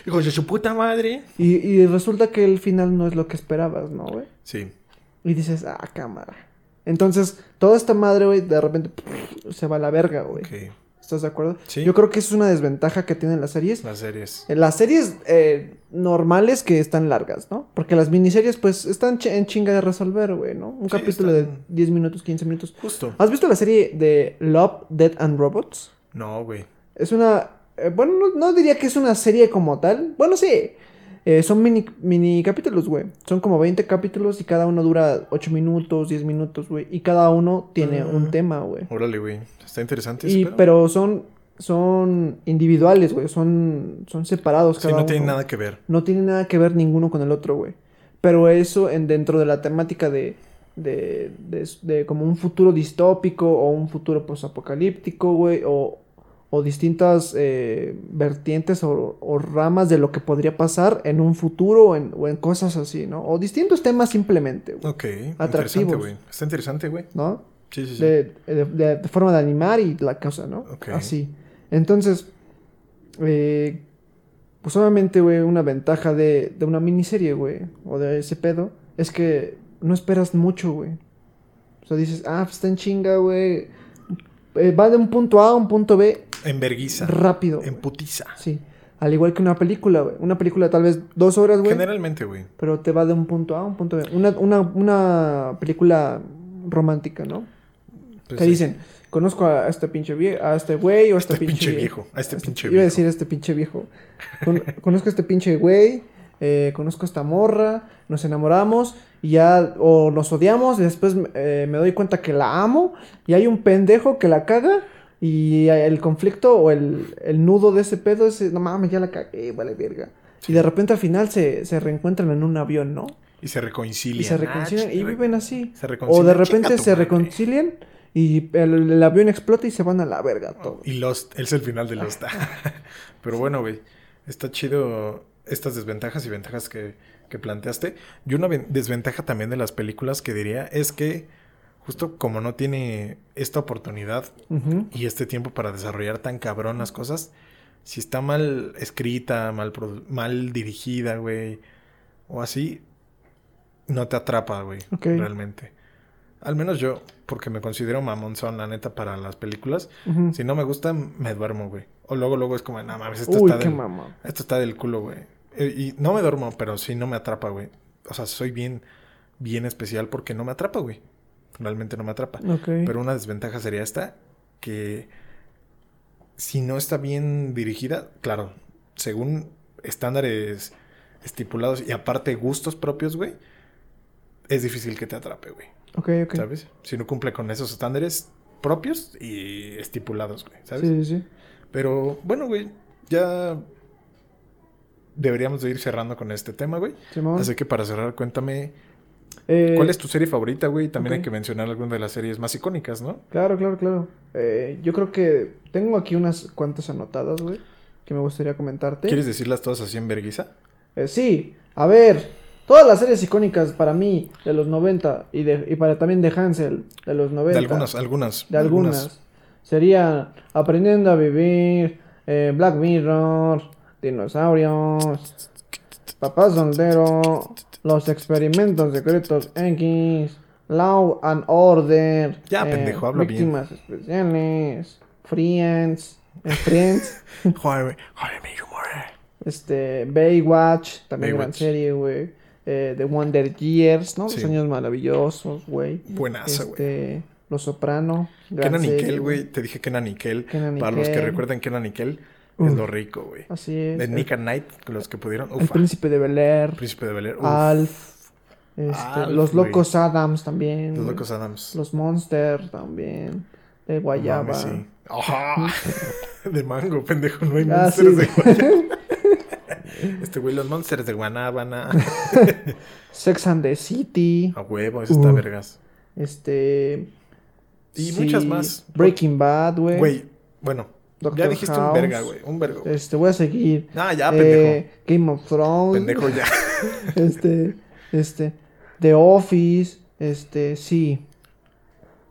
Speaker 1: Hijos de su puta madre.
Speaker 2: Y, y resulta que el final no es lo que esperabas, ¿no, güey?
Speaker 1: Sí.
Speaker 2: Y dices, ah, cámara. Entonces, toda esta madre, güey, de repente se va a la verga, güey.
Speaker 1: Ok.
Speaker 2: ¿Estás de acuerdo?
Speaker 1: Sí.
Speaker 2: Yo creo que eso es una desventaja que tienen las series.
Speaker 1: Las series.
Speaker 2: Las series eh, normales que están largas, ¿no? Porque las miniseries, pues, están chi- en chinga de resolver, güey, ¿no? Un
Speaker 1: Sí,
Speaker 2: capítulo de
Speaker 1: están-
Speaker 2: 10 minutos, 15 minutos.
Speaker 1: Justo.
Speaker 2: ¿Has visto la serie de Love, Dead and Robots?
Speaker 1: No, güey.
Speaker 2: Es una... eh, bueno, no, no diría que es una serie como tal. Bueno, sí. Eh, son mini, mini capítulos, güey. Son como 20 capítulos y cada uno dura 8 minutos, 10 minutos, güey. Y cada uno tiene un
Speaker 1: Ah.
Speaker 2: tema, güey.
Speaker 1: Órale, güey. Está interesante
Speaker 2: Y,
Speaker 1: eso.
Speaker 2: pero son, son individuales, güey. Son, son separados
Speaker 1: Sí,
Speaker 2: cada
Speaker 1: no
Speaker 2: uno.
Speaker 1: tiene nada que ver.
Speaker 2: No tiene nada que ver ninguno con el otro, güey. Pero eso en, dentro de la temática de, de, de, de como un futuro distópico o un futuro posapocalíptico, güey, o, o distintas eh, vertientes o, o ramas de lo que podría pasar en un futuro o en, o en cosas así, ¿no? O distintos temas simplemente, güey,
Speaker 1: Ok. Interesante, güey. Está interesante, güey.
Speaker 2: ¿no?
Speaker 1: Sí, sí, sí.
Speaker 2: de, de- de- de forma de animar y la cosa, ¿no?
Speaker 1: Ok.
Speaker 2: Así. Entonces, eh, pues obviamente, güey, una ventaja de, de una miniserie, güey, o de ese pedo, es que no esperas mucho, güey. O sea, dices, ah, pues está en chinga, güey. Eh, va de un punto A a un punto B
Speaker 1: En verguiza.
Speaker 2: rápido.
Speaker 1: En
Speaker 2: güey.
Speaker 1: putiza.
Speaker 2: Sí. Al igual que una película, güey. Una película tal vez dos horas, güey.
Speaker 1: Generalmente, güey.
Speaker 2: Pero te va de un punto A a un punto B. Una, una, una película romántica, ¿no?
Speaker 1: Pues
Speaker 2: que
Speaker 1: sí.
Speaker 2: dicen, conozco a este pinche viejo, a este güey o a este,
Speaker 1: Este
Speaker 2: pinche,
Speaker 1: pinche
Speaker 2: vie-
Speaker 1: viejo, a este pinche
Speaker 2: Iba a
Speaker 1: viejo.
Speaker 2: decir este pinche viejo. Con- conozco a este pinche güey, eh, conozco a esta morra, nos enamoramos y ya, o nos odiamos, y después eh, me doy cuenta que la amo y hay un pendejo que la caga Y el conflicto o el, el nudo de ese pedo es, no mames, ya la cagué, vale verga. Y de repente al final se, se reencuentran en un avión, ¿no?
Speaker 1: Y se reconcilian.
Speaker 2: Y se reconcilian
Speaker 1: Ah,
Speaker 2: y
Speaker 1: chinga,
Speaker 2: viven así.
Speaker 1: se
Speaker 2: O
Speaker 1: reconcilian.
Speaker 2: de
Speaker 1: Chinga
Speaker 2: repente
Speaker 1: tu
Speaker 2: se
Speaker 1: madre.
Speaker 2: reconcilian y el, el avión explota y se van a la verga todos.
Speaker 1: Y Lost, es el final de
Speaker 2: [laughs]
Speaker 1: Lost. [laughs] Pero bueno, güey, está chido estas desventajas y ventajas que, que planteaste. Y una ven- desventaja también de las películas que diría es que justo como no tiene esta oportunidad
Speaker 2: Ujú.
Speaker 1: y este tiempo para desarrollar tan cabrón las cosas, si está mal escrita, mal, produ- mal dirigida, güey, o así, no te atrapa, güey,
Speaker 2: Ok.
Speaker 1: realmente. Al menos yo, porque me considero mamonzón, la neta, para las películas.
Speaker 2: Ujú.
Speaker 1: Si no me gusta, me duermo, güey. O luego, luego es como, no mames, esto,
Speaker 2: Uy,
Speaker 1: está,
Speaker 2: qué
Speaker 1: del,
Speaker 2: mamá.
Speaker 1: esto está del culo, güey. Eh, Y no me duermo, pero sí no me atrapa, güey. O sea, soy bien, bien especial porque no me atrapa, güey. Realmente no me atrapa.
Speaker 2: Ok.
Speaker 1: Pero una desventaja sería esta, que si no está bien dirigida, claro, según estándares estipulados y aparte gustos propios, güey, es difícil que te atrape, güey.
Speaker 2: ok, ok.
Speaker 1: ¿Sabes? Si no cumple con esos estándares propios y estipulados, güey. ¿Sabes?
Speaker 2: Sí, sí, sí.
Speaker 1: Pero bueno, güey, ya deberíamos de ir cerrando con este tema, güey.
Speaker 2: Simón.
Speaker 1: Así que para cerrar, cuéntame,
Speaker 2: Ah. Eh,
Speaker 1: ¿cuál es tu serie favorita, güey? También hay
Speaker 2: ok.
Speaker 1: que mencionar algunas de las series más icónicas, ¿no?
Speaker 2: Claro, claro, claro. Eh, yo creo que tengo aquí unas cuantas anotadas, güey, que me gustaría comentarte.
Speaker 1: ¿Quieres decirlas todas así en verguiza?
Speaker 2: Eh, sí, a ver, todas las series icónicas para mí de los 90 y, de, y para también de Hansel de los 90.
Speaker 1: De algunas, algunas.
Speaker 2: De algunas. Serían Aprendiendo a Vivir, eh, Black Mirror, Dinosaurios, Papá Soltero, Los Experimentos Secretos X, Law and Order, eh,
Speaker 1: Ya, pendejo, habla bien.
Speaker 2: Víctimas Especiales, Friends, eh,
Speaker 1: [laughs]
Speaker 2: Friends,
Speaker 1: Joder, joder, mi humor.
Speaker 2: este, Baywatch, también gran
Speaker 1: Baywatch.
Speaker 2: serie, güey. eh, The Wonder Years, ¿no?
Speaker 1: Sí.
Speaker 2: Los años maravillosos, güey.
Speaker 1: Buenazo, güey.
Speaker 2: Este, Los Soprano. gran
Speaker 1: Kenan y
Speaker 2: serie,
Speaker 1: Kel, güey. Te dije Kenan y Kel.
Speaker 2: Kenan y
Speaker 1: Para los que
Speaker 2: Kel.
Speaker 1: recuerdan Kenan y Kel,
Speaker 2: Uf.
Speaker 1: es lo rico, güey.
Speaker 2: Así es.
Speaker 1: De
Speaker 2: el-
Speaker 1: Nick and Knight, los que pudieron.
Speaker 2: El
Speaker 1: Ufa.
Speaker 2: Príncipe de Bel Air,
Speaker 1: Príncipe de Bel Air. uf.
Speaker 2: Alf, este,
Speaker 1: Alf,
Speaker 2: los
Speaker 1: güey.
Speaker 2: Locos Adams también,
Speaker 1: Los
Speaker 2: güey,
Speaker 1: locos Adams.
Speaker 2: los Monster también, de
Speaker 1: No
Speaker 2: Guayaba.
Speaker 1: mames, sí. Ajá. [laughs] De mango, pendejo. No hay
Speaker 2: Ah,
Speaker 1: monsters
Speaker 2: sí.
Speaker 1: de guayaba.
Speaker 2: [laughs]
Speaker 1: Este güey, los monsters de guanábana.
Speaker 2: Sex and the City,
Speaker 1: A huevo, eso está
Speaker 2: Uh.
Speaker 1: vergas.
Speaker 2: este
Speaker 1: Y
Speaker 2: sí,
Speaker 1: muchas más.
Speaker 2: Breaking Bad, güey.
Speaker 1: Güey, bueno.
Speaker 2: Doctor
Speaker 1: Ya dijiste un
Speaker 2: House.
Speaker 1: verga, güey. Un vergo.
Speaker 2: Este, voy a seguir.
Speaker 1: Ah, ya, pendejo.
Speaker 2: Eh, Game of Thrones.
Speaker 1: Pendejo ya.
Speaker 2: [laughs] Este, este, The Office, este, sí.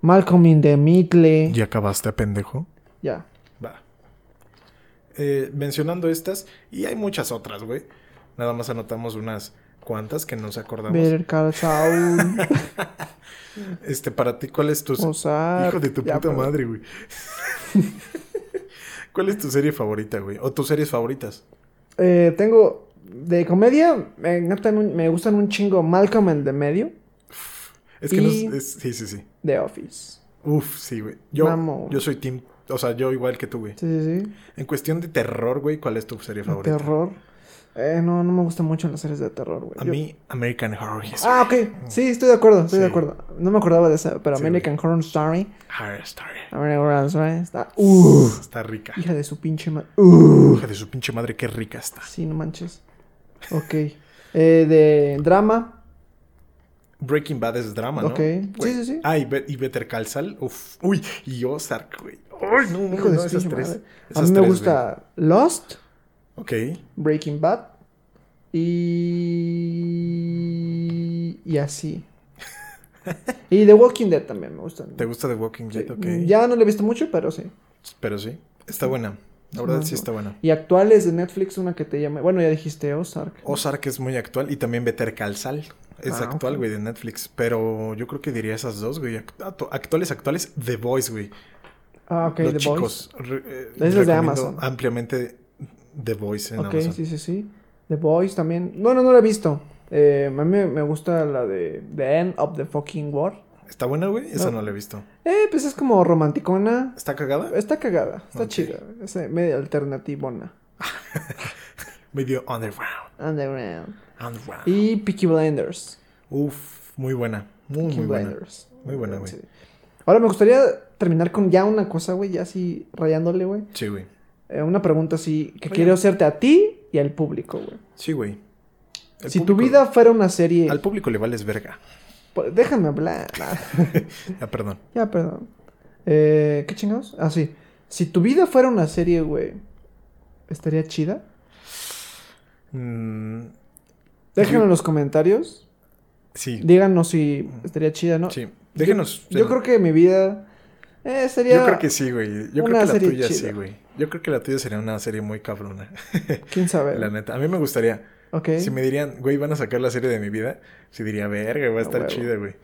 Speaker 2: Malcolm in the Middle.
Speaker 1: ¿Ya acabaste, pendejo?
Speaker 2: Ya.
Speaker 1: Va. Eh, mencionando estas, y hay muchas otras, güey. Nada más anotamos unas cuantas que nos acordamos.
Speaker 2: Better Call Saul.
Speaker 1: [laughs] Este, para ti, ¿cuál es tu...
Speaker 2: Ozark,
Speaker 1: Hijo de tu
Speaker 2: ya,
Speaker 1: puta
Speaker 2: perdón.
Speaker 1: madre, güey. [laughs] ¿Cuál es tu serie favorita, güey? O tus series favoritas.
Speaker 2: Eh, tengo de comedia, me, encantan un- me gustan un chingo Malcolm en the medio,
Speaker 1: Es que no
Speaker 2: Y-
Speaker 1: es, es- Sí, sí, sí.
Speaker 2: The Office.
Speaker 1: Uf, sí, güey. Yo,
Speaker 2: Vamos.
Speaker 1: yo soy team... O sea, yo igual que tú, güey.
Speaker 2: Sí, sí, sí.
Speaker 1: En cuestión de terror, güey, ¿cuál es tu serie favorita?
Speaker 2: Terror. Eh, no, no me gustan mucho las series de terror, güey.
Speaker 1: A
Speaker 2: Yo-
Speaker 1: mí, American Horror History.
Speaker 2: Ah, ok. Sí, estoy de acuerdo, estoy de
Speaker 1: Sí.
Speaker 2: acuerdo. No me acordaba de esa, pero
Speaker 1: Sí,
Speaker 2: American Horror Story.
Speaker 1: Horror Story.
Speaker 2: American Horror Story está. Uh,
Speaker 1: Está rica.
Speaker 2: hija de su pinche madre. Uh,
Speaker 1: Hija de su pinche madre, qué rica está.
Speaker 2: sí, no manches. Ok. Eh, de drama.
Speaker 1: Breaking Bad es drama, ¿no?
Speaker 2: Ok. Sí,
Speaker 1: Güey.
Speaker 2: sí, sí.
Speaker 1: Ah, y, Be- y Better Call Saul. Uf. Uy, y Ozark, güey. Uy, no, no,
Speaker 2: Hijo de
Speaker 1: no,
Speaker 2: su
Speaker 1: esas
Speaker 2: pinche
Speaker 1: tres.
Speaker 2: madre. A
Speaker 1: Esas
Speaker 2: mí me
Speaker 1: tres,
Speaker 2: gusta Lost.
Speaker 1: güey. Ok.
Speaker 2: Breaking Bad y
Speaker 1: [laughs]
Speaker 2: y así. y The Walking Dead también me gustan.
Speaker 1: ¿Te gusta The Walking Dead?
Speaker 2: Sí, mm,
Speaker 1: Ok.
Speaker 2: Ya no le he visto mucho, pero sí.
Speaker 1: Pero sí. Está buena. La verdad sí está buena.
Speaker 2: Y actuales de Netflix, una que te llama. Bueno, ya dijiste Ozark.
Speaker 1: Ozark es muy actual y también Better Call Saul. Es
Speaker 2: Ah,
Speaker 1: actual,
Speaker 2: ok.
Speaker 1: güey, de Netflix. Pero yo creo que diría esas dos, güey. Act- actu- Actuales, actuales. The Voice, güey.
Speaker 2: Ah, ok,
Speaker 1: Los
Speaker 2: The Boys.
Speaker 1: chicos. re- eh,
Speaker 2: Esa es de
Speaker 1: recomiendo
Speaker 2: Amazon.
Speaker 1: Ampliamente The Voice en
Speaker 2: Ok,
Speaker 1: Amazon.
Speaker 2: sí, sí, sí. The Boys también. Bueno, no la he visto. Eh, a mí me- me gusta la de The End of the Fucking War.
Speaker 1: ¿Está buena, güey? Esa
Speaker 2: No.
Speaker 1: no la he visto.
Speaker 2: Eh, pues es como romanticona.
Speaker 1: ¿Está cagada?
Speaker 2: Está cagada, está
Speaker 1: Ok.
Speaker 2: chida. Es eh, medio alternativona.
Speaker 1: Medio underground.
Speaker 2: Underground.
Speaker 1: Underground.
Speaker 2: Y Peaky Blinders.
Speaker 1: Uf, muy buena. Muy,
Speaker 2: Peaky
Speaker 1: muy buena.
Speaker 2: Blinders.
Speaker 1: Muy buena, güey.
Speaker 2: Sí. Ahora me gustaría terminar con ya una cosa, güey, ya así rayándole, güey.
Speaker 1: Sí, güey.
Speaker 2: Eh, una pregunta así que quiero hacerte a ti y al público, güey.
Speaker 1: Sí, güey. Al
Speaker 2: Si tu
Speaker 1: público-
Speaker 2: vida fuera una serie...
Speaker 1: Al público le vales verga.
Speaker 2: po-
Speaker 1: [laughs]
Speaker 2: Déjame hablar.
Speaker 1: Ah, perdón.
Speaker 2: ya, perdón. Eh, ¿Qué chingados? Ah, sí. Si tu vida fuera una serie, güey, ¿estaría chida?
Speaker 1: Mm,
Speaker 2: Déjenlo en los comentarios.
Speaker 1: sí.
Speaker 2: Díganos si estaría chida, ¿no?
Speaker 1: Sí. Déjenos.
Speaker 2: Yo, yo creo que mi vida eh, sería.
Speaker 1: Yo creo que sí, güey. Yo creo
Speaker 2: Una
Speaker 1: que la
Speaker 2: serie
Speaker 1: tuya
Speaker 2: chida.
Speaker 1: sí, güey. Yo creo que la tuya sería una serie muy cabrona.
Speaker 2: Quién sabe.
Speaker 1: la neta. A mí me gustaría.
Speaker 2: Ok.
Speaker 1: Si me dirían, güey, van a sacar la serie de mi vida, sí diría, verga, va a
Speaker 2: A
Speaker 1: estar
Speaker 2: huevo.
Speaker 1: chida, güey.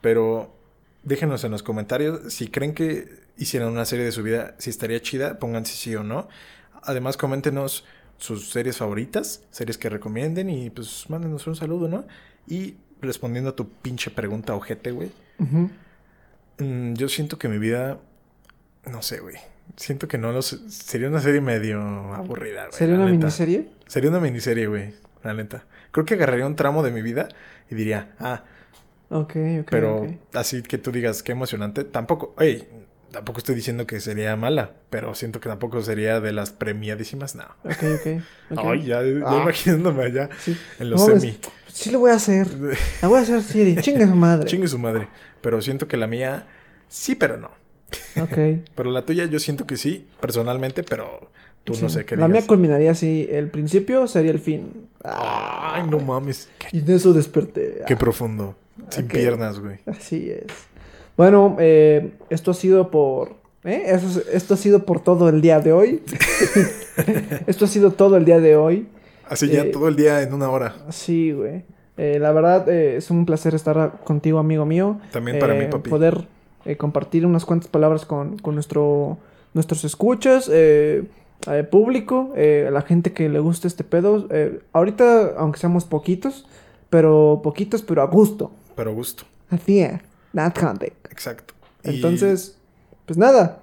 Speaker 1: Pero déjenos en los comentarios si creen que hicieran una serie de su vida, si estaría chida, pongan si sí o no. Además, coméntenos sus series favoritas, series que recomienden y pues mándenos un saludo, ¿no? Y respondiendo a tu pinche pregunta, ojete, güey.
Speaker 2: Ujú.
Speaker 1: Mm, yo siento que mi vida, no sé, güey. Siento que no lo sé. Sería una serie medio aburrida, güey.
Speaker 2: ¿Sería
Speaker 1: la
Speaker 2: una
Speaker 1: neta.
Speaker 2: miniserie?
Speaker 1: Sería una miniserie, güey, la neta. Creo que agarraría un tramo de mi vida y diría, ah,
Speaker 2: Ok, ok.
Speaker 1: pero
Speaker 2: ok.
Speaker 1: así que tú digas, qué emocionante. Tampoco, oye, tampoco estoy diciendo que sería mala, pero siento que tampoco sería de las premiadísimas, no.
Speaker 2: Ok, ok,
Speaker 1: [laughs]
Speaker 2: ok.
Speaker 1: Ay, ya, ya
Speaker 2: Ah.
Speaker 1: imaginándome allá
Speaker 2: Sí.
Speaker 1: en los
Speaker 2: No mames,
Speaker 1: semi.
Speaker 2: Sí, lo voy a hacer. La voy a
Speaker 1: [laughs]
Speaker 2: hacer serie. Chinga su madre.
Speaker 1: Chingue su madre. Pero siento que la mía, sí, pero no.
Speaker 2: Ok.
Speaker 1: Pero la tuya yo siento que sí, personalmente, pero tú no
Speaker 2: Sí.
Speaker 1: sé qué
Speaker 2: La
Speaker 1: digas.
Speaker 2: mía culminaría así. El principio sería el fin.
Speaker 1: Ay, no mames. Qué,
Speaker 2: Y de eso desperté.
Speaker 1: qué profundo. Sin
Speaker 2: Ah. Ok.
Speaker 1: piernas, güey.
Speaker 2: Así es. Bueno, eh, esto ha sido por. ¿eh? Eso es- esto ha sido por todo el día
Speaker 1: [laughs]
Speaker 2: de hoy. esto ha sido todo el día de hoy.
Speaker 1: Así ya
Speaker 2: Eh,
Speaker 1: todo el día en una hora.
Speaker 2: Sí, güey. Eh, la verdad, eh, es un placer estar a- contigo, amigo mío.
Speaker 1: También para
Speaker 2: Eh,
Speaker 1: mí, papi.
Speaker 2: Poder eh, compartir unas cuantas palabras con, con nuestro, nuestros escuchas, eh, eh, público, eh, a la gente que le gusta este pedo. Eh, ahorita, aunque seamos poquitos, pero poquitos, pero a gusto.
Speaker 1: Pero gusto.
Speaker 2: Así es. That content.
Speaker 1: Exacto. Y-
Speaker 2: Entonces, pues nada.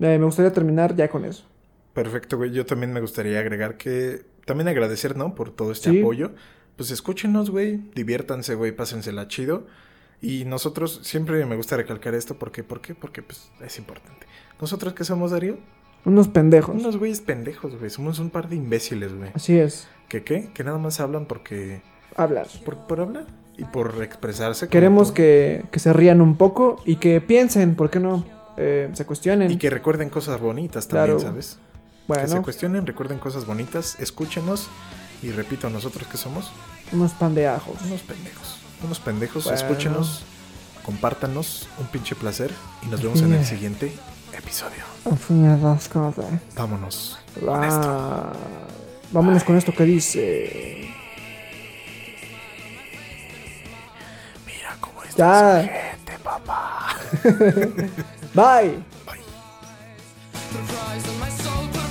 Speaker 2: Eh, me gustaría terminar ya con eso.
Speaker 1: Perfecto, güey. Yo también me gustaría agregar que... También agradecer, ¿no? Por todo este
Speaker 2: Sí.
Speaker 1: apoyo. Pues escúchenos, güey. Diviértanse, güey. Pásensela chido. Y nosotros... Siempre me gusta recalcar esto. ¿Por qué? ¿Por qué? Porque, pues, es importante. ¿Nosotros qué somos, Darío?
Speaker 2: Unos pendejos.
Speaker 1: Unos güeyes pendejos, güey. Somos un par de imbéciles, güey.
Speaker 2: Así es.
Speaker 1: ¿Que qué? Que nada más hablan porque...
Speaker 2: Hablar.
Speaker 1: Por, por hablar y por expresarse. como
Speaker 2: Queremos
Speaker 1: tú.
Speaker 2: que, que se rían un poco y que piensen, ¿por qué no? Eh, se cuestionen.
Speaker 1: Y que recuerden cosas bonitas también,
Speaker 2: Claro.
Speaker 1: ¿sabes? Que se
Speaker 2: bueno,
Speaker 1: cuestionen, recuerden cosas bonitas, escúchenos. Y repito, nosotros que somos
Speaker 2: unos pandeajos.
Speaker 1: unos pendejos. Unos pendejos,
Speaker 2: Bueno.
Speaker 1: escúchenos, compártanos, un pinche placer. Y nos vemos en el
Speaker 2: Yeah.
Speaker 1: siguiente episodio.
Speaker 2: Enseñadas cosas.
Speaker 1: Vámonos. con esto.
Speaker 2: Va. Vámonos con esto que dice.
Speaker 1: Mira cómo es
Speaker 2: Ya.
Speaker 1: gente, papá.
Speaker 2: Bye.
Speaker 1: Bye.
Speaker 4: The rise of my soul. Oh oh, Oh oh oh